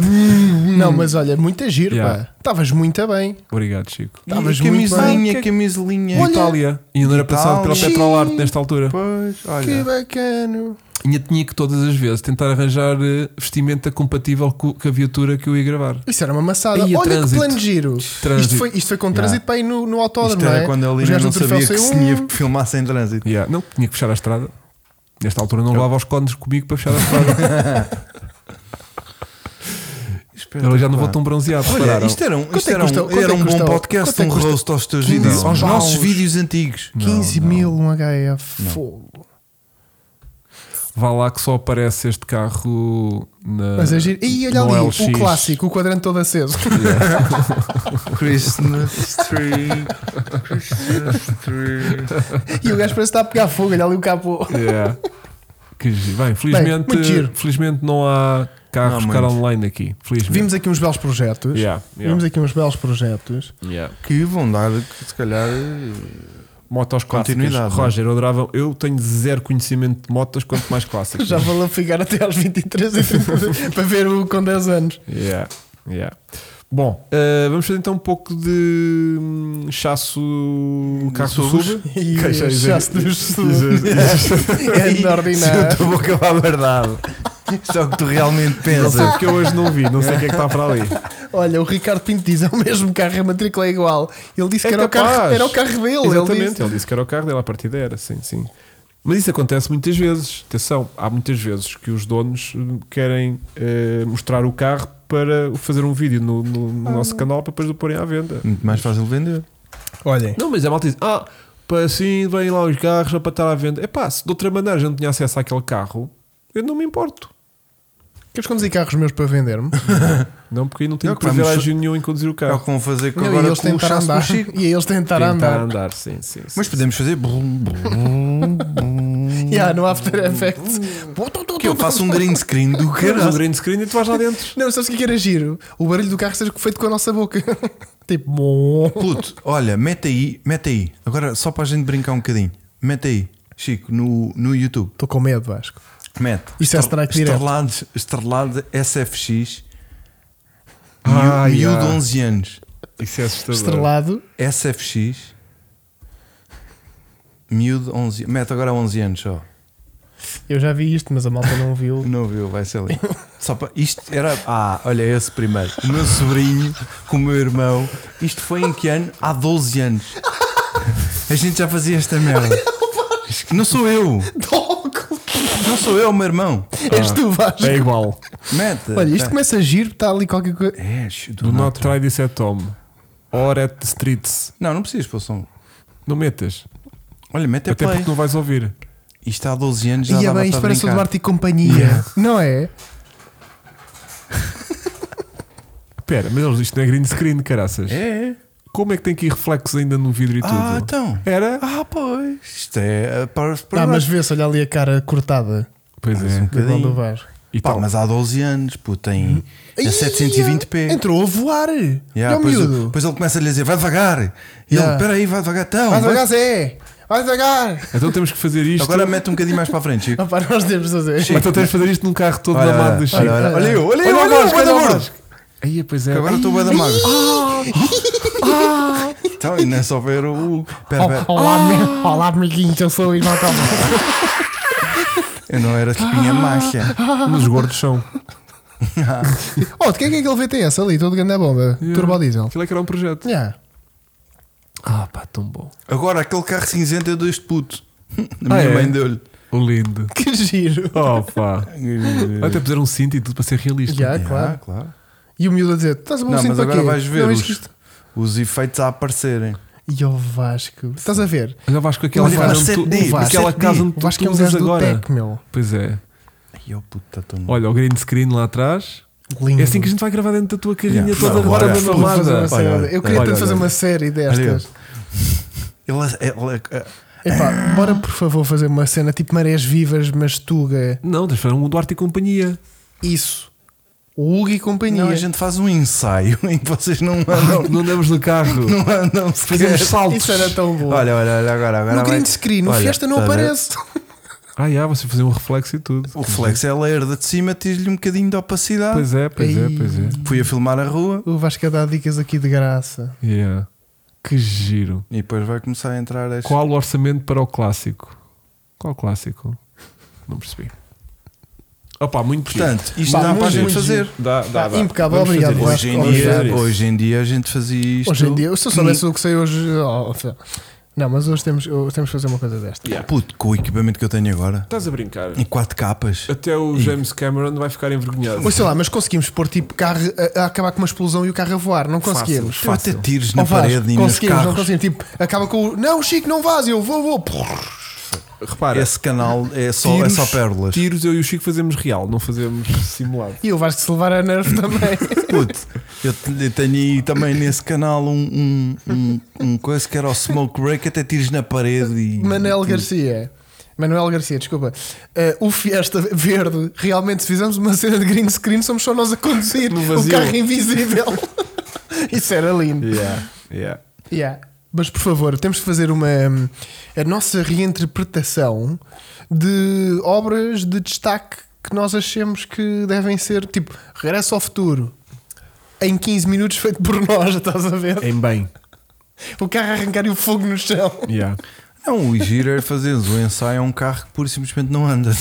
S2: Não, mas olha, muita giro,
S1: Yeah.
S2: pá. Estavas muito bem.
S1: Obrigado, Chico.
S3: E
S2: Estavas muito bem.
S3: Camisolinha,
S1: bem.
S3: camisolinha.
S2: é Olha.
S1: Itália. E não era passado pela
S3: Itália.
S1: Petrolarte nesta altura.
S3: Pois,
S2: Que
S3: olha.
S2: bacano.
S1: Ainda tinha que todas as vezes tentar arranjar eh, vestimenta compatível co- com a viatura que eu ia gravar.
S2: Isso era uma amassada.
S1: Aí, o
S2: Olha que
S1: trânsito.
S2: plano giro. Isto
S1: Trânsito.
S2: foi, isto foi com
S1: Yeah.
S2: trânsito para ir no, no autódromo,
S3: Isto
S2: não
S3: era
S2: é?
S3: quando a
S2: Os
S3: Lina
S2: gajos
S3: não
S2: do troféu
S3: sabia que se
S2: C1.
S3: tinha que filmar sem trânsito.
S1: Yeah, Não, tinha que fechar a estrada. Nesta altura não levava os cones comigo para fechar a estrada. Eu já não vou tão bronzeado.
S3: Olha,
S1: repararam?
S3: isto era um,
S2: Quanto
S3: isto
S2: é que
S3: era um,
S2: custa- quanto é
S3: era
S2: que
S3: um bom
S2: custa-
S3: podcast,
S2: quanto é
S3: um
S2: que custa-
S3: roast aos teus
S2: 15
S3: vídeos, aos
S2: paus.
S3: nossos vídeos antigos.
S2: 15 mil um HF. Fogo.
S1: Vá lá que só aparece este carro na.
S2: Mas é giro. E olha
S1: no
S2: ali,
S1: LX.
S2: o clássico, o quadrante todo aceso.
S3: Christmas tree, Christmas tree.
S2: e o gajo parece que está a pegar fogo, olha ali o capô.
S1: Yeah. Que giro. Bem, felizmente,
S2: muito giro.
S1: felizmente não há carros
S3: Não há
S1: cara
S3: muito.
S1: online aqui. Felizmente.
S2: Vimos aqui uns belos projetos.
S1: Yeah,
S2: Vimos
S1: yeah,
S2: aqui uns belos projetos.
S1: yeah.
S3: Que vão dar, que se calhar.
S2: É
S3: eh,
S1: Motos clássicas.
S3: Continuidade,
S1: Roger, eu adorava. Eu tenho zero conhecimento de motas, quanto mais clássicas.
S2: Já vou lá ficar até aos 23 e 30, para ver o com 10 anos.
S1: Yeah, yeah. Bom, eh, vamos fazer então um pouco de hum, chasso carro
S3: SUVs.
S1: SUV.
S2: E
S1: Que já-
S2: chasse dos
S1: já-
S2: É
S3: Se eu
S2: ordinário.
S3: estou boca para a verdade. Isto é o que tu realmente
S1: Não sei
S3: pensas.
S1: porque eu hoje não vi, não sei o que é que está para ali.
S2: Olha, o Ricardo Pinto diz: é o mesmo carro, a matrícula é igual. Ele disse
S1: É
S2: que era o, carro,
S1: capaz.
S2: era o carro dele.
S1: Exatamente,
S2: Ele disse.
S1: que era o carro dele, a partida era, sim, sim. Mas isso acontece muitas vezes. Atenção, há muitas vezes que os donos hum, querem eh, mostrar o carro para fazer um vídeo no, no- no nosso canal para depois o porem à venda.
S3: Muito mais fácil de vender.
S2: Olhem,
S1: Não, mas a malta diz: Ah, para assim vêm lá os carros para estar à venda. É pá, se de outra maneira a gente não tinha acesso àquele carro, eu não me importo.
S2: queres conduzir carros meus para vender-me?
S1: Não, porque aí não
S3: É
S1: tenho
S3: o que vamos
S1: privilégio nenhum em conduzir o
S3: É o
S1: carro.
S3: que vão fazer com
S2: Não,
S3: agora
S2: e eles
S3: com o
S2: tentaram
S3: chasso do
S2: andar.
S3: Chico.
S2: E eles tentaram
S1: Tentar
S2: andar.
S1: andar, sim, sim. sim.
S3: Mas podemos fazer. blum, blum, blum.
S2: Yeah, no After Effects.
S3: que eu faço um green screen do
S1: Queres um
S3: caralho.
S1: grande screen e tu vais lá dentro.
S2: Não, sabes o que é que era giro? O barulho do carro seja feito com a nossa boca. tipo, bom.
S3: Puto, olha, mete aí, mete aí. Agora, só para a gente brincar um bocadinho, mete aí, Chico, no, no YouTube.
S2: Estou com medo, Vasco.
S3: Mete.
S2: Isso é strike direto.
S3: Estrelado, estrelado SFX.
S1: Ah,
S3: miúdo
S1: yeah.
S3: de 11 anos.
S1: Isso é assustador.
S2: Estrelado.
S3: SFX. Miúdo 11 Mete agora 11 anos só.
S2: Eu já vi isto, mas a malta não viu.
S3: Não viu, vai ser ali. Só para, isto era. Ah, olha, esse primeiro. O meu sobrinho com o meu irmão. Isto foi em que ano? Há 12 anos. A gente já fazia esta merda. Não sou eu.
S2: Toco!
S3: Não sou eu, meu irmão.
S2: És tu, Vasco.
S1: É igual.
S3: Mete.
S2: Olha, isto começa a giro, está ali qualquer coisa.
S3: É, sh- do
S1: Do
S3: not
S1: not try this at home. Or at the streets.
S3: Não, não precisas pôr som.
S1: Não metas.
S3: Olha, mete a
S1: Até
S3: play.
S1: porque não vais ouvir.
S3: Isto há 12 anos já
S2: E é
S3: dava
S2: bem, isto
S3: para
S2: parece o
S3: brincar.
S2: Duarte e companhia. Não é?
S1: Espera, mas eles- isto não é green screen, caraças.
S3: É, é.
S1: Como é que tem que ir reflexos ainda no vidro e tudo?
S3: Ah, então.
S1: Era?
S3: Ah, pois. Isto é para
S2: Ah, mas vê-se, olha ali a cara cortada
S1: Pois é.
S2: do irmão
S3: Um bocadinho.
S2: do Vasco.
S1: E
S3: Pá,
S1: tal.
S3: mas há 12 anos, pô, tem é
S2: Ia,
S3: 720p.
S2: Entrou a voar.
S3: Yeah,
S2: é o
S3: depois,
S2: então, miúdo.
S3: depois ele começa a lhe dizer, vai devagar. E
S2: Yeah.
S3: ele, peraí, vai devagar, então.
S2: Vai
S3: vai-
S2: devagar, Zé! Vai devagar!
S1: Então temos que fazer isto.
S3: Agora mete um bocadinho mais para a frente, Chico.
S2: Não, para nós temos de fazer.
S1: Então temos que fazer isto num carro todo
S3: Olha,
S1: mamado do
S3: olha,
S1: Chico.
S3: olha, olha eu, olha eu,
S1: o
S3: olha eu,
S1: Vasco,
S3: olha
S1: o
S3: eu.
S1: Vasco. Aí, pois é.
S3: Agora
S1: Ai,
S3: estou bem da magro. Então, e não é só ver o. Pera, pera.
S2: Olá, ami- Olá, amiguinhos, eu sou o irmão tá Tom.
S3: Eu não era de espinha macha.
S1: Os gordos são.
S2: Oh, de quem é que é aquele VTS ali, todo grande na bomba?
S1: Yeah.
S2: Turbo diesel.
S1: Aquilo é que era um projeto.
S2: Yeah.
S1: Ah, pá, tão bom.
S3: Agora, aquele carro cinzento é deste puto.
S1: Ah,
S3: A minha
S1: é?
S3: mãe deu-lhe.
S1: O lindo.
S2: Que giro.
S1: Oh, pá. Até puseram um cinto e tudo para ser realista.
S2: Yeah,
S3: Ah,
S2: É claro.
S3: claro.
S2: E o miúdo a dizer: estás a ver um
S3: Não,
S2: cinto
S3: mas
S2: para
S3: agora
S2: quê?
S3: vais ver
S2: Não,
S3: os,
S2: isto- isto-
S3: os efeitos a aparecerem.
S2: E o Vasco. Estás a ver?
S1: Olha, Vasco, com aquela
S2: Olha,
S1: casa onde
S3: Vasco,
S1: tu-
S3: sete D,
S1: aquela
S3: Vasco,
S1: casa
S3: sete
S1: onde
S3: D.
S2: O
S1: tu
S2: Vasco é um
S1: usas
S2: gajo do
S1: agora.
S2: tech, meu.
S1: Pois é.
S3: Ai, oh puto, tá tão
S1: Olha, o green screen lá atrás.
S2: Lindo.
S1: É assim que a gente vai gravar dentro da tua carrinha
S3: Yeah.
S1: toda
S3: Não, olha,
S1: toda
S2: Vamos fazer uma
S1: mamada.
S2: série.
S3: Olha, olha.
S2: Eu queria
S1: Olha,
S2: tanto fazer
S1: olha.
S2: uma série
S3: Olha,
S2: destas.
S3: ele- ele- eh,
S2: Epá, bora por favor fazer uma cena tipo Marés Vivas, mas Tuga.
S1: Não, deixa um Duarte e companhia.
S2: Isso. O Hugo e companhia.
S3: não, a gente faz um ensaio em que vocês não andam,
S1: Não andamos no carro.
S3: não andam sequer.
S1: Fazemos saltos.
S2: Isso era tão bom.
S3: Olha, olha, olha, agora. agora
S2: no
S3: vai-
S2: green screen, no
S3: Olha,
S2: Fiesta não
S3: estás a ver?
S2: aparece.
S1: Ah, já, você fazer um reflexo e tudo.
S3: O reflexo é a herda de cima, tens-lhe um bocadinho de
S2: Ah,
S3: opacidade.
S1: Pois é, pois é, pois é.
S3: Fui a filmar a rua
S2: O Vasco a dar dicas aqui de graça.
S1: Yeah. Que giro.
S3: e depois vai começar a entrar este.
S1: Qual o orçamento para o clássico? Qual o clássico? Não percebi. Opa, muito giro.
S3: Portanto, isto
S2: Pá,
S3: dá para a
S2: muito,
S3: gente
S2: muito
S3: fazer.
S1: Dá, dá,
S2: Ah,
S1: dá.
S2: impecável,
S1: Vamos fazer
S2: obrigado,
S1: isso.
S3: Hoje em,
S2: Vamos fazer
S3: dia,
S2: isso.
S3: hoje em dia a gente fazia isto.
S2: Hoje em dia, se eu soubesse o que sei hoje. oh, f- Não, mas hoje temos, hoje temos que fazer uma coisa desta.
S1: Yeah.
S3: Puto, com o equipamento que eu tenho agora.
S1: Estás a brincar.
S3: E quatro capas.
S1: Até o James Cameron vai ficar envergonhado.
S2: Ou sei lá, mas conseguimos pôr tipo carro a, a acabar com uma explosão e o carro a voar. Não conseguimos.
S3: Tu até tiros na
S2: Ou Vasco,
S3: parede e nos
S2: conseguimos, não
S3: carros.
S2: conseguimos. Tipo, acaba com o. Não, Chico, não vás, eu vou, vou.
S1: Repara,
S3: Esse canal é só, é só pérolas.
S1: tiros eu e o Chico fazemos real, não fazemos simulado.
S2: E o Vasco se levar a nerf também.
S3: Puto, eu te- eu tenho aí também nesse canal um, um, um, um coisa que era o Smoke Break, até tiros na parede e.
S2: Manel
S3: e-
S2: Garcia. Manuel Garcia, desculpa. Eh, o Fiesta Verde, realmente, se fizermos uma cena de green screen, somos só nós a conduzir.
S1: No
S2: Um
S1: vazio.
S2: carro invisível. Isso era lindo.
S1: Yeah, yeah.
S2: Yeah. Mas por favor, temos que fazer uma hum, a nossa reinterpretação de obras de destaque que nós achemos que devem ser tipo Regresso ao Futuro em 15 minutos feito por nós, estás a ver?
S1: Em bem.
S2: O carro a arrancar e o fogo no chão.
S1: Yeah.
S3: Não, o é um giro era fazeres o ensaio a um carro que pura e simplesmente não anda.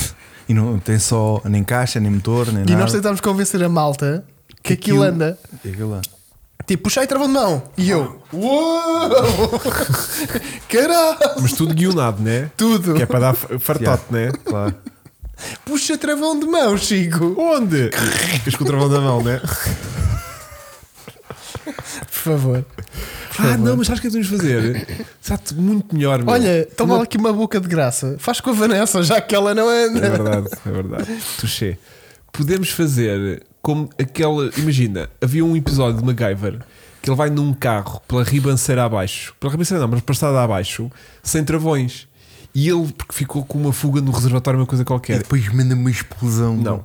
S3: E não tem só nem caixa, nem motor, nem
S2: E
S3: nada.
S2: nós tentámos convencer a malta que aquilo anda.
S3: E aquilo anda.
S2: Tipo, puxar e travão de mão. E eu, uou! Caralho!
S1: Mas tudo guionado, né?
S2: Tudo.
S1: Que é para dar f- fartote, né?
S3: Claro.
S2: Puxa travão de mão, Chico.
S1: Onde? Fiz com o travão da mão, né?
S2: Por favor.
S1: Ah, não, mas sabes o que é que devemos fazer? Sabe-te muito melhor, meu.
S2: Olha, toma lá aqui uma boca de graça. Faz com a Vanessa, já que ela não
S1: É
S2: anda.
S1: verdade, é verdade. Touché. Podemos fazer como aquela. Imagina, havia um episódio de MacGyver que ele vai num carro pela ribanceira abaixo. Pela ribanceira não, mas para estrada abaixo, sem travões. E ele, porque ficou com uma fuga no reservatório, uma coisa
S3: E
S1: qualquer.
S3: depois manda uma explosão.
S1: Não.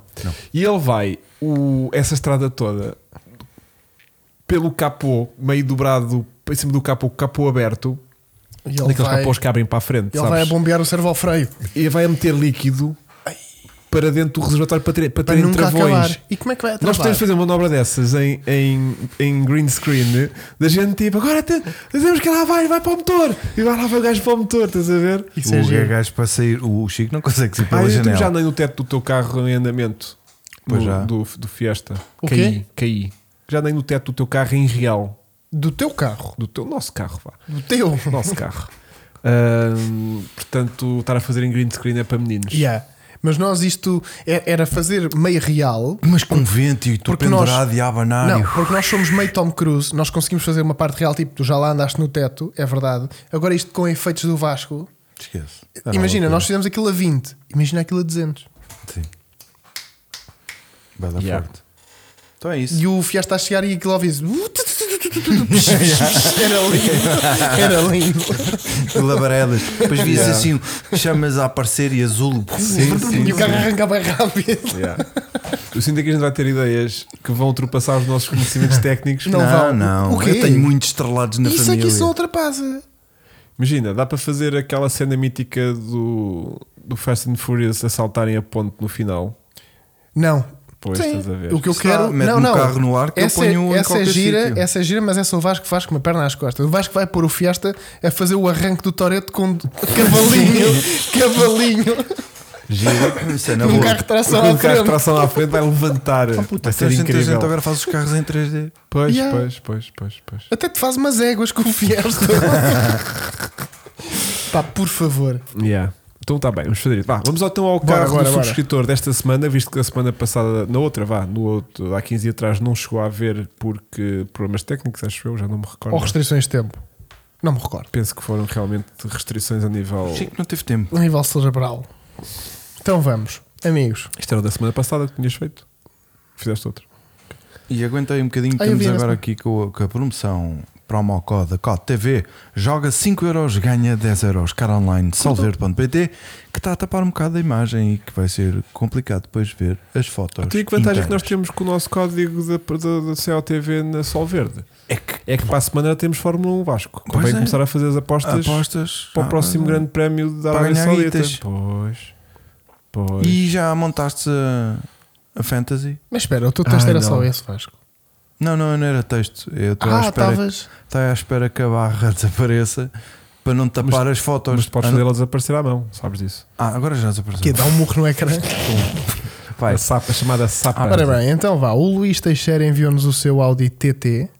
S1: E ele vai o, essa estrada toda pelo capô, meio dobrado em cima do capô, com o capô aberto,
S2: E ele
S1: daqueles
S2: vai,
S1: capôs que abrem para a frente.
S2: ele
S1: sabes?
S2: vai a bombear o servo ao freio.
S1: E vai a meter líquido para dentro do reservatório para, ter, para
S2: Para
S1: terem
S2: nunca
S1: travões.
S2: acabar. E como é que vai
S1: Nós
S2: atravar?
S1: podemos fazer uma manobra dessas em, em, em green screen da gente tipo, agora te- dizemos que ela vai, vai para o motor e vai lá vai o gajo para o motor, estás a ver?
S2: Isso é
S3: O
S2: giro.
S3: gajo para sair, o Chico não consegue sair pela
S1: Ah, eu tu
S3: janela.
S1: já andei no teto do teu carro em andamento
S3: Pois
S1: do,
S3: já.
S1: Do, do Fiesta.
S2: O
S1: caí,
S2: quê?
S1: caí. Já andei no teto do teu carro em real.
S2: Do teu carro.
S1: Do teu nosso carro, vá.
S2: Do teu.
S1: Nosso carro. Ahm, portanto, estar a fazer em green screen é para meninos.
S2: Yeah. Mas nós isto é- era fazer meio real.
S3: Mas com vento e tu
S2: Porque nós-
S3: pendurado e a abanar.
S2: Não,
S3: e-
S2: porque nós somos meio Tom Cruise, nós conseguimos fazer uma parte real, tipo, tu já lá andaste no teto, é verdade. Agora isto com efeitos do Vasco,
S3: Esquece. é.
S2: imagina, nós fizemos aquilo a 20, imagina aquilo a 200.
S3: Sim. Vai dar
S1: Yeah.
S3: forte. Então é isso.
S2: E o Fiesta a chegar e aquilo "Uh, ao viso. Era lindo. Era lindo.
S3: Labaredas. Depois vias
S1: Yeah.
S3: assim, chamas a aparecer e azul.
S2: e o carro arranca bem rápido.
S1: Yeah. Eu sinto que a gente vai ter ideias que vão ultrapassar os nossos conhecimentos técnicos.
S2: Não
S3: Não,
S2: vão.
S3: não.
S2: O quê?
S3: Eu tenho muitos estrelados na
S2: Isso
S3: família.
S2: aqui só ultrapassa.
S1: Imagina, dá para fazer aquela cena mítica do, do Fast and Furious a saltarem a ponte no final.
S2: Não.
S1: Pois,
S2: Sim.
S1: estás a ver.
S2: O que eu
S3: Está,
S2: quero.
S3: mete
S2: não,
S3: no
S2: não.
S3: carro no ar que eu
S2: essa,
S3: ponho em
S2: essa é
S3: qualquer
S2: gira,
S3: sítio.
S2: essa é gira, mas é só o Vasco que faz com uma perna às costas. O Vasco vai pôr o Fiesta a fazer o arranque do Toreto com cavalinho, cavalinho,
S3: Giro. Isso é na
S2: um
S3: boa.
S2: carro de tração
S1: Porque
S2: à
S1: o carro de
S2: frente.
S1: tração à frente vai levantar. vai
S3: Então,
S1: ser
S3: a gente- a gente
S1: incrível.
S3: agora faz os carros em 3D.
S1: Pois,
S2: Yeah.
S1: pois, pois, pois, pois.
S2: Até te faz umas éguas com o Fiesta. Pá, por favor.
S1: Yeah. Então está bem, vamos fazer isso. Vá, vamos então ao
S2: Bora,
S1: carro
S2: bora,
S1: do
S2: bora.
S1: subscritor desta semana, visto que a semana passada, na outra, vá, no outro, há 15 dias atrás, não chegou a haver porque problemas técnicos, acho eu, já não me recordo.
S3: é.
S2: Ou restrições de tempo. Não me recordo.
S1: Penso que foram realmente restrições a nível.
S3: Chico não teve tempo.
S2: A nível cerebral. Então vamos, amigos.
S1: Isto era da semana passada que tinhas feito. Fizeste outro.
S3: E aguentei um bocadinho,
S2: Ah, eu
S3: estamos
S2: vi nessa-
S3: agora aqui com a, com a promoção promo code COD TV. Joga 5€, euros, ganha 10€. Euros. Cara online,
S2: Então-
S3: solver.pt, que está a tapar um bocado a imagem e que vai ser complicado depois ver as fotos.
S1: Tem Então, que vantagem é que nós
S3: inteiras.
S1: temos com o nosso código da, da, da COTV na Sol Verde.
S3: É que
S1: É que para a semana temos Fórmula 1 Vasco.
S3: Pois
S1: Convém
S3: é.
S1: começar a fazer as apostas,
S3: apostas
S1: para
S3: Ah,
S1: o próximo
S3: ah,
S1: grande prémio da
S3: Para
S1: Arábia
S3: ganhar
S1: Saudita.
S3: guitas.
S1: Pois. Pois.
S3: E já montaste a, a fantasy?
S2: Mas espera, o teu texto
S3: Ai,
S2: era
S3: não.
S2: só esse, Vasco.
S3: Não, não, não era texto. Eu estou à
S2: Ah,
S3: espera.
S2: estavas.
S3: Estou à espera que a barra desapareça para não tapar as fotos.
S1: Mas podes
S3: Ah, não-
S1: fazê-la desaparecer à mão, sabes disso.
S3: Ah, agora já desapareceu.
S2: Que dá um murro no ecrã.
S3: Vai.
S1: A, sapa, a chamada
S3: Ah,
S1: sapa.
S2: Ora
S3: é.
S2: bem, então vá. O Luís Teixeira enviou-nos o seu Audi TT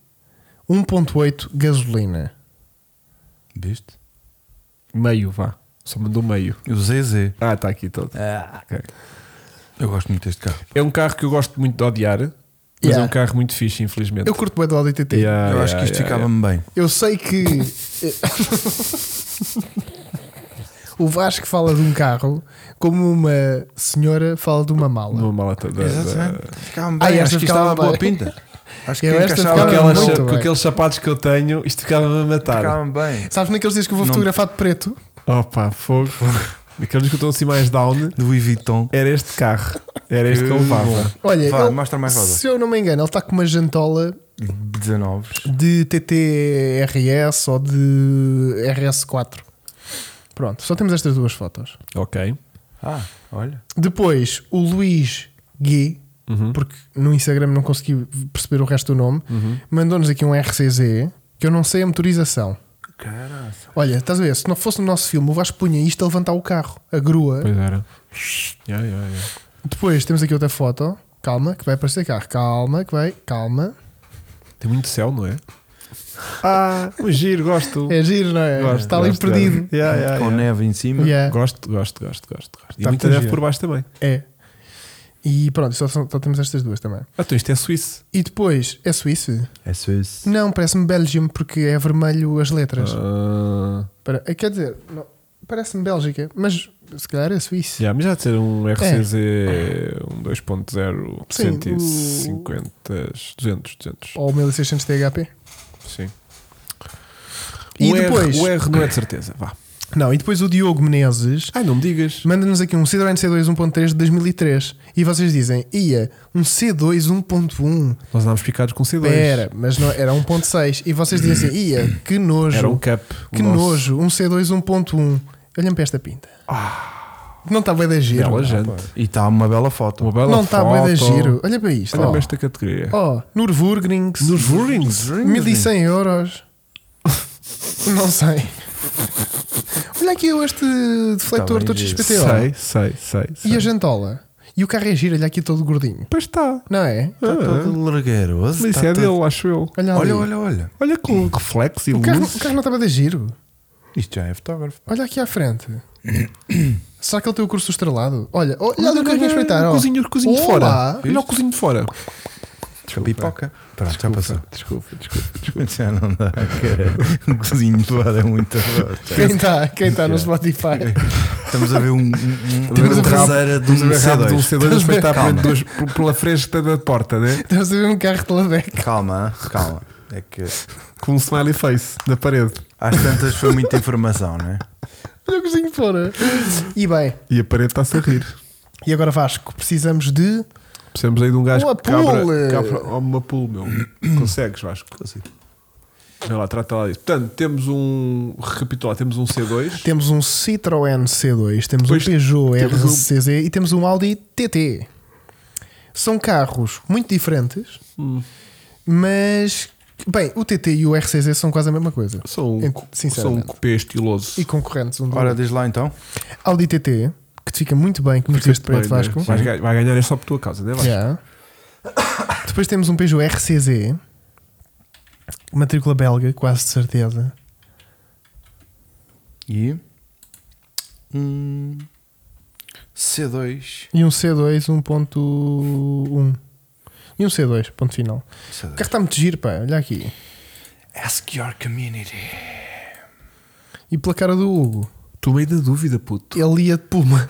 S2: 1.8 gasolina.
S3: Viste?
S1: Meio, vá. Só mandou meio.
S3: O ZZ.
S1: Ah, está aqui todo.
S3: Ah.
S1: Ok.
S3: Eu gosto muito deste carro.
S1: É um carro que eu gosto muito de odiar, mas
S2: Yeah.
S1: é um carro muito fixe, infelizmente.
S2: Eu curto bem do Audi TT.
S1: Yeah,
S3: eu
S1: yeah,
S3: acho que isto
S1: yeah, yeah.
S3: ficava-me bem.
S2: Eu sei que. o Vasco fala de um carro como uma senhora fala de uma mala.
S1: Uma maleta da. da-
S3: Ficava-me
S2: Ah,
S3: bem.
S2: esta
S3: acho que isto
S2: ficava
S3: estava boa
S2: bem.
S3: pinta. Acho que
S2: Eu esta
S3: encaixava
S1: Com,
S2: ficava
S1: aquelas-
S2: muito
S1: com
S2: bem.
S1: aqueles sapatos que eu tenho, isto ficava-me a matar.
S3: Ficava-me bem.
S2: Sabes naqueles dias que eu vou
S3: Não.
S2: fotografar de preto?
S1: Opa, fogo. Aqueles que eu estou assim mais down,
S3: Do Louis Vuitton.
S1: era este carro. Era este é que eu
S3: Que
S1: levava.
S2: Olha,
S3: Vá,
S2: ele-
S3: mostra mais rodas.
S2: se eu não me engano, ele está com uma jantola
S3: 19.
S2: de TTRS ou de RS4. Pronto, só temos estas duas fotos.
S1: Ok.
S3: Ah, olha.
S2: Depois, o Luís Gui,
S1: Uhum.
S2: porque no Instagram não consegui perceber o resto do nome, mandou-nos aqui um RCZ que eu não sei a motorização.
S3: Caralho.
S2: Olha, estás a ver? Se não fosse no nosso filme, o Vasco punha isto a levantar o carro, a grua.
S1: Pois era. Yeah, yeah, yeah.
S2: Depois temos aqui outra foto. Calma, que vai aparecer carro. Calma, que vai. Calma.
S1: Tem muito céu, não é? Ah, um giro, gosto.
S2: É giro, não é?
S1: Gosto,
S2: Está ali
S1: gosto,
S2: perdido.
S1: é. Yeah, yeah,
S3: Com
S1: yeah.
S3: neve em cima.
S2: Yeah,
S1: É. Gosto, gosto, gosto, gosto. gosto. E
S2: Tá
S1: muita
S2: muito
S1: neve
S2: giro.
S1: por baixo também.
S2: É. E pronto, só, são- só temos estas duas também.
S1: Ah, então isto é suíço.
S2: E depois, é suíço?
S3: É suíço.
S2: Não, parece-me Belgium porque é vermelho as letras.
S1: Ah,
S2: Para- eh, quer dizer, não, parece-me Bélgica, mas se calhar é Suíça.
S1: já, mas já de ser um RCZ
S2: É.
S1: um 2.0,
S2: Sim,
S1: 150, 200, 200.
S2: Ou 1600 THP.
S1: Sim.
S2: Oh. E
S1: o
S2: depois?
S1: R, o R não é de certeza. Vá.
S2: Não, e depois o Diogo Menezes
S1: Ai, não me digas.
S2: manda-nos aqui um C2 C2 1.3 de 2003 e vocês dizem, ia, um C2 1.1.
S1: Nós andámos picados com C2.
S2: Pera, mas não, era 1.6. E vocês dizem assim, ia, que nojo,
S1: Era um cap. o
S2: que
S1: nosso.
S2: nojo, um C2 1.1. Olhem para esta pinta. Não está bem da giro.
S1: Ah. Bela gente.
S3: E está uma bela foto.
S1: Uma bela
S2: Não está bem da
S1: foto.
S2: giro. Olha para isto.
S1: Olha
S2: ó.
S1: para esta é categoria.
S2: Ó, Nürburgrings.
S1: Oh. Nos Vurings.
S2: 1100 euros. Não sei. Olha aqui este defletor
S3: Tá bem
S2: todo
S3: giro.
S2: XPTO.
S1: Sei, sei, sei. sei.
S2: E a jantola. E o carro é giro, olha aqui todo gordinho.
S1: Pois está.
S2: Não é?
S1: Tá
S3: Está Tá todo largueiroso.
S1: Mas isso
S3: tá
S1: é
S3: todo-
S1: dele, acho eu.
S2: Olha ali.
S3: Olha, olha, olha.
S1: Olha com reflexo e
S2: O, carro,
S1: luz.
S2: o carro não estava de giro.
S3: Isto já é fotógrafo.
S2: Olha aqui à frente. Será que ele tem o curso estrelado? Olha, olha
S1: é
S2: do que eu ia espreitar. ó.
S1: Cozinho, cozinho de
S2: Olá.
S1: fora. Olha o cozinho de fora.
S3: Pipoca. Pronto, já passou.
S1: Ah, Desculpa, desculpa.
S3: Já não dá, cara. O cozinho de fora é muito rosto.
S2: Quem está quem tá no
S1: é.
S2: Spotify?
S3: Estamos a ver um, um, um,
S1: Estamos
S3: uma
S1: a ver um
S3: traseira de um
S1: Estamos a ver rabo de um
S3: C2.
S1: C2 a espreitar
S3: Calma.
S1: por entre duas- pela fresta da porta, né?
S2: Estás a ver um carro de Ladeca.
S3: Calma, calma. É que
S1: Com um smiley face na parede.
S3: às tantas foi muita informação, não é?
S2: Olha o cozinho de fora. E bem,
S1: E a parede está-se a rir.
S2: e agora Vasco, precisamos de.
S1: Precisamos aí de um gajo
S2: Uma
S1: que cabra,
S2: pule.
S1: cabra. Oh, uma pule, meu. Consegues, Vasco? Vê lá, trata lá disso. Portanto, temos um. Recapitular, temos um C2.
S2: Temos um Citroën C2, temos
S1: Pois,
S2: um Peugeot
S1: temos um-
S2: RCZ e temos um Audi TT. São carros muito diferentes,
S1: Hum,
S2: mas bem, o TT e o RCZ são quase a mesma coisa.
S1: São um,
S2: Ent-
S1: co- são um
S2: sinceramente.
S1: cupê estiloso.
S2: E concorrentes um do
S3: Ora,
S2: outro.
S3: diz lá então.
S2: Audi TT, que te fica muito bem, é que nos dias de
S1: Bem,
S2: preto Vasco.
S1: né? Vai, ga- vai ganhar é só por tua causa, né, Vasco?
S2: Yeah. Depois temos um Peugeot RCZ, matrícula belga, quase de certeza.
S3: E. Um. C2.
S2: E um C2 1.1. E um C2, ponto final. O
S3: C2.
S2: carro está muito giro, pá, olha aqui.
S3: Ask your community.
S2: E pela cara do Hugo,
S1: Estou meio da dúvida, puto.
S2: ele ia de puma.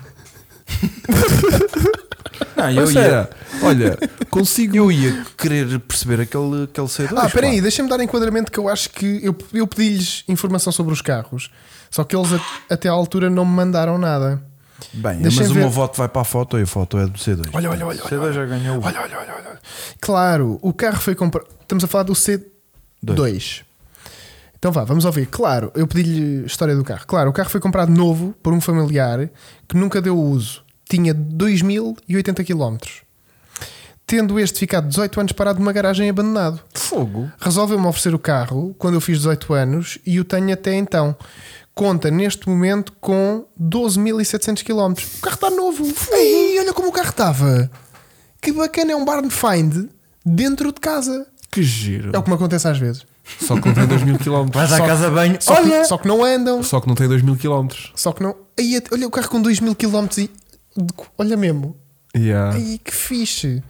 S3: Não,
S1: Mas era, olha,
S3: consigo. Eu ia querer perceber aquele, aquele C2.
S2: Ah, espera
S3: pá.
S2: aí, deixa-me dar enquadramento que eu acho que eu, eu pedi-lhes informação sobre os carros, só que eles a- até à altura não me mandaram nada.
S3: Bem,
S2: Deixa
S3: mas
S2: eu
S3: o
S2: ver.
S3: meu voto vai para a foto e a foto é do C2.
S2: Olha, olha, olha,
S3: O C2 já ganhou.
S2: Olha, olha, olha, olha. Claro, o carro foi comprado. Estamos a falar do C2. Então vá, vamos ouvir. Claro, eu pedi-lhe história do carro. Claro, o carro foi comprado novo por um familiar que nunca deu uso. Tinha 2080 km. Tendo este ficado 18 anos parado numa garagem abandonado.
S1: fogo.
S2: Resolveu-me oferecer o carro quando eu fiz 18 anos e o tenho até então. Conta neste momento com 12.700 km. O carro está novo. Ei, olha como o carro estava. Que bacana, é um barn find dentro de casa.
S1: Que Que giro.
S2: É o que me acontece às vezes.
S1: Só que não tem 2 mil km.
S3: Vais
S1: só,
S3: à casa bem,
S2: Só,
S3: olha!
S2: que, só que não andam,
S1: só que não tem 2 mil km.
S2: só que não. Aí, até- olha o carro com 2 mil km e. Olha mesmo.
S1: Yeah.
S2: Ai, que fixe.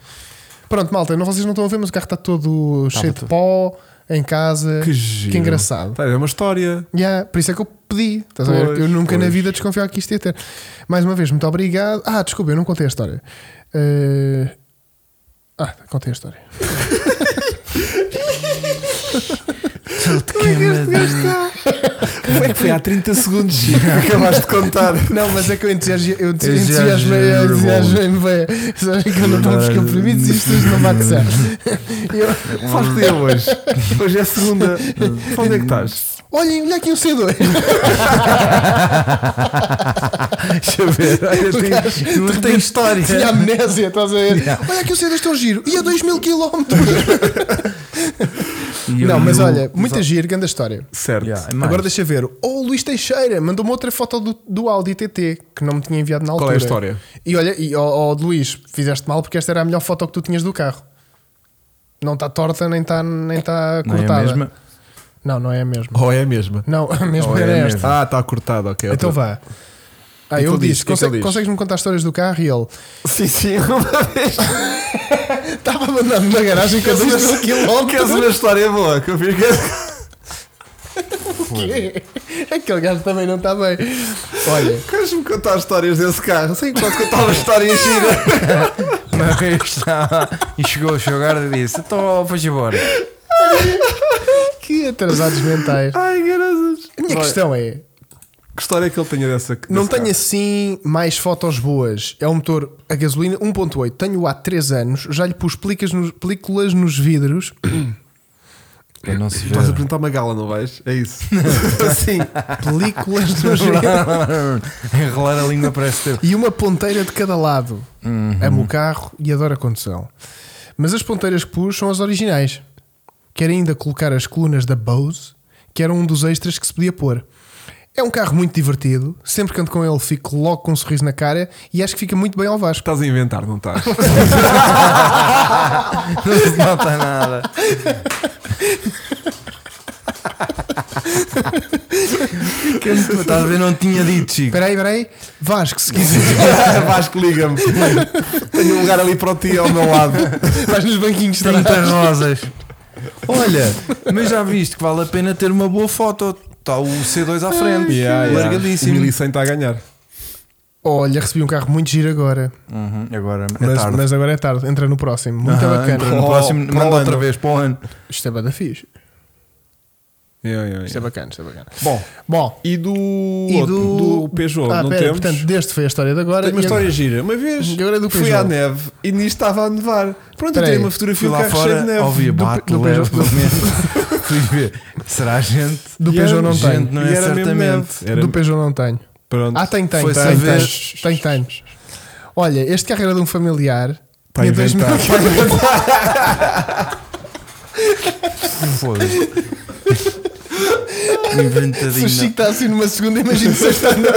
S2: Pronto, malta, não, vocês não estão a ver, mas o carro está todo cheio de
S3: tudo.
S2: pó, em casa.
S1: Que giro.
S2: engraçado.
S1: Tá, é uma história.
S2: Yeah, por isso é que eu pedi. Estás a ver?
S1: Pois,
S2: eu nunca na
S1: pois.
S2: vida desconfiava que isto ia ter. Mais uma vez, muito obrigado. Ah, desculpa, eu não contei a história. Eh, Ah, contei a história.
S1: É que foi há 30 segundos que acabaste de contar.
S2: Não, mas é que eu entusiasmei, eu entusiasmei,
S3: Entusiasmei-
S2: eu entusiasmei, bem. Sabes que eu não estou a buscar compromissos e isto hoje não vai passar. Eu-
S1: Faz te hoje. Hoje é segunda. Onde é que estás?
S2: Olhem, olha aqui um C2.
S1: Deixa eu ver. Olha, tem-
S3: Tu tens história.
S2: Tinha amnésia, estás a ver? Olha aqui o C2 tão giro. E a 2 mil quilómetros.
S3: E eu-
S2: Não, mas
S3: eu-
S2: olha, muita giro, grande história.
S1: Certo.
S3: Yeah, é mais.
S2: Agora deixa ver. O Luís Teixeira mandou-me outra foto do, do Audi TT que não me tinha enviado na altura.
S1: Qual é a história?
S2: E olha, e, ó, ó, Luís, fizeste mal porque esta era a melhor foto que tu tinhas do carro. Não está torta nem está nem tá
S3: Não é a
S2: cortada.
S3: mesma?
S2: Não, não é a mesma.
S1: Ou é a mesma?
S2: Não, a mesma
S3: Ou é
S2: era
S3: a
S2: esta.
S3: mesma.
S1: Ah, está cortado, ok.
S2: Então vá. Ah,
S1: que
S2: eu
S1: ele diz?
S2: disse:
S1: O que é que ele
S2: "Consegue-
S1: diz?"
S2: consegues-me contar histórias do carro? E ele
S1: Sim, sim, é uma vez.
S2: estava mandando na garagem com 2 mil
S1: Queres
S2: quilómetros.
S1: uma história boa que eu fiz?
S2: Aquele gajo também não está bem. Olha,
S1: Queres-me contar histórias desse carro? Sim, posso contar uma história gira.
S3: Uma vez estava- e chegou a jogar e disse: Então vais embora.
S2: que atrasados mentais.
S1: Ai, graças.
S2: A minha
S1: Ah, Vai.
S2: questão é:
S1: Que história é que ele tinha dessa
S2: Não
S1: desse
S2: tenho
S1: carro?
S2: assim mais fotos boas. É um motor a gasolina 1.8. Tenho há 3 anos. Já lhe pus películas nos, películas nos vidros.
S3: Eu não se vê.
S1: Estás a apresentar uma gala, não vais? É isso. assim.
S2: Películas nos vidros.
S3: Enrolar a língua parece teu.
S2: E uma ponteira de cada lado. Amo o carro e adoro a condução. Mas as ponteiras que pus são as originais. Quero ainda colocar as colunas da Bose, que era um dos extras que se podia pôr. É um carro muito divertido. Sempre que ando com ele, fico logo com um sorriso na cara e acho que fica muito bem ao Vasco.
S1: Estás a inventar, não estás?
S3: Não se nota nada. Que Estás a ver? Não tinha dito, Chico.
S2: Espera aí, espera aí. Vasco, se quiser.
S1: Vasco, liga-me. Tenho um lugar ali para o tio ao meu lado.
S2: Vais nos banquinhos tá?
S3: 30 rosas. Olha, mas já viste que vale a pena ter uma boa foto. Está o C2 à frente,
S1: O
S3: largadíssimo.
S1: 1100 está tá a ganhar.
S2: Olha, recebi um carro muito giro agora.
S3: Uhum, agora é
S2: Mas,
S3: tarde.
S2: mas agora é tarde. Entra no próximo. Muito
S3: Aham,
S2: bacana.
S3: entra no
S2: Oh,
S3: próximo,
S2: pro
S3: manda
S2: ano.
S3: outra vez para o ano.
S2: Isto é bada fixe.
S1: Yeah, yeah,
S2: Isto é
S1: yeah.
S2: bacana, isto é bacana.
S1: Bom,
S2: Bom,
S1: e do,
S2: e
S1: outro,
S2: do,
S1: do Peugeot?
S2: Ah,
S1: não
S2: pera,
S1: temos?
S2: Portanto, deste foi a história de agora.
S1: Tenho uma
S2: e
S1: história gira. Uma vez
S2: E agora é do
S1: fui
S2: Peugeot.
S1: à neve e nisto estava a nevar. Pronto, eu
S2: Peraí,
S1: tirei uma
S3: Fui
S1: fotografia do
S3: lá
S1: carro cheio de
S3: fora,
S1: neve.
S3: ouvi a
S1: Do-
S3: bate,
S2: do
S3: leve,
S2: Peugeot.
S3: lamento. Fui ver. Será a gente?
S2: Do
S1: Yeah,
S2: Peugeot não
S1: gente,
S2: tenho.
S3: não
S1: e
S3: é
S1: era mesmo
S3: certamente.
S1: neve. Era-
S2: Do Peugeot não tenho.
S1: Pronto.
S2: Ah, tenho, tenho.
S3: Foi
S2: tenho,
S3: sem
S2: tenho,
S3: ver.
S2: tenho, tenho. Olha, este carro era de um familiar.
S1: Tá
S2: tinha dois mil
S1: inventado.
S2: quilómetros.
S3: Foda-se.
S2: Se o Chico
S3: Inventadinho.
S2: está assim numa segunda, imagino sexta-noite.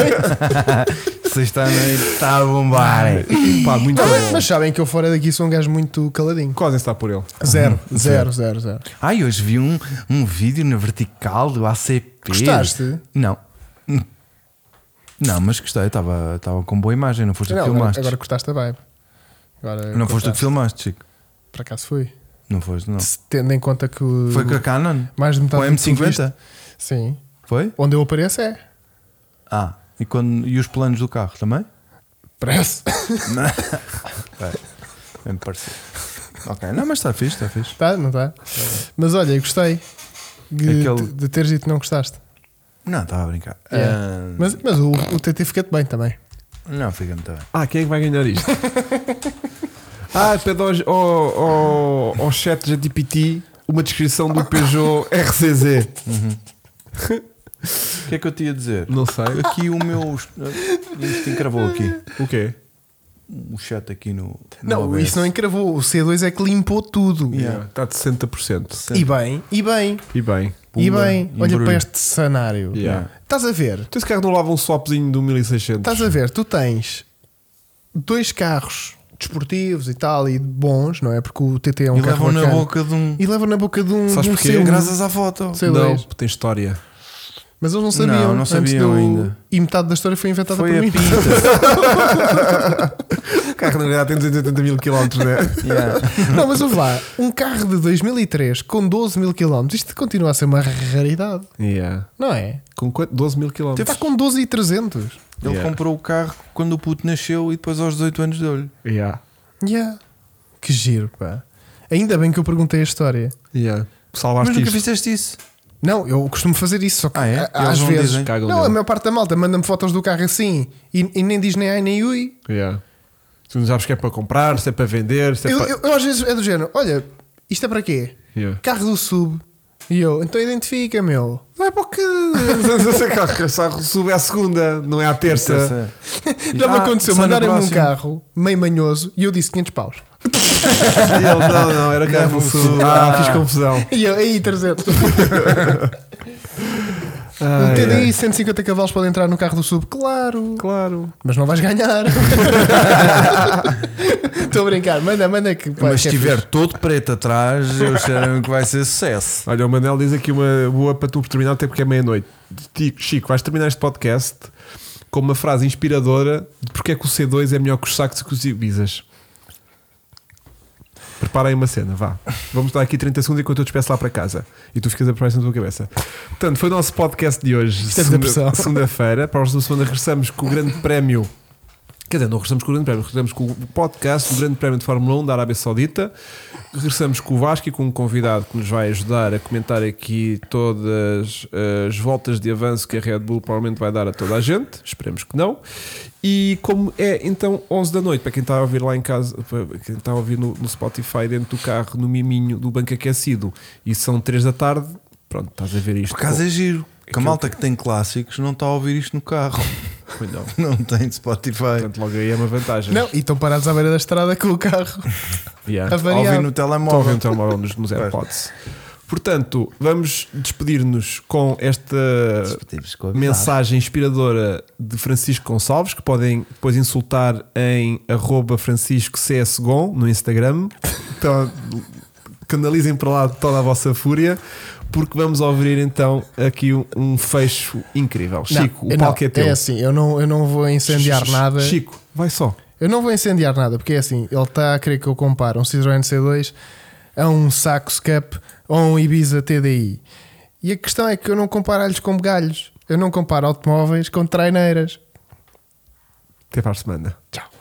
S3: Vocês estão está tá a bombar. é. hein?
S1: Pá, muito bom.
S2: Ah, Mas sabem que eu fora daqui sou um gajo muito caladinho.
S1: Quase está por ele.
S2: Zero,
S1: Uhum.
S2: zero, zero, zero.
S3: Ai, hoje vi um, um vídeo na vertical do ACP.
S2: Gostaste?
S3: Não. Não, mas gostei, estava estava com boa imagem, não foste tu
S2: Não,
S3: que
S2: agora,
S3: filmaste.
S2: agora cortaste a vibe. Agora
S3: não foste tu que
S2: cortaste.
S3: filmaste, Chico.
S2: Por acaso fui.
S3: Não foste, não.
S2: Se Tendo em conta que o-
S3: Foi com a Canon?
S2: mais de
S3: Com
S2: metade
S3: a
S2: do que tu
S3: M50?
S2: viste- Sim.
S3: Foi?
S2: Onde eu apareço é.
S3: Ah, e, quando, e os planos do carro também?
S2: Parece.
S3: Bem, me pareceu. Ok, não, mas está fixe, está fixe.
S2: Está, Tá? não está? Mas olha, eu gostei de,
S3: Aquele-
S2: de- de teres dito que não gostaste.
S3: Não, estava a brincar.
S2: Yeah.
S3: Ah,
S2: Mas, mas o, o TT fica-te bem também.
S3: Não, fica muito bem.
S1: Ah, quem é que vai ganhar isto? ah, pede ao, ao, ao, ao chat GPT uma descrição do Peugeot RCZ.
S3: O que é que eu te ia dizer?
S1: Não sei.
S3: Aqui o meu. ah, Isto encravou aqui.
S1: O quê?
S3: O chat aqui no. no
S2: Não,
S3: OBS.
S2: isso não encravou. O C2 é que limpou tudo.
S3: é Yeah.
S1: Está de 60%.
S2: E bem, e bem,
S1: E bem.
S2: e
S3: Pumba,
S2: bem.
S3: embrulho.
S2: Olha para este cenário.
S1: Yeah.
S2: Estás a ver?
S1: Então esse
S2: Tá
S1: carro não lava um swapzinho do 1600.
S2: Estás a ver? Tu tens dois carros desportivos e tal, e bons, não é? Porque o TT é um
S3: e
S2: carro
S3: levam na
S2: bacana.
S3: boca de um.
S2: E levam na boca de um,
S1: Sabes
S2: de um
S1: porquê?
S2: C1.
S3: Graças à foto.
S2: C2.
S1: Não, tem história.
S2: Mas eles não sabiam.
S3: Não, não
S2: antes
S3: sabiam
S2: do-
S3: ainda.
S2: E metade da história foi inventada
S3: Foi
S2: por
S3: a
S2: mim.
S3: pinta.
S1: O carro na verdade tem 280 mil km, né?
S3: Yeah.
S2: Não, mas vamos lá. Um carro de 2003 com 12 mil km, isto continua a ser uma raridade,
S1: yeah.
S2: não é?
S1: Com quanto? 12 mil km.
S2: Está com 12,300.
S3: Ele
S1: Yeah.
S3: comprou o carro quando o puto nasceu e depois aos 18 anos deu-lhe.
S1: Yeah.
S2: Yeah. Que giro, pá. Ainda bem que eu perguntei a história.
S1: Yeah.
S3: Mas
S1: Salvaste
S3: nunca
S1: isto.
S3: fizeste isso.
S2: Não, eu costumo fazer isso, só que
S3: Ah, é?
S2: a-
S3: Eles
S2: às
S3: não
S2: vezes.
S3: dizem?
S1: Cagam
S2: não,
S1: nele.
S2: a maior parte da malta manda-me fotos do carro assim e, e nem diz nem ai nem ui.
S1: Yeah. Tu não sabes que é para comprar, se é para vender, se é
S2: Eu,
S1: para.
S2: eu- eu às vezes é do género: olha, isto é para quê?
S1: Yeah.
S2: Carro do sub. E eu, então identifica, meu.
S1: Não é porque. Só sube à segunda, não é à terça.
S2: Já me
S3: Ah,
S2: aconteceu
S3: sai no
S2: mandarem-me um
S3: próximo.
S2: carro meio manhoso e eu disse 500 paus.
S1: E ele, não, é. não, era carro
S3: Não,
S1: do sul.
S3: sul.
S1: Ah, fiz confusão.
S2: E eu, aí 300. um
S1: Ai,
S2: TDI
S1: ai.
S2: 150 cavalos pode entrar no carro do sub, claro.
S1: Claro.
S2: Mas não vais ganhar. Estou a brincar, manda, manda que. pá,
S3: Mas
S2: que
S3: se
S2: é
S3: tiver todo preto atrás, eu sei que vai ser sucesso.
S1: Olha, o Manel diz aqui uma boa para tu terminar, até porque é meia-noite. Ti- Chico, vais terminar este podcast com uma frase inspiradora de porque é que o C2 é melhor que os sacos e que os Ibizas. Preparem uma cena, vá. Vamos dar aqui 30 segundos enquanto eu te peço lá para casa. E tu ficas a preparar isso na tua cabeça. Portanto, foi o nosso podcast de hoje,
S2: é muita pressão.
S1: segunda- segunda-feira. para a próxima semana regressamos com o grande prémio. Quer dizer, não regressamos com o Grande Prémio, regressamos com o podcast do Grande Prémio de Fórmula 1 da Arábia Saudita. Regressamos com o Vasco e com um convidado que nos vai ajudar a comentar aqui todas eh, as voltas de avanço que a Red Bull provavelmente vai dar a toda a gente. Esperemos que não. E como é então 11 da noite, para quem está a ouvir lá em casa, para quem está a ouvir no, no Spotify, dentro do carro, no miminho do banco aquecido, e são 3 da tarde, pronto, estás a ver isto.
S3: Por acaso é giro. Que a
S1: Aquilo-
S3: malta que tem clássicos não está a ouvir isto no carro.
S1: Pois não.
S3: Não tem Spotify.
S1: Portanto, logo aí é uma vantagem.
S2: Não, e estão parados à beira da estrada com o carro
S1: Yeah.
S2: a
S3: Ouvir
S2: variar.
S3: no
S1: Estão a ouvir um
S3: telemóvel.
S1: telemóvel nos, nos AirPods. Portanto, vamos despedir-nos com esta
S3: Despedimos com a
S1: mensagem inspiradora de Francisco Gonçalves, que podem depois insultar em arroba Francisco CSGON no Instagram. Então, canalizem para lá toda a vossa fúria, porque vamos ouvir então aqui um, um fecho incrível.
S2: Não,
S1: Chico, o
S2: eu não,
S1: palco é teu.
S2: assim, eu não, eu não vou incendiar nada.
S1: Chico, vai só.
S2: Eu não vou incendiar nada, porque é assim, ele está a querer que eu compare um Citroën C2 a um Saxo Cup ou a um Ibiza TDI. E a questão é que eu não comparo alhos com galhos. Eu não comparo automóveis com traineiras.
S1: Até para a semana.
S2: Tchau.